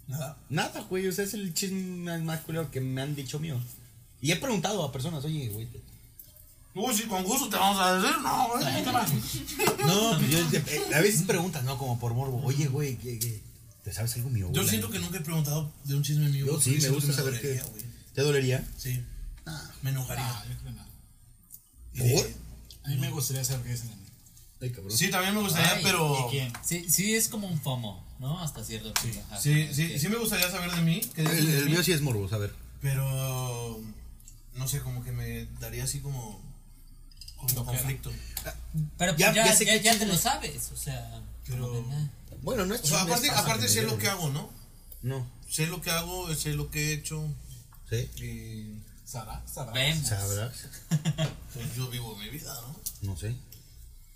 Speaker 1: Nada.
Speaker 4: nada, güey. O sea, es el chisme más culero que me han dicho mío. Y he preguntado a personas, oye, güey. te-
Speaker 1: Uy, sí, con gusto te vamos a decir. No, güey. no te va.
Speaker 4: No, pues yo, eh, a veces preguntas, ¿no? Como por morbo. Oye, güey, ¿qué- qué? ¿te sabes algo mío?
Speaker 1: Yo
Speaker 4: güey?
Speaker 1: siento que nunca he preguntado de un chisme mío.
Speaker 4: Yo
Speaker 1: güey, porque
Speaker 4: sí, me
Speaker 1: siento
Speaker 4: gusta
Speaker 1: que
Speaker 4: saber qué.
Speaker 1: dolería, güey.
Speaker 4: ¿Te dolería?
Speaker 1: Sí. Me enojaría.
Speaker 3: Ah, yo creo que no.
Speaker 1: Y de-
Speaker 4: ¿Por?
Speaker 3: A mí me gustaría saber qué dicen de mí.
Speaker 4: Ay, cabrón.
Speaker 1: Sí, también me gustaría,
Speaker 5: Ay,
Speaker 1: pero.
Speaker 3: ¿Y quién?
Speaker 5: Sí, sí, es como un FOMO, ¿no? Hasta cierto punto. Ajá,
Speaker 1: Sí,
Speaker 5: es
Speaker 1: sí,
Speaker 5: que-
Speaker 1: sí me gustaría saber de mí. qué dicen
Speaker 4: El,
Speaker 1: de
Speaker 4: el
Speaker 1: mí,
Speaker 4: mío sí es morbo, a ver.
Speaker 1: Pero. No sé, como que me daría así como. Como conflicto.
Speaker 5: Pero pues,
Speaker 4: Ya-
Speaker 5: ya,
Speaker 4: ya
Speaker 5: ya,
Speaker 4: sé
Speaker 5: ya,
Speaker 4: que ah,
Speaker 5: te lo sabes, o sea.
Speaker 1: Pero-
Speaker 5: como que, nah.
Speaker 4: Bueno, no es
Speaker 1: O sea,
Speaker 4: chisme,
Speaker 1: aparte,
Speaker 4: pasa,
Speaker 1: aparte sé
Speaker 4: güey.
Speaker 1: lo que hago, ¿no?
Speaker 4: No,
Speaker 1: Sé lo que hago, sé lo que he hecho.
Speaker 4: ¿sí?
Speaker 1: Y.
Speaker 3: ¿Sara? ¿Sara?
Speaker 5: Vemos.
Speaker 4: ¿Sabrás?
Speaker 1: Pues yo vivo mi vida, ¿no?
Speaker 4: No sé.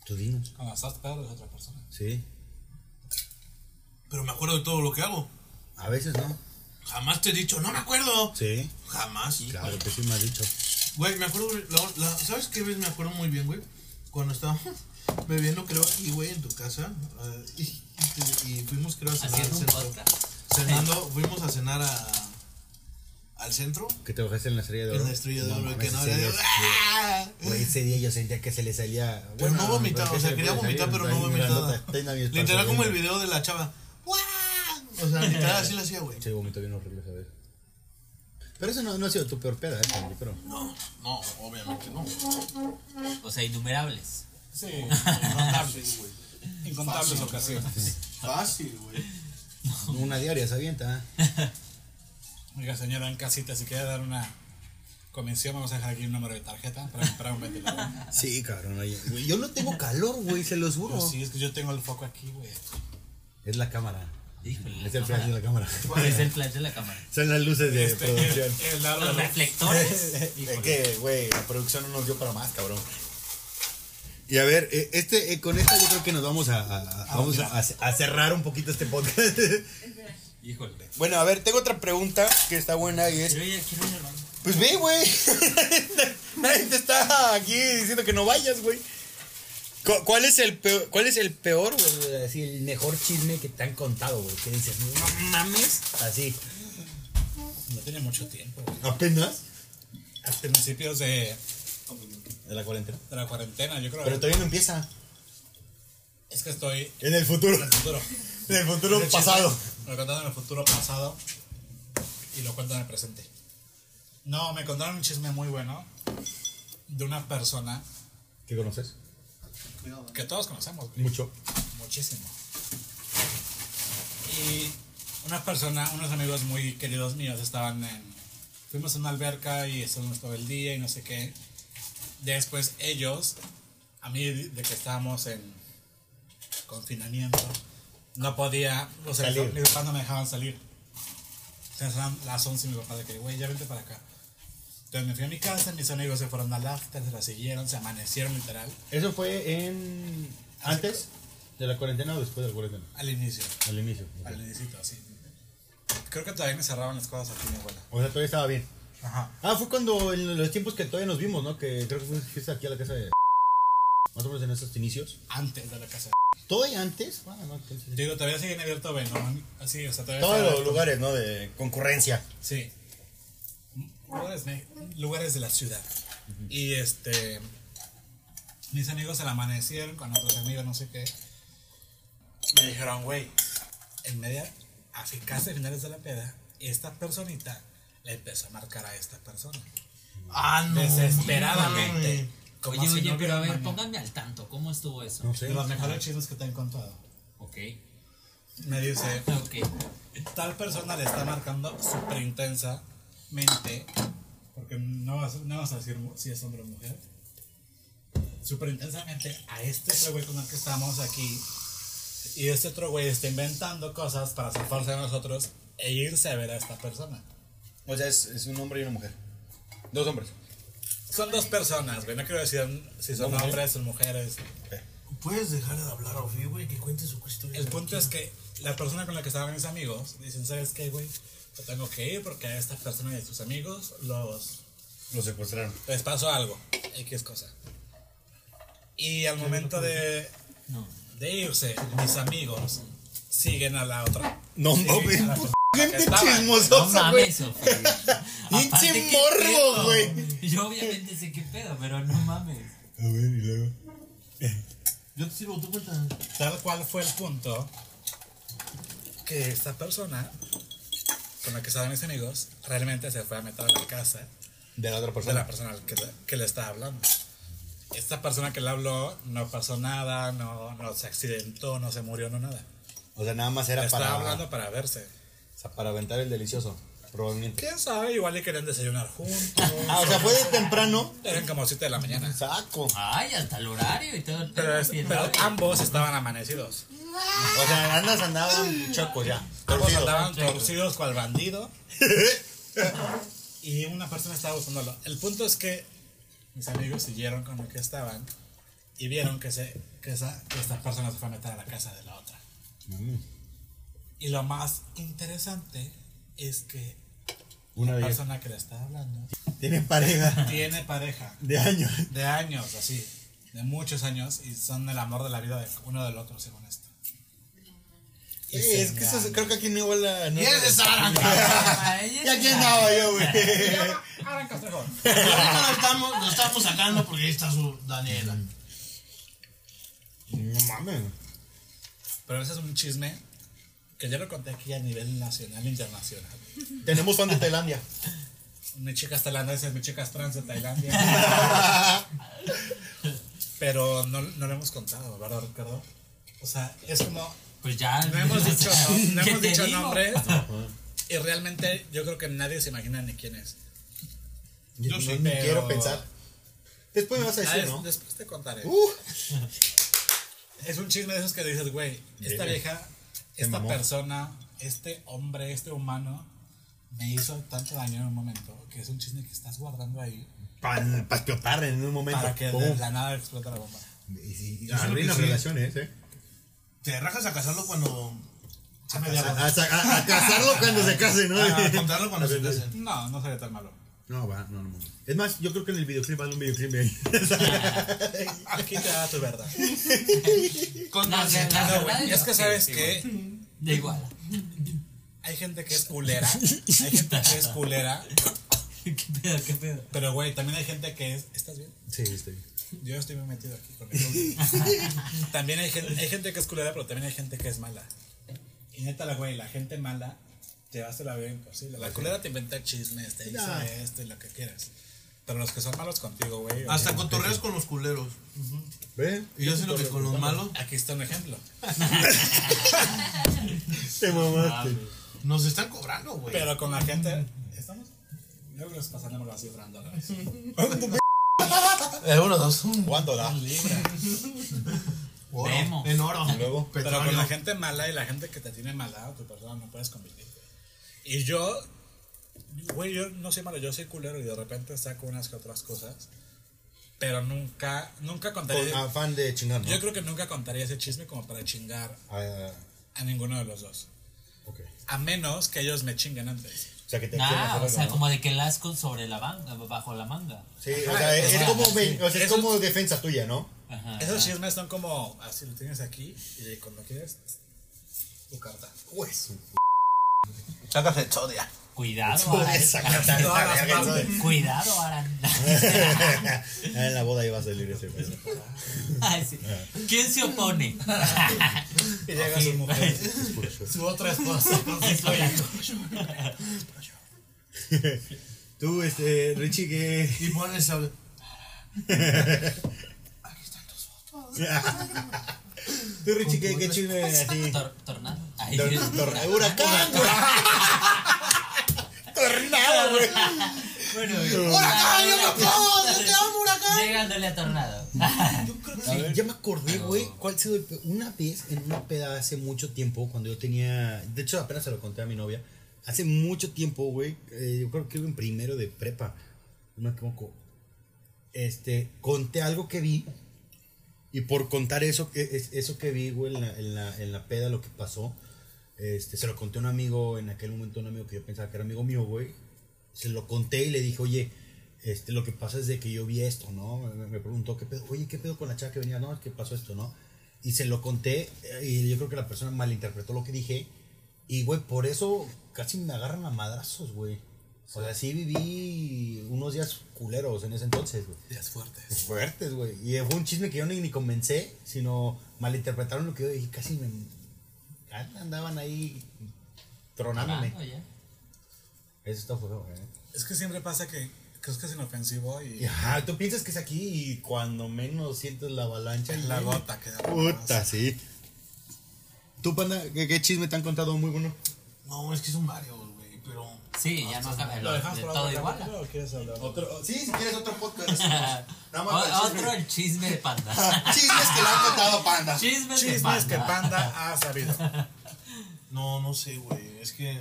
Speaker 4: Tú dinos.
Speaker 3: Cuando estás pedo es otra persona.
Speaker 4: Sí.
Speaker 1: Pero me acuerdo de todo lo que hago.
Speaker 4: A veces no.
Speaker 1: Jamás te he dicho, no me acuerdo.
Speaker 4: Sí.
Speaker 1: Jamás.
Speaker 4: Claro que sí me has dicho.
Speaker 1: Güey, me acuerdo, güey, la- la- ¿sabes qué vez me acuerdo muy bien, güey? Cuando estábamos *laughs* bebiendo, creo, aquí, güey, en tu casa. eh, y, y- y fuimos, creo, a cenar al
Speaker 5: Haciendo un
Speaker 1: centro.
Speaker 5: podcast.
Speaker 1: Cenando, fuimos a cenar a, al centro.
Speaker 4: Que te bajaste en la estrella de oro.
Speaker 1: En la estrella de
Speaker 4: No,
Speaker 1: oro,
Speaker 4: mames,
Speaker 1: que no
Speaker 4: ese
Speaker 1: era de- ¡Ah!
Speaker 4: día- Güey, ese día yo sentía que se le salía.
Speaker 1: Pero Pues no vomitaba,
Speaker 4: que
Speaker 1: o sea,
Speaker 4: se le
Speaker 1: quería
Speaker 4: puede
Speaker 1: vomitar,
Speaker 4: salir,
Speaker 1: pero no
Speaker 4: está bien
Speaker 1: vomitaba.
Speaker 4: grandota, está bien
Speaker 1: Literal como el
Speaker 4: espantosa.
Speaker 1: video de la chava. ¡Guau! O sea, literal así lo hacía, güey.
Speaker 4: Sí, vomito bien horrible, a ver. Pero eso no, no ha sido tu peor peda, ¿eh? Yo creo.
Speaker 1: No, no, obviamente no.
Speaker 5: O sea, innumerables.
Speaker 3: Sí, incontables, güey. Incontables
Speaker 1: Fácil.
Speaker 3: ocasiones.
Speaker 1: Fácil, güey.
Speaker 4: Una diaria se avienta. ¿eh?
Speaker 3: Oiga, señora, en casita, si quiere dar una comisión, vamos a dejar aquí un número de tarjeta para comprar un ventilador.
Speaker 4: Sí, cabrón. oye, güey, yo no tengo calor, güey, se los juro.
Speaker 3: Pero sí, es que yo tengo el foco aquí, güey.
Speaker 4: Es la cámara.
Speaker 5: Híjole,
Speaker 4: Es el flash de la cámara.
Speaker 5: Es el flash de la cámara.
Speaker 4: *laughs* Son las luces de *laughs*
Speaker 3: Este,
Speaker 4: producción.
Speaker 3: el, el largo
Speaker 5: Los reflectores.
Speaker 4: Es que, güey, la producción no nos dio para más, cabrón. Y a ver, eh, este, eh, con esta yo creo que nos vamos a, a- a- vamos a, a cerrar un poquito este *laughs* podcast.
Speaker 5: Híjole.
Speaker 11: Bueno, a ver, tengo otra pregunta que está buena y es.
Speaker 5: Quiero ir, quiero ir al baño.
Speaker 11: Pues ve,
Speaker 4: *laughs*
Speaker 11: güey. Nadie te está aquí diciendo que no vayas, güey. Cu- ¿Cuál es el peor, cuál es el peor, güey?
Speaker 4: Así, el mejor chisme que te han contado, güey. Que dices, no mames. Así.
Speaker 3: No tiene mucho tiempo, güey.
Speaker 4: Apenas.
Speaker 3: A principios de,
Speaker 4: De la cuarentena.
Speaker 3: de la cuarentena, yo creo.
Speaker 4: Pero todavía no empieza.
Speaker 3: es que estoy
Speaker 4: En el futuro.
Speaker 3: en el futuro.
Speaker 4: En el futuro
Speaker 3: Ese chisme
Speaker 4: pasado.
Speaker 3: Me lo contaron en el futuro pasado y lo cuentan en el presente. No, me contaron un chisme muy bueno de una persona
Speaker 4: ¿Qué conoces?
Speaker 3: que todos conocemos, güey.
Speaker 4: Mucho.
Speaker 3: Muchísimo. Y una persona, unos amigos muy queridos míos estaban en... Fuimos a una alberca y estuvimos todo el día y no sé qué. Después ellos, a mí de que estábamos en confinamiento, no podía... O sea,
Speaker 4: Salir.
Speaker 3: mis papás no me dejaban salir. Entonces eran las 11 y mi papá de que, güey, ya vente para acá. Entonces me fui a mi casa, mis amigos se fueron al after, se la siguieron, se amanecieron literal
Speaker 4: Eso fue en. antes de la cuarentena o después de la cuarentena.
Speaker 3: al inicio.
Speaker 4: Al inicio. ok.
Speaker 3: Al necesito, así. Creo que todavía me cerraban las cosas aquí, mi abuela.
Speaker 4: O sea, todavía estaba bien.
Speaker 3: Ajá.
Speaker 4: Ah, fue cuando en los tiempos que todavía nos vimos, ¿no? Que creo que fue- fuiste aquí a la casa de. Más o menos en esos inicios.
Speaker 3: Antes de la casa.
Speaker 4: Todavía antes. Ah, no, entonces-
Speaker 3: Digo, todavía siguen abiertos Venom. Así, o sea, todavía.
Speaker 11: Todos
Speaker 3: está-
Speaker 11: los lugares, ¿no? De concurrencia.
Speaker 3: Sí. Lugares, me- lugares de la ciudad. Y este. Mis amigos se la amanecieron con otros amigos, no sé qué. Me dijeron, güey, en media, a fin- casi finales de la peda, esta personita le empezó a marcar a esta persona.
Speaker 1: Ah, no.
Speaker 3: Desesperadamente. Como
Speaker 5: Oye,
Speaker 3: si
Speaker 5: oye, pero
Speaker 3: no hubiera
Speaker 5: a ver,
Speaker 3: mañana.
Speaker 5: pónganme al tanto. ¿Cómo estuvo eso?
Speaker 4: No sé.
Speaker 3: De los mejores chismes que te han contado.
Speaker 5: Ok.
Speaker 3: Me dice,
Speaker 5: Ok.
Speaker 3: tal persona le está marcando súper intensamente, porque no vas, no vas a decir mu- si es hombre o mujer, súper intensamente a este otro güey con el que estamos aquí. Y este otro güey está inventando cosas para zafarse de nosotros e irse a ver a esta persona.
Speaker 11: O sea, es, es un hombre y una mujer. Dos hombres.
Speaker 3: Son dos personas, güey. No quiero decir si son hombres o mujeres.
Speaker 1: Puedes dejar de hablar a Ofi, güey, que cuente su historia.
Speaker 3: El punto es que la persona con la que estaban mis amigos dicen, ¿sabes qué, güey? Yo tengo que ir porque a esta persona y a sus amigos los,
Speaker 12: Lo secuestraron.
Speaker 3: les pasó algo, X cosa. Y al momento de, de irse, mis amigos siguen a la otra.
Speaker 4: No
Speaker 3: siguen
Speaker 4: mames.
Speaker 3: a la persona que
Speaker 12: Gente
Speaker 3: estaba.
Speaker 5: No
Speaker 12: chismososa, güey.
Speaker 5: mames, Sofía. Aparte, ¿qué
Speaker 12: morbo,
Speaker 5: pedo?
Speaker 12: güey.
Speaker 5: Yo obviamente sé qué pedo, pero no mames.
Speaker 4: A ver, y luego.
Speaker 1: Yo te sirvo, tú cuenta.
Speaker 3: Tal cual fue el punto que esta persona con la que estaban mis amigos realmente se fue a meter a la casa
Speaker 4: De la otra
Speaker 3: de
Speaker 4: persona.
Speaker 3: la persona que, que le estaba hablando. Esta persona que le habló no pasó nada, no, no se accidentó, no se murió, no nada.
Speaker 4: O sea, nada más
Speaker 3: Le
Speaker 4: era
Speaker 3: estaba
Speaker 4: para,
Speaker 3: hablando para verse.
Speaker 4: o sea, para aventar el delicioso. Probablemente.
Speaker 3: ¿Quién sabe? Igual le querían desayunar juntos.
Speaker 4: Ah, o sea, fue de temprano.
Speaker 3: Eran como 7 de la mañana.
Speaker 4: Saco.
Speaker 5: Ay, hasta el horario y todo el
Speaker 3: Pero, es-
Speaker 5: bien
Speaker 3: pero
Speaker 5: raro.
Speaker 3: ambos estaban amanecidos.
Speaker 4: O sea, andas andaban chocos ya.
Speaker 3: Ambos
Speaker 4: Torcidos. Ah,
Speaker 3: andaban torcidos
Speaker 4: *laughs*
Speaker 3: cual bandido. y una persona estaba buscándolo. El punto es que mis amigos siguieron con lo que estaban y vieron que, se, que, esa, que esta persona se fue a meter a la casa de la otra.
Speaker 4: Mm.
Speaker 3: Y lo más interesante es que
Speaker 4: Una
Speaker 3: la
Speaker 4: vez.
Speaker 3: persona que le está hablando
Speaker 4: Tienen pareja
Speaker 3: tiene pareja
Speaker 4: de años.
Speaker 3: de años, así, de muchos años, y son el amor de la vida de uno del otro, según esto. Y se
Speaker 4: es que eso,
Speaker 3: engañan.
Speaker 4: creo que aquí no huele a. No,
Speaker 1: ¿Quién es Sara?
Speaker 4: *laughs* Y aquí andaba yo, güey.
Speaker 3: Ahora en Castejón.
Speaker 1: Ahorita
Speaker 4: *laughs*
Speaker 1: lo estamos, lo estamos sacando porque ahí está su Daniela.
Speaker 4: No mames.
Speaker 3: Pero ese es un chisme que ya lo conté aquí a nivel nacional e internacional.
Speaker 4: Tenemos fan de Tailandia.
Speaker 3: Mis chicas tailandesas, mis chicas trans
Speaker 5: *laughs*
Speaker 3: de Tailandia. Pero no, no lo hemos contado, ¿verdad, Ricardo? O sea, es como
Speaker 5: Pues ya. *laughs*
Speaker 3: No hemos dicho, no
Speaker 5: ¿Qué
Speaker 3: hemos
Speaker 5: te
Speaker 3: dicho
Speaker 5: digo?
Speaker 3: nombres. Y realmente yo creo que nadie se imagina ni quién es.
Speaker 4: Yo
Speaker 3: sí,
Speaker 4: no
Speaker 3: pero-
Speaker 4: quiero pensar. Después me vas a
Speaker 3: Ah,
Speaker 4: decir,
Speaker 3: es-
Speaker 4: ¿no?
Speaker 3: Después te contaré.
Speaker 4: Uh.
Speaker 3: Es un chisme de esos que dices, güey, esta vieja, esta
Speaker 4: mamó.
Speaker 3: persona, este hombre, este humano, me hizo tanto daño en un momento, que es un chisme que estás guardando ahí
Speaker 4: Para explotar en un momento.
Speaker 3: para que de la nada explote la bomba.
Speaker 4: Arruinas relaciones, eh.
Speaker 1: Te rajas a casarlo cuando. Se me
Speaker 4: A, a- a casarlo cuando se case, ¿no?
Speaker 1: A
Speaker 4: *laughs*
Speaker 1: contarlo cuando se casen.
Speaker 3: No, no sería tan malo.
Speaker 4: No, va, no, no. Es más, yo creo que en el videoclip va a haber un videoclip ahí. *laughs*
Speaker 3: Aquí te da tu verdad.
Speaker 5: Con la, la, la
Speaker 3: *laughs* No,
Speaker 5: verdad
Speaker 3: güey, es que
Speaker 5: sí,
Speaker 3: sabes
Speaker 5: sí,
Speaker 3: que
Speaker 5: Da
Speaker 3: *laughs*
Speaker 5: igual.
Speaker 3: hay gente que es culera, hay gente que es culera,
Speaker 5: ¿Qué pedo, qué pedo?
Speaker 3: pero güey, también hay gente que es, ¿estás bien?
Speaker 4: Sí, estoy.
Speaker 3: Yo estoy muy metido aquí con el *laughs* También hay gente, hay gente que es culera, pero también hay gente que es mala. Y neta, la güey, la gente mala, llevaste la vida imposible. La culera te inventa chismes, te dice
Speaker 4: Ya.
Speaker 3: esto y lo que quieras. Pero los que son malos contigo, güey.
Speaker 1: Hasta
Speaker 3: obviamente.
Speaker 1: cotorreas con los culeros.
Speaker 4: ¿Ve?
Speaker 1: Y yo sé lo que con los malos
Speaker 3: Aquí está un ejemplo.
Speaker 4: Te mamaste.
Speaker 1: nos están cobrando, güey.
Speaker 3: Pero con la gente. ¿Estamos? Yo creo que nos pasaremos así cifra dólares.
Speaker 1: Eh, uno, dos, un.
Speaker 4: ¿Cuánto da?
Speaker 3: Libras.
Speaker 1: Oro,
Speaker 5: Vemos.
Speaker 1: En oro.
Speaker 4: luego?
Speaker 3: Pero con
Speaker 1: petróleo.
Speaker 3: la gente mala y la gente que te tiene mala, tu persona no puedes convivir. Y yo, güey, yo no soy malo, yo soy culero y de repente saco unas que otras cosas. Pero nunca, nunca
Speaker 4: Con
Speaker 3: contaría.
Speaker 4: afán de chingar, ¿no?
Speaker 3: yo creo que nunca contaría ese chisme como para chingar
Speaker 4: Ah,
Speaker 3: a ninguno de los dos.
Speaker 4: ok.
Speaker 3: A menos que ellos me chinguen antes.
Speaker 4: O sea, que te quieres
Speaker 5: Ah,
Speaker 4: hacer
Speaker 5: o sea,
Speaker 4: algo, ¿no?
Speaker 5: como de que el asco sobre la manga, bajo la manga.
Speaker 4: Sí, o sea, es, es como, ven- o sea, es
Speaker 3: Eso-
Speaker 4: como defensa tuya, ¿no?
Speaker 5: Ajá.
Speaker 3: Esos chismes son como así lo tienes aquí y cuando quieres tu carta.
Speaker 4: Pues.
Speaker 6: Sácate Chodia.
Speaker 5: Cuidado,
Speaker 4: *laughs* Por
Speaker 5: Aran. *laughs*
Speaker 4: esa carta de la verga, eso de-
Speaker 5: Cuidado, Aran.
Speaker 4: *laughs*
Speaker 5: *laughs*
Speaker 4: Ah, En la boda iba a salir ese pedo.
Speaker 5: Ay, sí. ¿Quién se opone?
Speaker 3: *laughs* Y llega su mujer, su
Speaker 13: *laughs*
Speaker 3: otra esposa.
Speaker 4: Tú, este, Richie, ¿qué?
Speaker 1: *laughs* Y pones a.
Speaker 4: Tú, Richie, ¿qué, qué chisme así?
Speaker 5: Tor- tornado. Ay,
Speaker 4: Tor- tor-
Speaker 5: *laughs*
Speaker 4: ¡Huracán, güey! *laughs* ¡Tornado, güey!
Speaker 5: Bueno,
Speaker 4: ¡Huracán, yo me puedo! ¡Yo te amo, huracán!
Speaker 5: Llegándole a tornado.
Speaker 4: Sí, ya me acordé, güey, cuál se Una vez en una peda hace mucho tiempo, cuando yo tenía. De hecho, apenas se lo conté a mi novia. Hace mucho tiempo, güey. eh, yo creo que iba en primero de prepa. No me equivoco. Este, conté algo que vi. Y por contar eso que, es- eso que vi, güey, en la, en, la, en la peda, lo que pasó, este, se lo conté a un amigo en aquel momento, un amigo que yo pensaba que era amigo mío, güey. Se lo conté y le dije, oye, este, lo que pasa es de que yo vi esto, ¿no? Me, me preguntó, ¿qué pedo? Oye, ¿qué pedo con la chava que venía? No, es que pasó esto, ¿no? Y se lo conté eh, y yo creo que la persona malinterpretó lo que dije. Y, güey, por eso casi me agarran a madrazos, güey. O sea, sí viví unos días culeros en ese entonces, güey.
Speaker 3: Días fuertes.
Speaker 4: Fuertes, güey. Y fue un chisme que yo ni, ni comencé, sino malinterpretaron lo que yo y casi me. Andaban ahí
Speaker 5: *laughs*
Speaker 4: tronándome.
Speaker 5: Hablando ya.
Speaker 4: Eso está feo, ¿eh? güey.
Speaker 3: Es que siempre pasa que crees que es inofensivo
Speaker 4: Y,
Speaker 3: y
Speaker 4: Ajá, tú piensas que es aquí y cuando menos sientes la avalancha. *laughs*
Speaker 3: la
Speaker 4: güey.
Speaker 3: gota que da.
Speaker 4: Puta, sí. ¿Tú, panda, qué, qué chisme te han contado muy bueno?
Speaker 1: No, es que son varios, güey, pero.
Speaker 5: Sí, ya no cambia
Speaker 3: ¿Lo
Speaker 5: de
Speaker 3: dejamos para
Speaker 5: todo
Speaker 3: otro
Speaker 5: igual.
Speaker 3: capítulo o quieres hablar?
Speaker 13: Otro- sí, si quieres otro
Speaker 5: *laughs*
Speaker 13: podcast. Nada más para
Speaker 5: O-
Speaker 13: el
Speaker 5: Otro
Speaker 13: chisme.
Speaker 5: el chisme de panda.
Speaker 13: *laughs* Chismes que le han contado panda.
Speaker 5: *laughs* Chismes de
Speaker 3: Chismes que
Speaker 5: panda.
Speaker 3: Panda ha
Speaker 5: *laughs*
Speaker 3: sabido.
Speaker 1: No, no sé, güey. Es que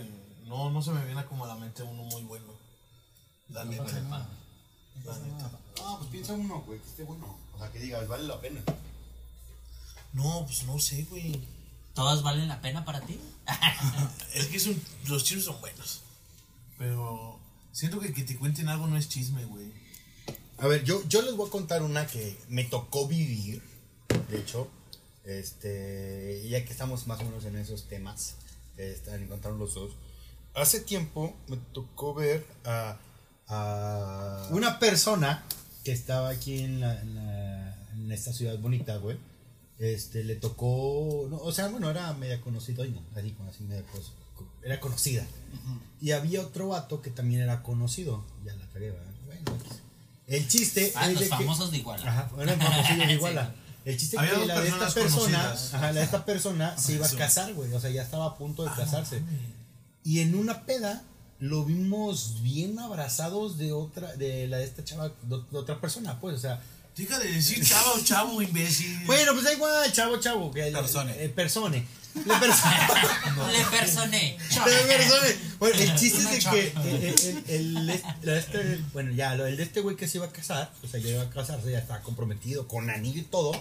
Speaker 1: no, no se me viene como a la mente uno muy bueno. La neta. La neta.
Speaker 13: No, pues piensa uno, güey, que esté bueno. O sea, que digas, vale la pena.
Speaker 1: No, pues no sé, güey.
Speaker 5: ¿Todos valen la pena para ti? *laughs* Ah,
Speaker 1: Es que es un- los chismes son buenos. Pero siento que que te cuenten algo no es chisme, güey.
Speaker 4: A ver, yo, yo les voy a contar una que me tocó vivir, de hecho, este, ya que estamos más o menos en esos temas, que están encontraron los dos. Hace tiempo me tocó ver a, a una persona que estaba aquí en, la- en la- en esta ciudad bonita, güey. Este, le tocó, no, o sea, bueno, era media conocida, oye, no, así, así media cos- era conocida. Y había otro vato que también era conocido. Ya la cagué, ¿verdad? Bueno, pues. el chiste
Speaker 5: Ah,
Speaker 4: es de
Speaker 5: los
Speaker 4: que-
Speaker 5: famosos de Iguala.
Speaker 4: Ajá, eran
Speaker 5: *laughs*
Speaker 4: famosillos de Iguala. El chiste es
Speaker 1: Había
Speaker 4: que
Speaker 1: dos
Speaker 4: la de esta
Speaker 1: personas
Speaker 4: persona,
Speaker 1: conocidas.
Speaker 4: ajá, la de esta persona se iba a casar, güey. O sea, ya estaba a punto de
Speaker 1: Ah,
Speaker 4: casarse. Y en una peda lo vimos bien abrazados de otra, de la de esta chava, de, de otra persona, pues, o sea.
Speaker 1: Deja de decir chavo, chavo, imbécil.
Speaker 4: Bueno, pues da igual, chavo, chavo. Que el-
Speaker 3: Persone.
Speaker 4: el persone. La persona.
Speaker 5: Le personé.
Speaker 4: Tres personas. Bueno, el chiste es de
Speaker 3: chava.
Speaker 4: que el, el- el- el est- la este- bueno, ya, lo- el de este güey que se iba a casar, o sea, ya iba a casarse, ya estaba comprometido con anillo y todo,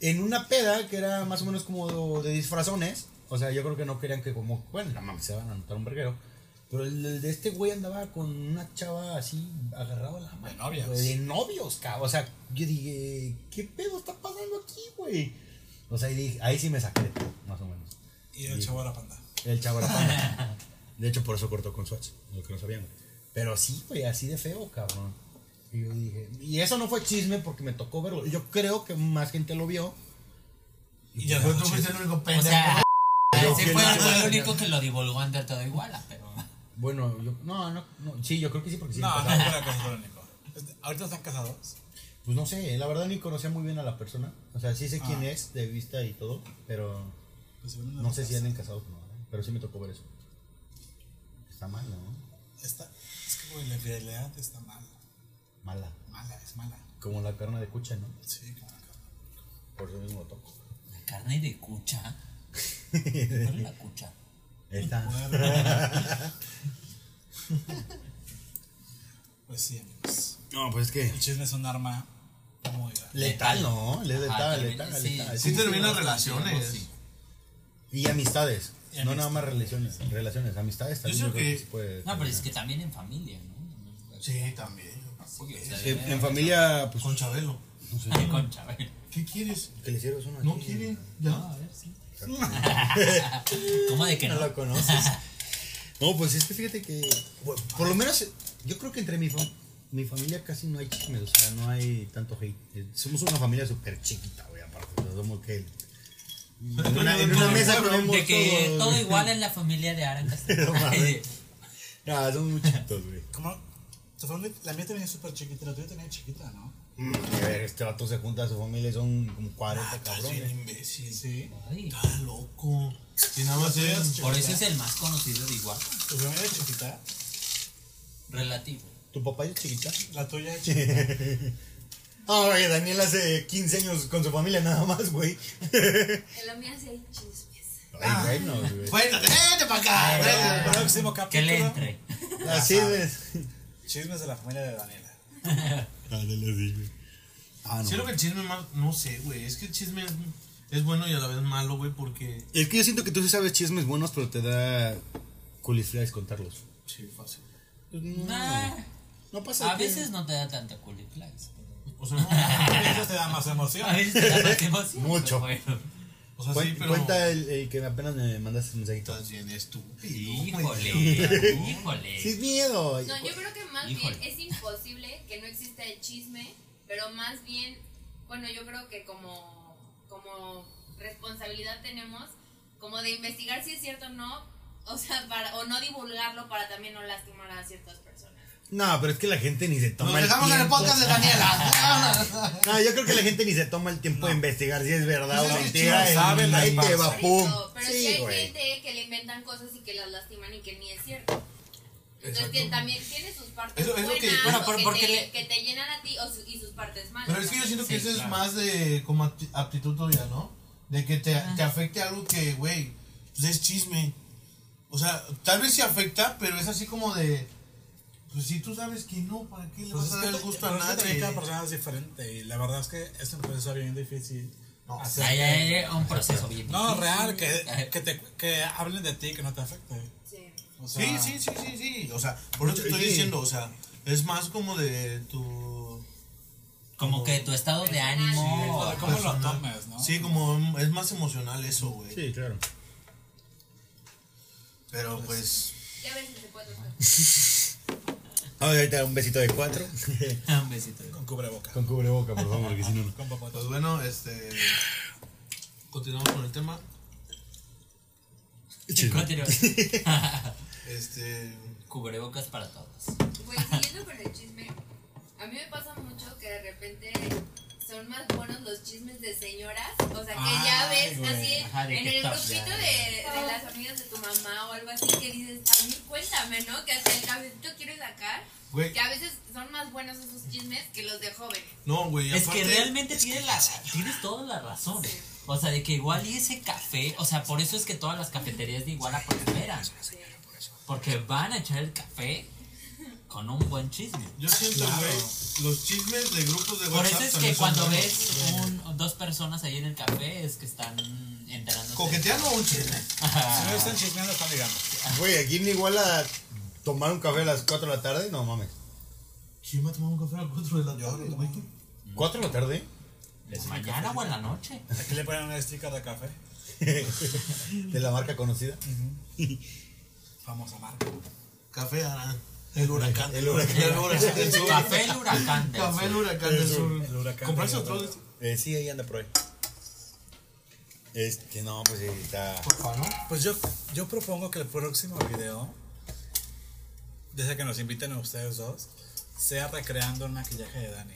Speaker 4: en una peda que era más o menos como de, de disfrazones, o sea, yo creo que no querían que como, bueno, la mames, se van a notar un verguero, pero el, el de este güey andaba con una chava así agarrado a la mano.
Speaker 3: De novias.
Speaker 4: güey, De novios, cabrón. O sea, yo dije, ¿qué pedo está pasando aquí, güey? O sea, ahí, dije- ahí sí me saqué, de pedo, más o menos.
Speaker 3: Y el chavo era Panda.
Speaker 4: El chavo era
Speaker 3: *laughs*
Speaker 4: pana. De hecho, por eso cortó con Swatch, lo que no sabíamos. Pero sí, güey, así de feo, cabrón. Y yo dije, y eso no fue chisme porque me tocó verlo. Yo creo que más gente lo vio.
Speaker 3: Y ya
Speaker 1: Pero
Speaker 3: no
Speaker 1: tú fuiste el único
Speaker 5: O
Speaker 1: pendejo.
Speaker 5: *laughs* sea, ese
Speaker 4: ¿quién
Speaker 5: fue
Speaker 4: más?
Speaker 5: el único que lo divulgó ante todo Iguala, pero.
Speaker 4: Bueno, yo, no, no, no, sí, yo creo que sí porque sí.
Speaker 3: No, no
Speaker 4: empezaba.
Speaker 3: fue la cosa crónica. Este, Ahorita están casados.
Speaker 4: Pues no sé, la verdad ni conocía muy bien a la persona. O sea, sí sé
Speaker 3: Ah.
Speaker 4: quién es de vista y todo, pero
Speaker 3: Pues se ven en
Speaker 4: no,
Speaker 3: la
Speaker 4: sé si
Speaker 3: casa.
Speaker 4: anden casados o no. ¿eh? Pero sí me tocó ver eso. Está mal, ¿no?
Speaker 3: Está- Es que, güey, la realidad está mala.
Speaker 4: Mala.
Speaker 3: Mala, es mala.
Speaker 4: Como la carne de cucha, ¿no?
Speaker 3: Sí, claro. claro.
Speaker 4: Por eso mismo lo toco. *laughs*
Speaker 5: Carne de cucha. ¿Cuál es la cucha?
Speaker 4: Está.
Speaker 3: Pues sí, amigos.
Speaker 4: No, pues es que.
Speaker 3: El chisme es un arma muy grande.
Speaker 4: Letal, no, le- letal,
Speaker 5: Ajá,
Speaker 4: letal,
Speaker 5: termina-
Speaker 4: letal.
Speaker 1: Sí terminan
Speaker 5: Ah, sí,
Speaker 1: relaciones.
Speaker 5: sí.
Speaker 4: Y amistades.
Speaker 3: Y
Speaker 4: No
Speaker 3: amistades.
Speaker 4: nada más relaciones, relaciones, amistades también.
Speaker 1: Yo
Speaker 4: yo
Speaker 1: creo
Speaker 4: creo
Speaker 1: que-
Speaker 4: se puede
Speaker 5: No, pero es
Speaker 4: terminar.
Speaker 5: que también en familia, ¿no?
Speaker 1: Sí, también.
Speaker 5: Sí, o sea,
Speaker 4: En,
Speaker 5: de-
Speaker 4: en familia, pues.
Speaker 1: Con Chabelo.
Speaker 5: Ay, con Chabelo.
Speaker 1: ¿Qué quieres?
Speaker 4: Que le hicieron uno
Speaker 1: ¿No
Speaker 4: aquí.
Speaker 1: quiere? Ya.
Speaker 5: No, a ver, sí. ¿Cómo de que
Speaker 4: No
Speaker 5: no?
Speaker 4: la conoces. No, pues es que fíjate que. bueno, Por lo menos, yo creo que entre mi, fam- mi familia casi no hay chismes, o sea, no hay tanto hate. Eh, Somos una familia súper chiquita, güey, aparte. o sea, Somos que. En una, en una mesa comemos
Speaker 5: De que
Speaker 4: todos.
Speaker 5: todo igual en la familia de
Speaker 3: *laughs*
Speaker 5: Aran Castro.
Speaker 4: No mames. No, somos muy chiquitos, güey.
Speaker 3: ¿Cómo? Tu familia- la mía también es súper chiquita, la tuya también es chiquita, ¿no?
Speaker 4: A ver, este vato se junta a su familia y son como 40
Speaker 1: Estás bien
Speaker 4: cabrones.
Speaker 1: imbécil.
Speaker 3: Sí.
Speaker 5: Ay,
Speaker 1: Estás loco. Si nada más es.
Speaker 5: Por eso es el más conocido de igual.
Speaker 3: Tu familia es chiquita,
Speaker 5: Relativo.
Speaker 4: ¿Tu papá ya es chiquita?
Speaker 5: *laughs*
Speaker 3: la tuya es chiquita.
Speaker 4: *laughs* Ah, güey, Daniel hace 15 años con su familia nada más, güey.
Speaker 9: En la mía sí hay chismes.
Speaker 4: *laughs* Ay, bueno, güey.
Speaker 1: Bueno, eh. vete para
Speaker 3: Ah,
Speaker 1: acá. vente.
Speaker 3: Próximo capítulo. Mm.
Speaker 5: Que le entre.
Speaker 4: Así es.
Speaker 3: Chismes de la familia de Daniela.
Speaker 4: Ah, Ándale, así, güey. Ah, no.
Speaker 1: Siento que el chisme más. No sé, güey. Es que el chisme es, es bueno y a la vez malo, güey, porque.
Speaker 4: Es que yo siento que tú sí sabes chismes buenos, pero te da culiflies contarlos.
Speaker 1: Sí, fácil.
Speaker 5: Nah,
Speaker 4: Pues No pasa
Speaker 5: a
Speaker 4: que-
Speaker 5: veces no te da tanta culiflies.
Speaker 1: O sea, no.
Speaker 3: A veces te da más emoción.
Speaker 5: A veces te da más emoción.
Speaker 4: Mucho.
Speaker 5: pero bueno.
Speaker 1: O sea,
Speaker 4: Cuen-
Speaker 1: sí, pero.
Speaker 4: Cuenta el, el que apenas me mandaste un mensajito.
Speaker 1: Estás bien estúpido.
Speaker 5: Híjole,
Speaker 1: güey.
Speaker 5: híjole.
Speaker 4: Sí, es miedo.
Speaker 9: No, yo creo que más
Speaker 5: Híjole.
Speaker 9: bien es imposible que no exista el chisme, pero más bien, bueno, yo creo que como, como responsabilidad tenemos como de investigar si es cierto o no, o sea, para, o no divulgarlo para también no lastimar a ciertas personas.
Speaker 4: No, pero es que la gente ni se toma
Speaker 1: Nos
Speaker 4: el
Speaker 1: dejamos en el
Speaker 4: tiempo.
Speaker 1: podcast de Daniela.
Speaker 4: No, yo creo que la gente ni se toma el tiempo de investigar si es verdad
Speaker 1: Pues es
Speaker 4: o
Speaker 1: que
Speaker 4: mentira.
Speaker 1: chivas
Speaker 4: y
Speaker 3: saben las
Speaker 4: Ahí te va,
Speaker 3: pasas.
Speaker 4: pum.
Speaker 9: Pero, pero sí,
Speaker 4: Oh, Sí,
Speaker 9: hay
Speaker 4: güey.
Speaker 9: gente que le inventan cosas y que las lastiman y que ni es cierto. Entonces que también tiene sus partes
Speaker 1: Eso- eso
Speaker 9: buenas
Speaker 1: que-
Speaker 5: bueno,
Speaker 9: o
Speaker 5: por-
Speaker 9: que,
Speaker 5: porque
Speaker 9: te,
Speaker 5: le-
Speaker 9: que te llenan a ti o su- y sus partes malas.
Speaker 1: Pero es que yo siento que
Speaker 5: Sí,
Speaker 1: eso es
Speaker 5: claro.
Speaker 1: más de como apti- aptitud tuya, ¿no? De que te, te afecte algo que, güey, pues es chisme. O sea, tal vez sí afecta, pero es así como de. Pues si tú sabes que no, ¿para qué le vas
Speaker 3: Pues
Speaker 1: a
Speaker 3: es
Speaker 1: dar
Speaker 3: que
Speaker 1: el gusto a
Speaker 3: pero es que
Speaker 1: nadie?
Speaker 3: también Cada persona es diferente y la verdad es que es un proceso bien difícil.
Speaker 1: No,
Speaker 3: hacer
Speaker 5: Ay,
Speaker 3: que-
Speaker 5: ay, ay, un proceso bien.
Speaker 3: No,
Speaker 5: difícil.
Speaker 3: real, que,
Speaker 5: Ay,
Speaker 3: que, te, que hablen de ti, que no te afecte.
Speaker 9: Sí.
Speaker 3: O sea,
Speaker 1: Sí, sí, sí, sí, sí. O sea, por eso te estoy
Speaker 4: Sí.
Speaker 1: diciendo, o sea, es más como de tu.
Speaker 5: Como que tu estado de
Speaker 3: Sí,
Speaker 5: ánimo.
Speaker 3: ¿Cómo lo
Speaker 1: personal.
Speaker 3: tomes, no?
Speaker 1: Sí, como es más emocional eso, güey.
Speaker 4: Sí, claro.
Speaker 1: Pero pues.
Speaker 9: Ya ves que se puede hacer.
Speaker 4: Vamos ahorita un besito de cuatro.
Speaker 5: *laughs* Un besito.
Speaker 3: Con
Speaker 4: *laughs*
Speaker 3: cubreboca.
Speaker 4: Con cubreboca, por favor, porque si no. no.
Speaker 3: Con papote.
Speaker 1: Pues bueno, este. Continuamos con el tema.
Speaker 3: *laughs*
Speaker 5: Continúa.
Speaker 1: Este.
Speaker 5: Cubrebocas para todos.
Speaker 9: Güey, Pues, siguiendo con el chisme, a mí me pasa mucho que de repente son más buenos los chismes de señoras. O sea, que ya
Speaker 3: Ay,
Speaker 9: ves
Speaker 3: güey,
Speaker 9: así
Speaker 5: ajá, de
Speaker 9: en
Speaker 5: que
Speaker 9: el
Speaker 5: top,
Speaker 9: grupito
Speaker 5: ya.
Speaker 9: de, de las amigas de tu mamá o algo así que dices, a mí cuéntame, ¿no? Que hasta el cabecito quiero sacar.
Speaker 1: Güey.
Speaker 9: Que a veces son más buenos esos chismes que los de jóvenes.
Speaker 1: No, güey,
Speaker 5: Es
Speaker 1: aparte-
Speaker 5: que realmente tienes, la, tienes toda la razón. O sea, de que igual y ese café, o sea, por eso es que todas las cafeterías de Iguala prosperan. Porque van a echar el café con un buen chisme.
Speaker 1: Yo siento, güey, los chismes de grupos de
Speaker 5: Por
Speaker 1: WhatsApp
Speaker 5: eso es
Speaker 1: también
Speaker 5: que
Speaker 1: son
Speaker 5: cuando
Speaker 1: buenos.
Speaker 5: ves un, dos personas ahí en el café es que están enterándose.
Speaker 1: ¿Coqueteando o un chisme?
Speaker 5: Ah.
Speaker 3: Si no están chismeando, están ligando.
Speaker 4: Güey, aquí en Iguala tomar un café a las 4 de la tarde, no mames.
Speaker 1: ¿Quién va a tomar un café a las 4 de la tarde, güey?
Speaker 4: ¿4 de la tarde? *laughs*
Speaker 5: Es mañana o en la noche.
Speaker 3: Aquí le ponen una sticker de café.
Speaker 4: De la marca conocida.
Speaker 3: Famosa marca.
Speaker 1: Café Arán. El huracán.
Speaker 4: El huracán.
Speaker 1: El huracán del sur.
Speaker 5: Café el huracán. del
Speaker 1: Café el
Speaker 5: sur.
Speaker 1: huracán del sur.
Speaker 3: El huracán.
Speaker 1: ¿Comprarse
Speaker 3: del
Speaker 1: otro de
Speaker 3: sur.
Speaker 4: Eh, sí, ahí anda por ahí. Este, no, pues sí, está.
Speaker 1: Porfa, ¿no?
Speaker 3: Pues yo, yo propongo que el próximo video, desde que nos inviten a ustedes dos, sea recreando el maquillaje de Dani.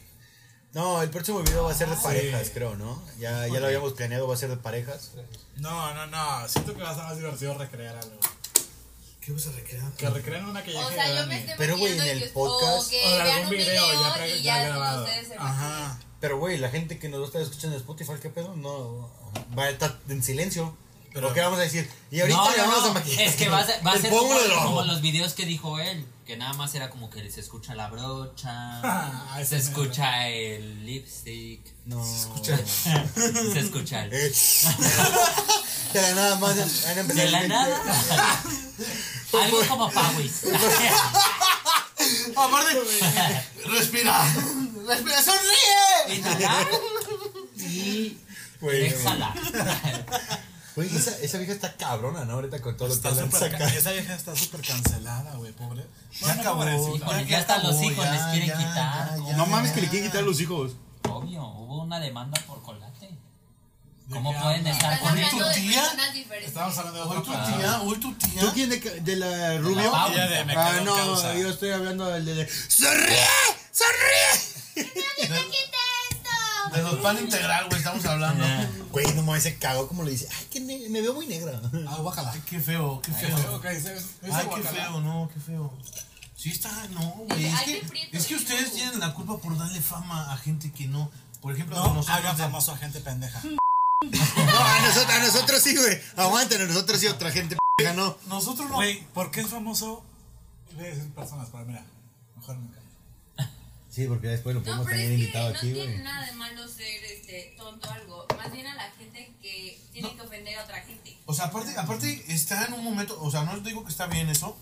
Speaker 4: No, el próximo video va a ser de
Speaker 3: Ah,
Speaker 4: parejas,
Speaker 3: sí.
Speaker 4: creo, ¿no? Ya, ya lo habíamos planeado, va a ser de parejas.
Speaker 3: No, no, no. Siento que va a ser más divertido recrear algo.
Speaker 1: ¿Qué vas a recrear?
Speaker 3: Que recreen un maquillaje
Speaker 9: O sea,
Speaker 3: de
Speaker 9: yo
Speaker 3: Dani.
Speaker 9: me estoy
Speaker 4: Pero, güey,
Speaker 9: metiendo
Speaker 4: en
Speaker 9: y
Speaker 4: el
Speaker 9: us-
Speaker 4: podcast-
Speaker 9: O que
Speaker 3: O de
Speaker 9: Eh, vean un
Speaker 3: algún
Speaker 9: video,
Speaker 3: video ya, pre-
Speaker 9: y
Speaker 3: ya
Speaker 9: ya,
Speaker 3: grabado.
Speaker 9: ustedes se maquillan.
Speaker 3: Ajá.
Speaker 4: Pero, güey, la gente que nos va a estar escuchando en Spotify, ¿qué pedo? No, va a estar en silencio.
Speaker 3: Pero-
Speaker 4: Pero, ¿qué vamos a decir? Y ahorita
Speaker 5: No,
Speaker 4: le
Speaker 5: no,
Speaker 4: vamos
Speaker 5: no,
Speaker 4: a maquillar.
Speaker 5: Es que va a ser, va a
Speaker 4: El
Speaker 5: ser como,
Speaker 4: pómulo de
Speaker 5: como
Speaker 4: abajo.
Speaker 5: los videos que dijo él, que nada más era como que se escucha la brocha,
Speaker 3: Ah,
Speaker 5: se
Speaker 3: ese mero.
Speaker 5: escucha el lipstick,
Speaker 4: *laughs* No.
Speaker 5: se escucha el... *laughs*
Speaker 4: Eh, *laughs* De la nada más van a empezar
Speaker 5: De
Speaker 4: *laughs*
Speaker 5: la
Speaker 4: a-
Speaker 5: nada. Algo como *laughs* Powys.
Speaker 1: *laughs* Aparte, respira. Respira, sonríe.
Speaker 5: Inhalar y
Speaker 4: Güey,
Speaker 5: exhalar.
Speaker 4: güey, esa, esa vieja está cabrona, ¿no? Ahorita con todo lo que
Speaker 3: Está
Speaker 4: andan
Speaker 3: súper ca-
Speaker 4: sacando.
Speaker 3: esa vieja está súper cancelada, güey, pobre. Bueno,
Speaker 1: acabó.
Speaker 3: pobrecita.
Speaker 5: Híjole,
Speaker 1: que
Speaker 5: ya hasta los
Speaker 1: acabó,
Speaker 5: hijos
Speaker 1: ya,
Speaker 5: les quieren
Speaker 1: ya,
Speaker 5: quitar.
Speaker 1: ya,
Speaker 5: ¿cómo?
Speaker 1: No mames, que le
Speaker 4: quieren quitar los hijos.
Speaker 5: *laughs* Obvio, hubo una demanda por colate.
Speaker 3: ¿De
Speaker 5: ¿Cómo
Speaker 3: qué
Speaker 5: pueden
Speaker 3: hablas?
Speaker 5: estar
Speaker 9: Estás
Speaker 5: con eso?
Speaker 9: hablando de
Speaker 1: tía?
Speaker 9: personas diferentes.
Speaker 3: Estábamos hablando de
Speaker 1: Hoy
Speaker 3: otra
Speaker 1: tu
Speaker 3: persona.
Speaker 1: tía, hoy tu tía.
Speaker 4: ¿Tú quién de, ca- de la
Speaker 5: La
Speaker 4: Rubio?
Speaker 5: Pau.
Speaker 3: Ella de Me
Speaker 4: Ah,
Speaker 3: Quedo
Speaker 4: no,
Speaker 3: Causa.
Speaker 4: yo estoy hablando del de... de- ¡Sonríe! ¡Sonríe!
Speaker 1: De los pan integral, güey, estamos hablando.
Speaker 4: Güey, no mames, se cagó como le dice. Ay, que ne- me veo muy
Speaker 5: *laughs*
Speaker 4: negra.
Speaker 3: Ah, guácala.
Speaker 1: Ay, Qué feo, qué
Speaker 3: Qué feo,
Speaker 1: feo.
Speaker 3: ok, ¿sabes? ¿Sabes
Speaker 1: Ay, qué
Speaker 3: guácala?
Speaker 1: feo, no, qué feo. Sí está, no, güey.
Speaker 9: Ay,
Speaker 1: Es
Speaker 9: qué
Speaker 1: que,
Speaker 9: prieto,
Speaker 1: es que
Speaker 9: qué
Speaker 1: ustedes
Speaker 9: feo.
Speaker 1: tienen la culpa por darle fama a gente que no. Por ejemplo, a
Speaker 3: No hagan
Speaker 1: de-
Speaker 3: famoso a gente pendeja.
Speaker 4: No, a nosotros, a nosotros sí, güey. Aguanten, a nosotros sí, otra gente p***, no.
Speaker 1: Nosotros no.
Speaker 3: Güey, ¿por qué es famoso? Güey, son personas, pero mira, mejor nunca.
Speaker 14: Sí, porque después lo
Speaker 9: No,
Speaker 14: podemos
Speaker 9: pero
Speaker 14: tener
Speaker 9: es que
Speaker 14: invitado aquí,
Speaker 9: no
Speaker 14: güey.
Speaker 9: tiene nada de malo ser este, tonto o algo. Más bien a la gente que tiene que ofender a otra gente.
Speaker 1: O sea, aparte, aparte está en un momento, o sea, no digo que está bien eso,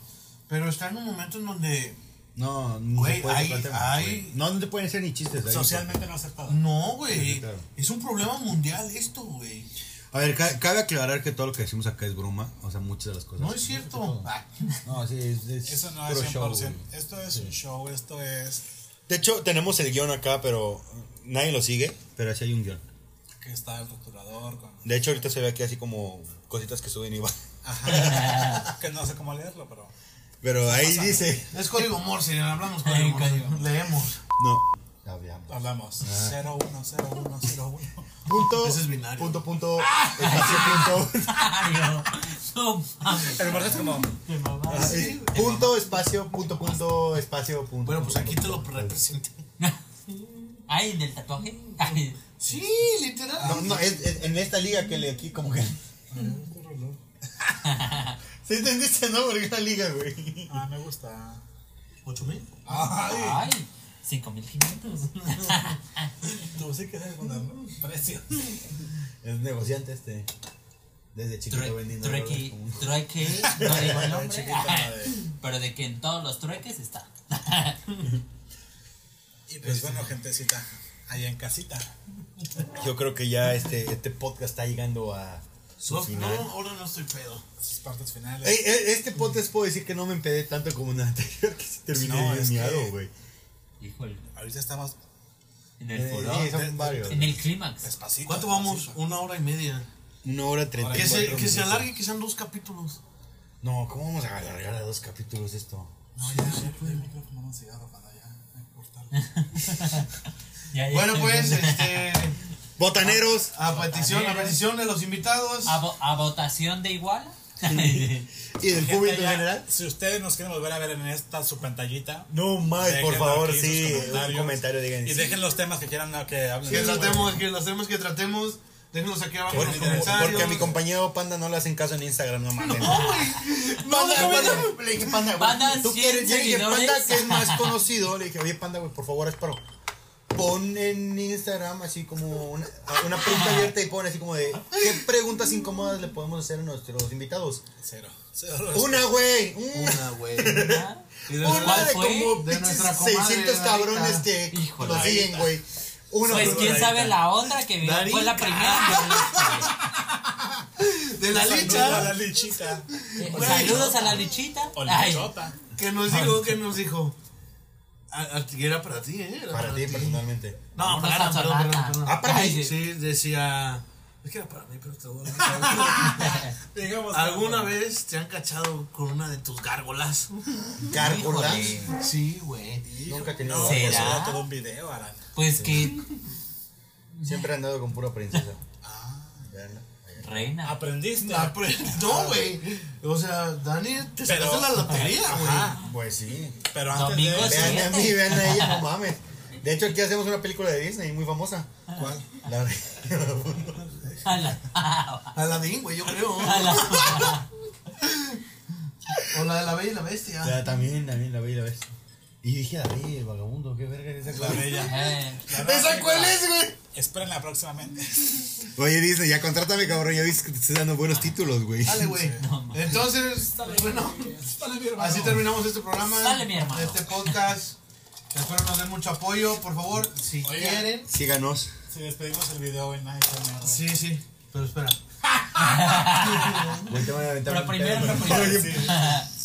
Speaker 1: pero está en un momento en donde
Speaker 14: No, no
Speaker 1: Güey,
Speaker 14: se puede
Speaker 1: hay-
Speaker 14: tocar temas, güey.
Speaker 1: hay-
Speaker 14: No, no te pueden hacer ni chistes. ahí,
Speaker 3: Socialmente no aceptado.
Speaker 1: no,
Speaker 14: Sí,
Speaker 1: güey,
Speaker 14: claro.
Speaker 1: es un problema mundial esto, güey.
Speaker 14: porque- A ver, ca- cabe aclarar que todo lo que decimos acá es broma. O sea, muchas de las cosas.
Speaker 1: No es cierto. Ah,
Speaker 14: No, sí, es, es
Speaker 3: Eso no
Speaker 14: puro
Speaker 3: es 100%.
Speaker 14: show, güey.
Speaker 3: esto es un show, esto es
Speaker 4: De hecho, tenemos el guión acá, pero nadie lo sigue.
Speaker 14: Pero así hay un guión.
Speaker 3: que está el rotulador con... *laughs*
Speaker 4: De hecho, ahorita se ve aquí así como cositas que suben y van.
Speaker 5: *laughs*
Speaker 3: que no sé cómo leerlo, pero...
Speaker 4: *laughs* Pero ahí dice.
Speaker 1: Es código Morse, hablamos código
Speaker 5: código
Speaker 1: Morse. Leemos.
Speaker 14: No.
Speaker 3: Hablamos. 010101.
Speaker 4: Punto.
Speaker 1: Ese es binario. Ah.
Speaker 4: Punto, punto. espacio,
Speaker 1: *laughs*
Speaker 4: punto.
Speaker 5: Ay, no. No mames.
Speaker 3: El martes como...
Speaker 5: Te mamaste.
Speaker 4: Ah, es punto, espacio, punto, punto, espacio, punto.
Speaker 1: Bueno, pues
Speaker 4: punto,
Speaker 1: aquí te
Speaker 4: punto,
Speaker 1: lo
Speaker 4: punto.
Speaker 1: representé.
Speaker 5: Ay, en el tatuaje. Ay.
Speaker 1: Sí,
Speaker 4: No,
Speaker 1: literal.
Speaker 4: no, es, es- en esta liga que le aquí como que. *laughs* ¿Sí entendiste, no? Porque es la liga, güey.
Speaker 3: Ah, me gusta.
Speaker 1: ¿Ocho mil?
Speaker 5: Ay. 5500. *laughs*
Speaker 3: Tú sí que sabes poner precios.
Speaker 4: Es negociante este. Desde chiquito
Speaker 5: True-
Speaker 4: vendiendo.
Speaker 5: Trueque,
Speaker 4: drogas como-
Speaker 5: trueque, no digo el nombre,
Speaker 3: Chiquito, madre.
Speaker 5: *laughs* pero de que en todos los trueques está. *laughs*
Speaker 3: Y pues bueno, gentecita, allá en casita.
Speaker 4: Yo creo que ya este, este podcast está llegando a su
Speaker 1: No,
Speaker 4: final.
Speaker 1: no, ahora no estoy pedo.
Speaker 3: Sus partes finales.
Speaker 4: Ey, e- este podcast puedo decir que no me empedé tanto como en el anterior que sí terminé
Speaker 3: No,
Speaker 4: bien
Speaker 3: es que-
Speaker 4: miado, güey.
Speaker 5: Híjole,
Speaker 3: Ahorita estamos
Speaker 5: en el
Speaker 4: Eh,
Speaker 5: furor,
Speaker 4: sí, son varios.
Speaker 5: en el clímax.
Speaker 3: despacito.
Speaker 1: ¿Cuánto vamos?
Speaker 3: despacito.
Speaker 1: Una hora y media.
Speaker 4: Una hora treinta. y
Speaker 1: Que se,
Speaker 4: cuatro
Speaker 1: que se
Speaker 4: minutos.
Speaker 1: alargue, que sean dos capítulos.
Speaker 4: No, ¿cómo vamos a alargar a dos capítulos esto?
Speaker 3: No, ya, ya, ya me quiero fumar un cigarro para allá. *laughs*
Speaker 5: Ya, ya
Speaker 1: Bueno,
Speaker 5: estoy
Speaker 1: pues,
Speaker 5: viendo.
Speaker 1: este,
Speaker 4: Botaneros.
Speaker 1: *laughs* a petición, a petición de los invitados.
Speaker 5: ¿A, vo- a votación de igual? *laughs*
Speaker 4: Y del público en general.
Speaker 3: Si ustedes nos quieren volver a ver en esta su pantallita,
Speaker 4: No más,
Speaker 3: Dejen
Speaker 4: por favor,
Speaker 3: aquí sus
Speaker 4: sí. Un
Speaker 3: comentarios.
Speaker 4: comentario, digan.
Speaker 3: y
Speaker 4: sí.
Speaker 3: dejen los temas que quieran ¿no? que hablen.
Speaker 1: Que tratemos, que los temas que tratemos, déjenos aquí abajo en los
Speaker 4: Porque,
Speaker 1: comentarios.
Speaker 4: porque a mi compañero Panda no le hacen caso en Instagram, no mames.
Speaker 5: No,
Speaker 4: Panda,
Speaker 5: no,
Speaker 4: Panda,
Speaker 5: no.
Speaker 4: le dije, Panda, güey,
Speaker 5: Panda,
Speaker 4: tú
Speaker 5: cien
Speaker 4: quieres, yo le dije,
Speaker 5: seguidores.
Speaker 4: Panda, que es más conocido, le dije, oye, Panda, güey, por favor, espero. Pon en Instagram así como una, una pregunta abierta y pon así como de, ¿qué preguntas incómodas le podemos hacer a nuestros invitados?
Speaker 3: Cero. Cero.
Speaker 5: Pues,
Speaker 4: Una, güey, una,
Speaker 1: Una, güey.
Speaker 5: ¿Ah?
Speaker 4: una
Speaker 5: ¿Cuál
Speaker 4: de
Speaker 5: fue?
Speaker 4: como
Speaker 1: De
Speaker 4: pinches
Speaker 1: nuestra comadre,
Speaker 4: 600 cabrones
Speaker 1: Rarita.
Speaker 4: que
Speaker 5: Híjole,
Speaker 4: lo siguen, güey. Una,
Speaker 5: Pues
Speaker 4: pregunta
Speaker 5: quién
Speaker 4: abierta.
Speaker 5: sabe la otra que vio fue la primera.
Speaker 1: De la
Speaker 3: Saludo a la
Speaker 1: licha,
Speaker 3: lichita.
Speaker 5: Eh, Saludos a la lichita.
Speaker 3: O
Speaker 5: Ay,
Speaker 3: lichota.
Speaker 1: que nos dijo, que nos dijo. A- a- Era para ti, ¿eh? Era
Speaker 4: Para ti personalmente.
Speaker 1: No,
Speaker 5: Una
Speaker 1: para, perdón, perdón,
Speaker 5: salsonata.
Speaker 1: perdón.
Speaker 4: Ah, para
Speaker 5: Ay,
Speaker 4: mí.
Speaker 5: sí.
Speaker 1: Sí, decía. Es que era para mí, pero te *laughs* voy a
Speaker 3: Digamos que-
Speaker 1: ¿Alguna vez te han cachado con una de tus gárgolas?
Speaker 4: Gárgolas.
Speaker 5: Híjole.
Speaker 1: Sí, güey.
Speaker 4: Nunca he tenido
Speaker 3: No,
Speaker 5: ¿Será?
Speaker 3: pues era todo un video, Aran.
Speaker 5: *laughs* Pues que
Speaker 4: Siempre he andado con pura princesa.
Speaker 3: Ah,
Speaker 5: reina.
Speaker 3: Aprendiste.
Speaker 1: La pre- No, güey. O sea, Dani, te
Speaker 3: Pero-
Speaker 1: sacaste la lotería, güey.
Speaker 3: Ajá.
Speaker 4: Pues sí.
Speaker 3: Pero antes de
Speaker 5: Domingos.
Speaker 4: Vean a mí, vean a ella, no mames. De hecho, aquí hacemos una película de Disney muy famosa. ¿Cuál? La de...
Speaker 5: *laughs* A la-
Speaker 1: Aladín, güey, yo creo.
Speaker 5: *laughs* a la-
Speaker 1: O la de la Bella y la Bestia.
Speaker 4: Ya, también, también la vi, la ves. Y dije, David, vagabundo, qué verga es esa
Speaker 3: La
Speaker 4: cosa.
Speaker 3: bella.
Speaker 5: *laughs* Eh,
Speaker 3: ¿Esa cuál es,
Speaker 4: güey?
Speaker 3: Espérenla próximamente.
Speaker 14: Oye, Disney, ya contrátame, cabrón. Ya viste que te estoy dando buenos títulos, güey.
Speaker 1: Dale, güey. Entonces, bueno, así terminamos este programa.
Speaker 5: Sale, mi hermano.
Speaker 1: Este podcast. Espero nos den mucho apoyo, por favor, si
Speaker 3: Oigan.
Speaker 1: quieren.
Speaker 14: Síganos.
Speaker 3: Si despedimos el video en Night mierda. *laughs*
Speaker 1: Sí, sí, pero espera.
Speaker 4: Güey, te van a aventar
Speaker 5: Pero
Speaker 4: un
Speaker 5: primero,
Speaker 4: pedo.
Speaker 5: lo primero.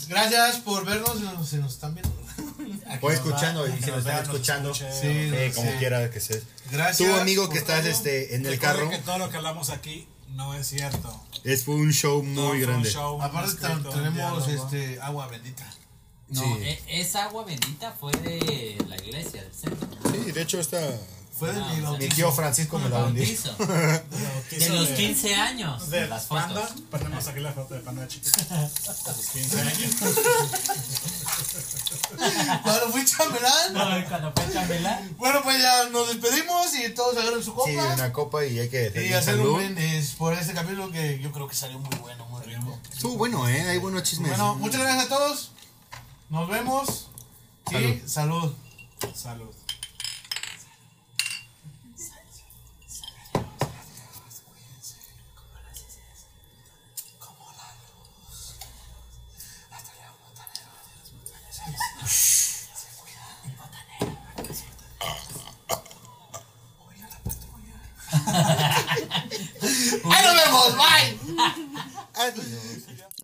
Speaker 1: Gracias por vernos, se nos, se nos están viendo.
Speaker 4: O escuchando, y
Speaker 3: Ah, Que
Speaker 4: si
Speaker 3: nos
Speaker 4: nos están
Speaker 3: vean, nos
Speaker 4: escuchando.
Speaker 3: escuchen.
Speaker 1: Sí,
Speaker 4: eh, como
Speaker 1: sí.
Speaker 4: quiera que seas.
Speaker 1: Gracias.
Speaker 14: Tu amigo que
Speaker 1: por
Speaker 14: estás
Speaker 1: todo.
Speaker 14: este, en el
Speaker 3: Recuerden
Speaker 14: carro.
Speaker 3: que todo lo que hablamos aquí no es cierto.
Speaker 14: Es, fue un show
Speaker 3: Todo fue
Speaker 14: muy
Speaker 3: un
Speaker 14: grande.
Speaker 3: show, un
Speaker 1: Aparte
Speaker 3: escrito,
Speaker 1: tan-
Speaker 3: un
Speaker 1: tenemos
Speaker 3: diálogo.
Speaker 1: este agua bendita.
Speaker 5: No,
Speaker 14: Sí.
Speaker 5: e- esa agua bendita fue de la iglesia del centro.
Speaker 4: Sí, de hecho, esta.
Speaker 1: Fue de mi
Speaker 5: Ah, o sea,
Speaker 4: Mi
Speaker 1: bautizo. *laughs*
Speaker 4: tío Francisco me la vendió.
Speaker 5: Bautizo. De
Speaker 3: Bautizo
Speaker 5: los 15 años.
Speaker 3: de
Speaker 5: De las
Speaker 3: Panda.
Speaker 5: fotos.
Speaker 3: Ponemos aquí la foto de Panda chiquita. A sus 15 años.
Speaker 1: Cuando fui chambelán.
Speaker 5: No, cuando fue Chambelán.
Speaker 1: Bueno, pues ya nos despedimos y todos agarren su
Speaker 4: Sí,
Speaker 1: copa.
Speaker 4: una copa y hay que.
Speaker 1: y
Speaker 4: pedir
Speaker 1: hacer un
Speaker 4: salud.
Speaker 1: brindis por este capítulo que yo creo que salió muy bueno, muy rico.
Speaker 14: Estuvo bueno, ¿eh? Hay buenos chismes.
Speaker 1: Bueno, muchas gracias a todos. Nos vemos. Y salud.
Speaker 3: Salud.
Speaker 2: ¡Ahí nos vemos! ¡Bye!
Speaker 10: Adiós.